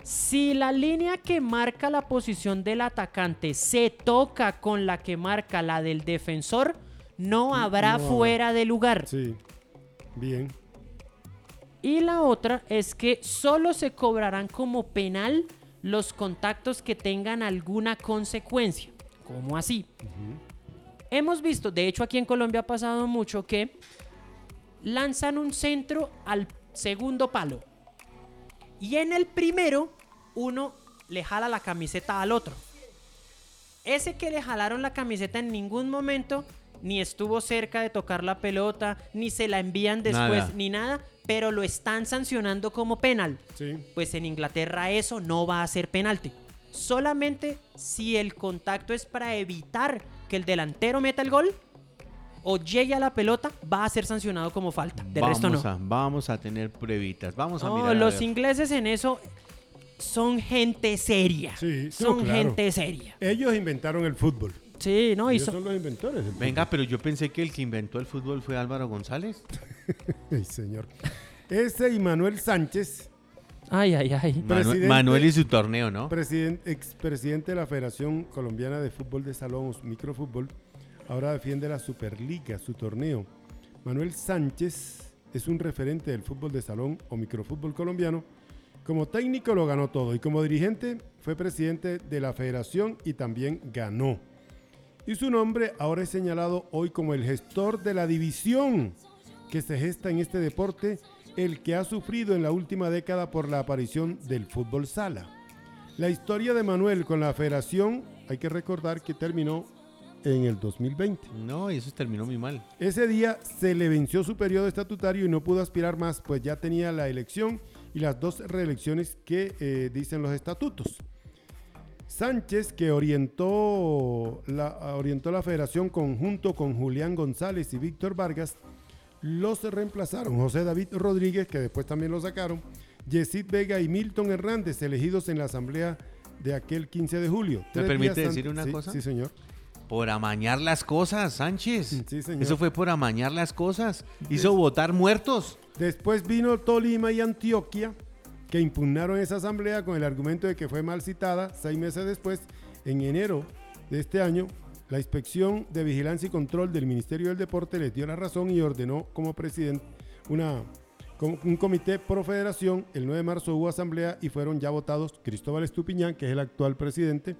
Speaker 3: Si la línea que marca la posición del atacante se toca con la que marca la del defensor, no habrá
Speaker 2: Mm, no
Speaker 3: fuera de lugar.
Speaker 2: Sí. Bien.
Speaker 3: Y la otra es que solo se cobrarán como penal los contactos que tengan alguna consecuencia. ¿Cómo así? Hemos visto, de hecho aquí en Colombia ha pasado mucho que lanzan un centro al segundo palo. Y en el primero, uno le jala la camiseta al otro. Ese que le jalaron la camiseta en ningún momento, ni estuvo cerca de tocar la pelota, ni se la envían después,
Speaker 4: Nada.
Speaker 3: ni nada, pero lo están sancionando como penal.
Speaker 2: Sí.
Speaker 3: Pues en Inglaterra eso no va a ser penalti. Solamente si el contacto es para evitar que el delantero meta el gol o llegue a la pelota, va a ser sancionado como falta. De
Speaker 4: vamos
Speaker 3: resto no.
Speaker 4: A, vamos a tener pruebitas, vamos a
Speaker 3: No,
Speaker 4: mirar. a
Speaker 3: los
Speaker 4: ver.
Speaker 3: ingleses en eso son gente seria.
Speaker 2: Sí, sí,
Speaker 3: son
Speaker 2: claro.
Speaker 3: gente seria.
Speaker 2: Ellos inventaron el fútbol.
Speaker 3: Sí, no, y
Speaker 2: Ellos
Speaker 3: son-
Speaker 2: son los inventores. del
Speaker 4: Venga, pero yo pensé que el que inventó el fútbol fue Álvaro González.
Speaker 2: fútbol. Ay, señor. Ese y Manuel Sánchez,
Speaker 3: Ay, ay, ay.
Speaker 4: Manu-
Speaker 2: Presidente.
Speaker 4: Manuel y su torneo, ¿no?
Speaker 2: president- expresidente de la Federación Colombiana de Fútbol de Salón, microfútbol, ahora defiende la Superliga, su torneo. Manuel Sánchez es un referente del fútbol de salón o microfútbol colombiano. Como técnico lo ganó todo y como dirigente fue presidente de la federación y también ganó. Y su nombre ahora es señalado hoy como el gestor de la división que se gesta en este deporte, el que ha sufrido en la última década por la aparición del fútbol sala. La historia de Manuel con la federación hay que recordar que terminó en el 2020.
Speaker 4: No, y eso terminó muy mal.
Speaker 2: Ese día se le venció su periodo estatutario y no pudo aspirar más, pues ya tenía la elección y las dos reelecciones que eh, dicen los estatutos. Sánchez, que orientó la, orientó la federación conjunto con Julián González y Víctor Vargas, los reemplazaron José David Rodríguez, que después también lo sacaron, Yesid Vega y Milton Hernández, elegidos en la asamblea de aquel 15 de julio.
Speaker 4: ¿Me
Speaker 2: Tres
Speaker 4: permite
Speaker 2: días antes-
Speaker 4: decir una
Speaker 2: sí,
Speaker 4: cosa?
Speaker 2: Sí, señor.
Speaker 4: Por amañar las cosas, Sánchez.
Speaker 2: Sí, señor.
Speaker 4: Eso fue por amañar las cosas. Hizo votar muertos.
Speaker 2: Después vino Tolima y Antioquia, que impugnaron esa asamblea con el argumento de que fue mal citada. Seis meses después, en enero de este año, la Inspección de Vigilancia y Control del Ministerio del Deporte les dio la razón y ordenó como presidente una, como un comité pro federación. El 9 de marzo hubo asamblea y fueron ya votados Cristóbal Estupiñán, que es el actual presidente,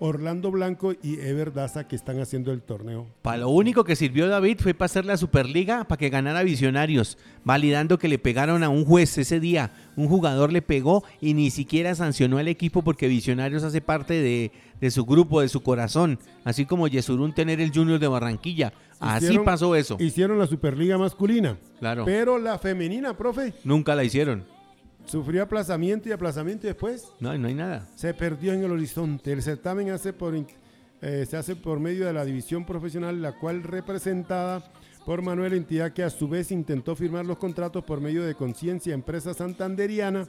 Speaker 2: Orlando Blanco y Ever Daza, que están haciendo el torneo.
Speaker 4: Para lo único que sirvió David fue para hacer la Superliga para que ganara Visionarios, validando que le pegaron a un juez ese día. Un jugador le pegó y ni siquiera sancionó al equipo porque Visionarios hace parte de, de su grupo, de su corazón. Así como Yesurún tener el Junior de Barranquilla. Así
Speaker 2: Hicieron-
Speaker 4: pasó eso.
Speaker 2: Hicieron la Superliga masculina.
Speaker 4: Claro.
Speaker 2: Pero la femenina, profe,
Speaker 4: Nunca la hicieron.
Speaker 2: Sufrió aplazamiento y aplazamiento y después
Speaker 4: No, no hay nada.
Speaker 2: se perdió en el horizonte. El certamen hace por, in- eh, se hace por medio de la división profesional, la cual representada por Manuel, entidad que a su vez intentó firmar los contratos por medio de Conciencia, empresa santanderiana,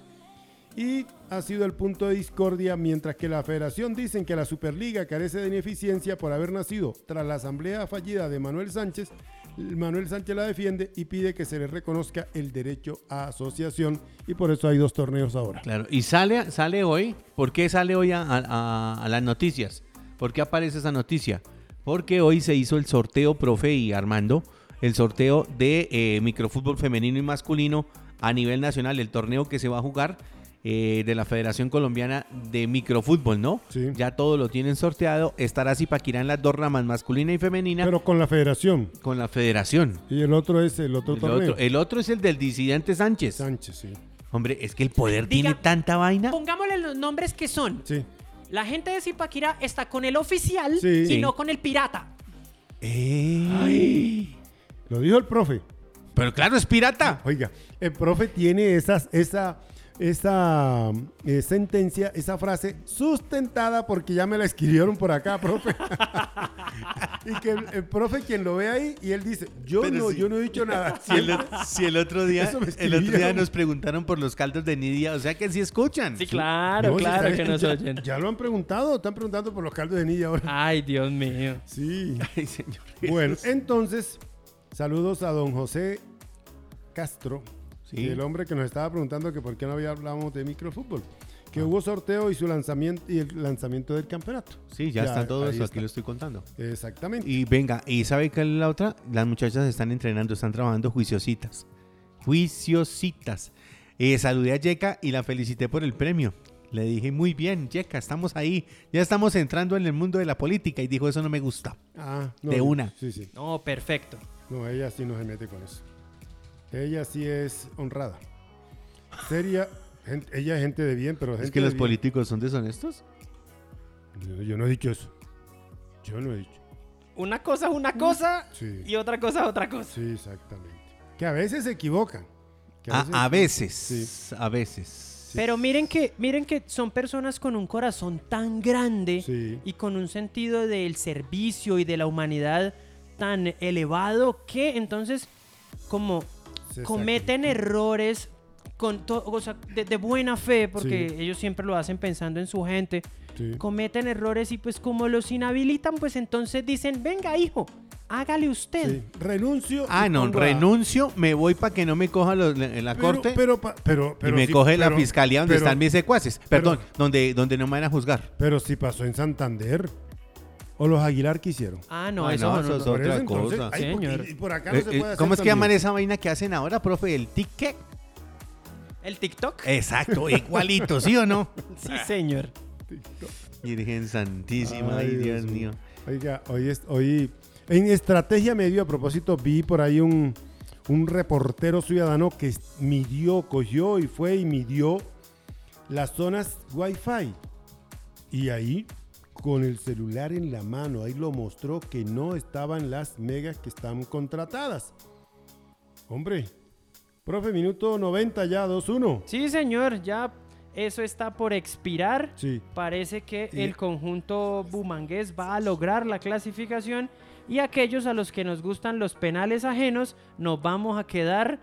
Speaker 2: y ha sido el punto de discordia, mientras que la federación dicen que la Superliga carece de ineficiencia por haber nacido tras la asamblea fallida de Manuel Sánchez. Manuel Sánchez la defiende y pide que se le reconozca el derecho a asociación y por eso hay dos torneos ahora.
Speaker 4: Claro. Y sale, sale hoy. ¿Por qué sale hoy a, a- a las noticias? ¿Por qué aparece esa noticia? Porque hoy se hizo el sorteo, profe y Armando, el sorteo de eh, microfútbol femenino y masculino a nivel nacional, el torneo que se va a jugar eh, de la Federación Colombiana de Microfútbol, ¿no?
Speaker 2: Sí.
Speaker 4: Ya todo lo tienen sorteado. Estará Zipaquirá en las dos ramas, masculina y femenina,
Speaker 2: Pero con la federación.
Speaker 4: con la Federación.
Speaker 2: Y el otro es el otro
Speaker 4: El
Speaker 2: torneo.
Speaker 4: otro, el otro es el del disidente Sánchez.
Speaker 2: Sánchez, sí.
Speaker 4: Hombre, es que el poder
Speaker 3: Diga-
Speaker 4: tiene tanta vaina.
Speaker 3: Pongámosle los nombres que son.
Speaker 2: Sí.
Speaker 3: La gente de Zipaquirá está con el oficial
Speaker 2: Sí.
Speaker 3: y
Speaker 2: Sí.
Speaker 3: no con el pirata.
Speaker 4: ¡Ey!
Speaker 2: Lo dijo el profe.
Speaker 4: Pero claro, es pirata.
Speaker 2: Oiga, el profe tiene esas, esa, esa eh, sentencia, esa frase sustentada porque ya me la escribieron por acá, profe. y que el, el profe quien lo ve ahí y él dice, yo
Speaker 4: Pero
Speaker 2: no,
Speaker 4: sí.
Speaker 2: yo no he dicho nada.
Speaker 4: Si el, o- si el otro día,
Speaker 2: Eso me
Speaker 4: el otro día
Speaker 2: escribieron.
Speaker 4: nos preguntaron por los caldos de Nidia, o sea que sí escuchan.
Speaker 3: claro,
Speaker 2: No, si está bien, ya- Ya lo han preguntado, están preguntando por los caldos de niña ahora.
Speaker 3: Ay, Dios mío.
Speaker 2: Sí.
Speaker 4: Ay, señor.
Speaker 2: Bueno, entonces, saludos a don José Castro,
Speaker 4: Sí.
Speaker 2: el hombre que nos estaba preguntando que por qué no había hablamos de microfútbol, que
Speaker 4: Ah.
Speaker 2: hubo sorteo y su lanzamiento y el lanzamiento del campeonato.
Speaker 4: Sí, ya, está todo
Speaker 2: ahí
Speaker 4: eso,
Speaker 2: está.
Speaker 4: aquí lo estoy contando.
Speaker 2: Exactamente.
Speaker 4: Y venga, ¿y sabe qué es la otra? Las muchachas están entrenando, están trabajando juiciositas. Juiciositas. Eh, saludé a Yeka y la felicité por el premio. Le dije, muy bien, Yeka, estamos ahí. Ya estamos entrando en el mundo de la política. Y dijo, eso no me gusta.
Speaker 2: Ah, no,
Speaker 4: de una.
Speaker 2: Sí, sí.
Speaker 3: No, perfecto.
Speaker 2: No, ella sí no se mete con eso. Ella sí es honrada. Seria, gen- ella es gente de bien, pero
Speaker 4: ¿Es
Speaker 2: gente
Speaker 4: que
Speaker 2: de
Speaker 4: los
Speaker 2: bien.
Speaker 4: políticos son deshonestos?
Speaker 2: Yo, yo no he dicho eso. Yo no he dicho.
Speaker 3: Una cosa es una cosa
Speaker 2: Sí.
Speaker 3: y otra cosa es otra cosa.
Speaker 2: Sí, exactamente. Que a veces se equivocan. Que
Speaker 4: Ah, A, a veces.
Speaker 2: Sí.
Speaker 4: A veces.
Speaker 3: Pero miren que, miren que son personas con un corazón tan grande
Speaker 2: Sí.
Speaker 3: y con un sentido del servicio y de la humanidad tan elevado que entonces como
Speaker 2: Se
Speaker 3: cometen errores con to- o sea, de, de buena fe, porque
Speaker 2: Sí.
Speaker 3: ellos siempre lo hacen pensando en su gente,
Speaker 2: Sí.
Speaker 3: cometen errores y pues como los inhabilitan, pues entonces dicen, venga hijo, hágale usted.
Speaker 2: Sí. Renuncio.
Speaker 4: Ah,
Speaker 2: y
Speaker 4: no,
Speaker 2: pongo a-
Speaker 4: renuncio, me voy para que no me coja los- la, la
Speaker 2: Pero-
Speaker 4: corte
Speaker 2: Pero, pa- pero, pero
Speaker 4: y me
Speaker 2: sí,
Speaker 4: coge la
Speaker 2: pero-
Speaker 4: fiscalía donde
Speaker 2: pero-
Speaker 4: están mis secuaces. Perdón,
Speaker 2: pero-
Speaker 4: donde, donde no me van a juzgar.
Speaker 2: Pero si pasó en Santander. O los Aguilar que hicieron.
Speaker 3: Ah, no,
Speaker 4: Ah,
Speaker 3: eso no,
Speaker 4: no,
Speaker 3: no,
Speaker 4: eso
Speaker 3: no.
Speaker 4: es otro. Otra
Speaker 2: entonces,
Speaker 4: cosa.
Speaker 2: ay,
Speaker 3: Sí,
Speaker 2: porque-
Speaker 3: señor.
Speaker 2: y por acá no
Speaker 4: Eh,
Speaker 2: se
Speaker 4: eh,
Speaker 2: puede
Speaker 4: ¿Cómo es
Speaker 2: hacer
Speaker 4: que llaman
Speaker 2: también.
Speaker 4: esa vaina que hacen ahora, profe? El ticket.
Speaker 3: ¿El
Speaker 4: Eh,
Speaker 3: TikTok? Ah.
Speaker 4: Exacto, igualito, ¿sí o no?
Speaker 3: Sí, señor.
Speaker 4: Virgen Santísima,
Speaker 2: Ay,
Speaker 4: ay, Dios,
Speaker 2: Dios
Speaker 4: mío.
Speaker 2: Oiga, hoy, es, hoy en Estrategia Medio, a propósito, vi por ahí un, un reportero ciudadano que midió, cogió y fue y midió las zonas Wi-Fi. Y ahí, con el celular en la mano, ahí lo mostró que no estaban las megas que están contratadas. Hombre, profe, minuto 90 ya, 2-1.
Speaker 3: Sí, señor, ya eso está por expirar.
Speaker 2: Sí.
Speaker 3: Parece que
Speaker 2: Y-
Speaker 3: el conjunto bumangués va a lograr la clasificación y aquellos a los que nos gustan los penales ajenos nos vamos a quedar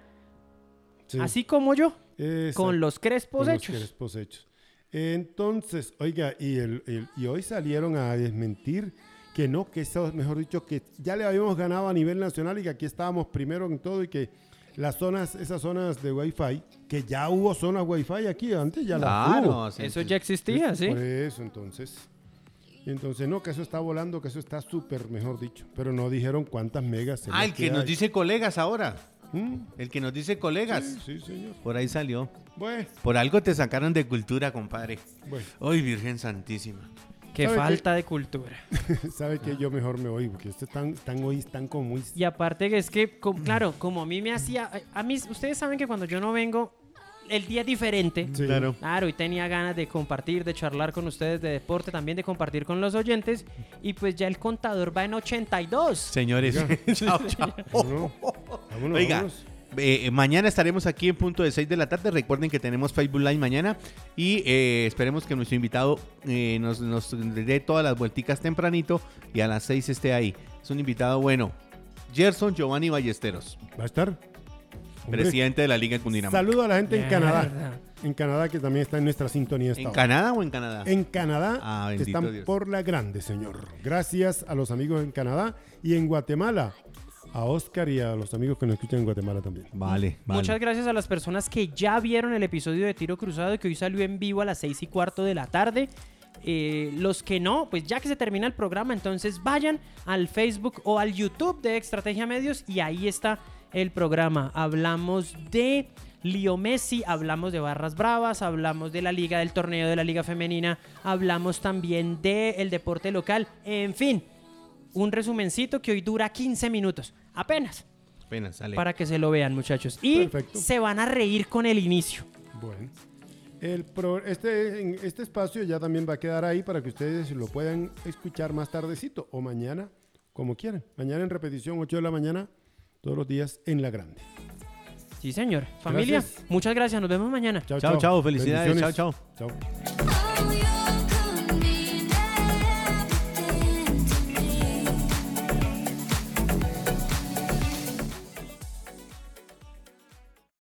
Speaker 2: sí.
Speaker 3: así como yo,
Speaker 2: Exacto.
Speaker 3: con los crespos
Speaker 2: Con los
Speaker 3: hechos.
Speaker 2: crespos hechos. Entonces, oiga, y, el- el- y hoy salieron a desmentir que no, que eso, mejor dicho, que ya le habíamos ganado a nivel nacional y que aquí estábamos primero en todo y que las zonas, esas zonas de Wi-Fi, que ya hubo zonas Wi-Fi aquí, antes ya las hubo.
Speaker 4: Claro, sí,
Speaker 3: Eso
Speaker 4: sí.
Speaker 3: ya existía, sí.
Speaker 2: Por eso, entonces. Y entonces, no, que eso está volando, que eso está súper, mejor dicho. Pero no dijeron cuántas megas. se
Speaker 4: Ah,
Speaker 2: les
Speaker 4: el que
Speaker 2: queda
Speaker 4: nos
Speaker 2: ahí.
Speaker 4: dice colegas ahora.
Speaker 2: Mm,
Speaker 4: El que nos dice colegas.
Speaker 2: Sí, señor.
Speaker 4: Por ahí salió.
Speaker 2: Bueno,
Speaker 4: Por algo te sacaron de cultura, compadre.
Speaker 2: bueno.
Speaker 4: Ay, Virgen Santísima.
Speaker 3: Qué
Speaker 2: ¿sabe qué?
Speaker 3: falta de cultura.
Speaker 2: ¿Sabe que Yo mejor me voy, porque ustedes están, están hoy, están como muy...
Speaker 3: Pues, Y aparte que es que, co- claro, como a mí me hacía, a mí, ustedes saben que cuando yo no vengo, el día es diferente.
Speaker 2: Sí.
Speaker 3: Claro, y tenía ganas de compartir, de charlar con ustedes de deporte, también de compartir con los oyentes. Y pues ya el contador va en 82.
Speaker 4: Señores. Chao, chao.
Speaker 2: Vámonos, vámonos,
Speaker 4: Oiga,
Speaker 2: vámonos.
Speaker 4: eh, mañana estaremos aquí en punto de 6 de la tarde. Recuerden que tenemos Facebook Live mañana y eh, esperemos que nuestro invitado eh, nos, nos dé todas las vuelticas tempranito y a las 6 esté ahí. Es un invitado bueno. Gerson Giovanni Ballesteros,
Speaker 2: ¿Va a estar? Hombre,
Speaker 4: presidente de la Liga de Cundinamarca.
Speaker 2: Saludo a la gente en
Speaker 3: Mierda.
Speaker 2: Canadá. En Canadá, que también está en nuestra sintonía. esta
Speaker 4: ¿En
Speaker 2: hora.
Speaker 4: Canadá o en Canadá?
Speaker 2: En Canadá,
Speaker 4: Ah,
Speaker 2: que
Speaker 4: bendito
Speaker 2: están
Speaker 4: Dios.
Speaker 2: por la grande, señor. Gracias a los amigos en Canadá y en Guatemala. A Oscar y a los amigos que nos escuchan en Guatemala también.
Speaker 4: Vale, vale.
Speaker 3: Muchas gracias a las personas que ya vieron el episodio de Tiro Cruzado que hoy salió en vivo a las 6 y cuarto de la tarde. Eh, los que no, pues ya que se termina el programa, entonces vayan al Facebook o al YouTube de Estrategia Medios y ahí está el programa. Hablamos de Leo Messi, hablamos de Barras Bravas, hablamos de la liga, del torneo de la liga femenina, hablamos también del deporte local, en fin. Un resumencito que hoy dura 15 minutos, apenas
Speaker 4: Apenas sale.
Speaker 3: para que se lo vean, muchachos. Y
Speaker 2: Perfecto.
Speaker 3: se van a reír con el inicio.
Speaker 2: Bueno. El pro- este, en este espacio ya también va a quedar ahí para que ustedes lo puedan escuchar más tardecito o mañana, como quieran. Mañana en repetición, 8 de la mañana, todos los días en La Grande.
Speaker 3: Sí, señor. Familia,
Speaker 2: Gracias.
Speaker 3: muchas gracias. Nos vemos mañana.
Speaker 2: Chao,
Speaker 4: Chao, chao. Felicidades.
Speaker 2: Bendiciones.
Speaker 4: Chao,
Speaker 2: Chao.
Speaker 5: Oh, you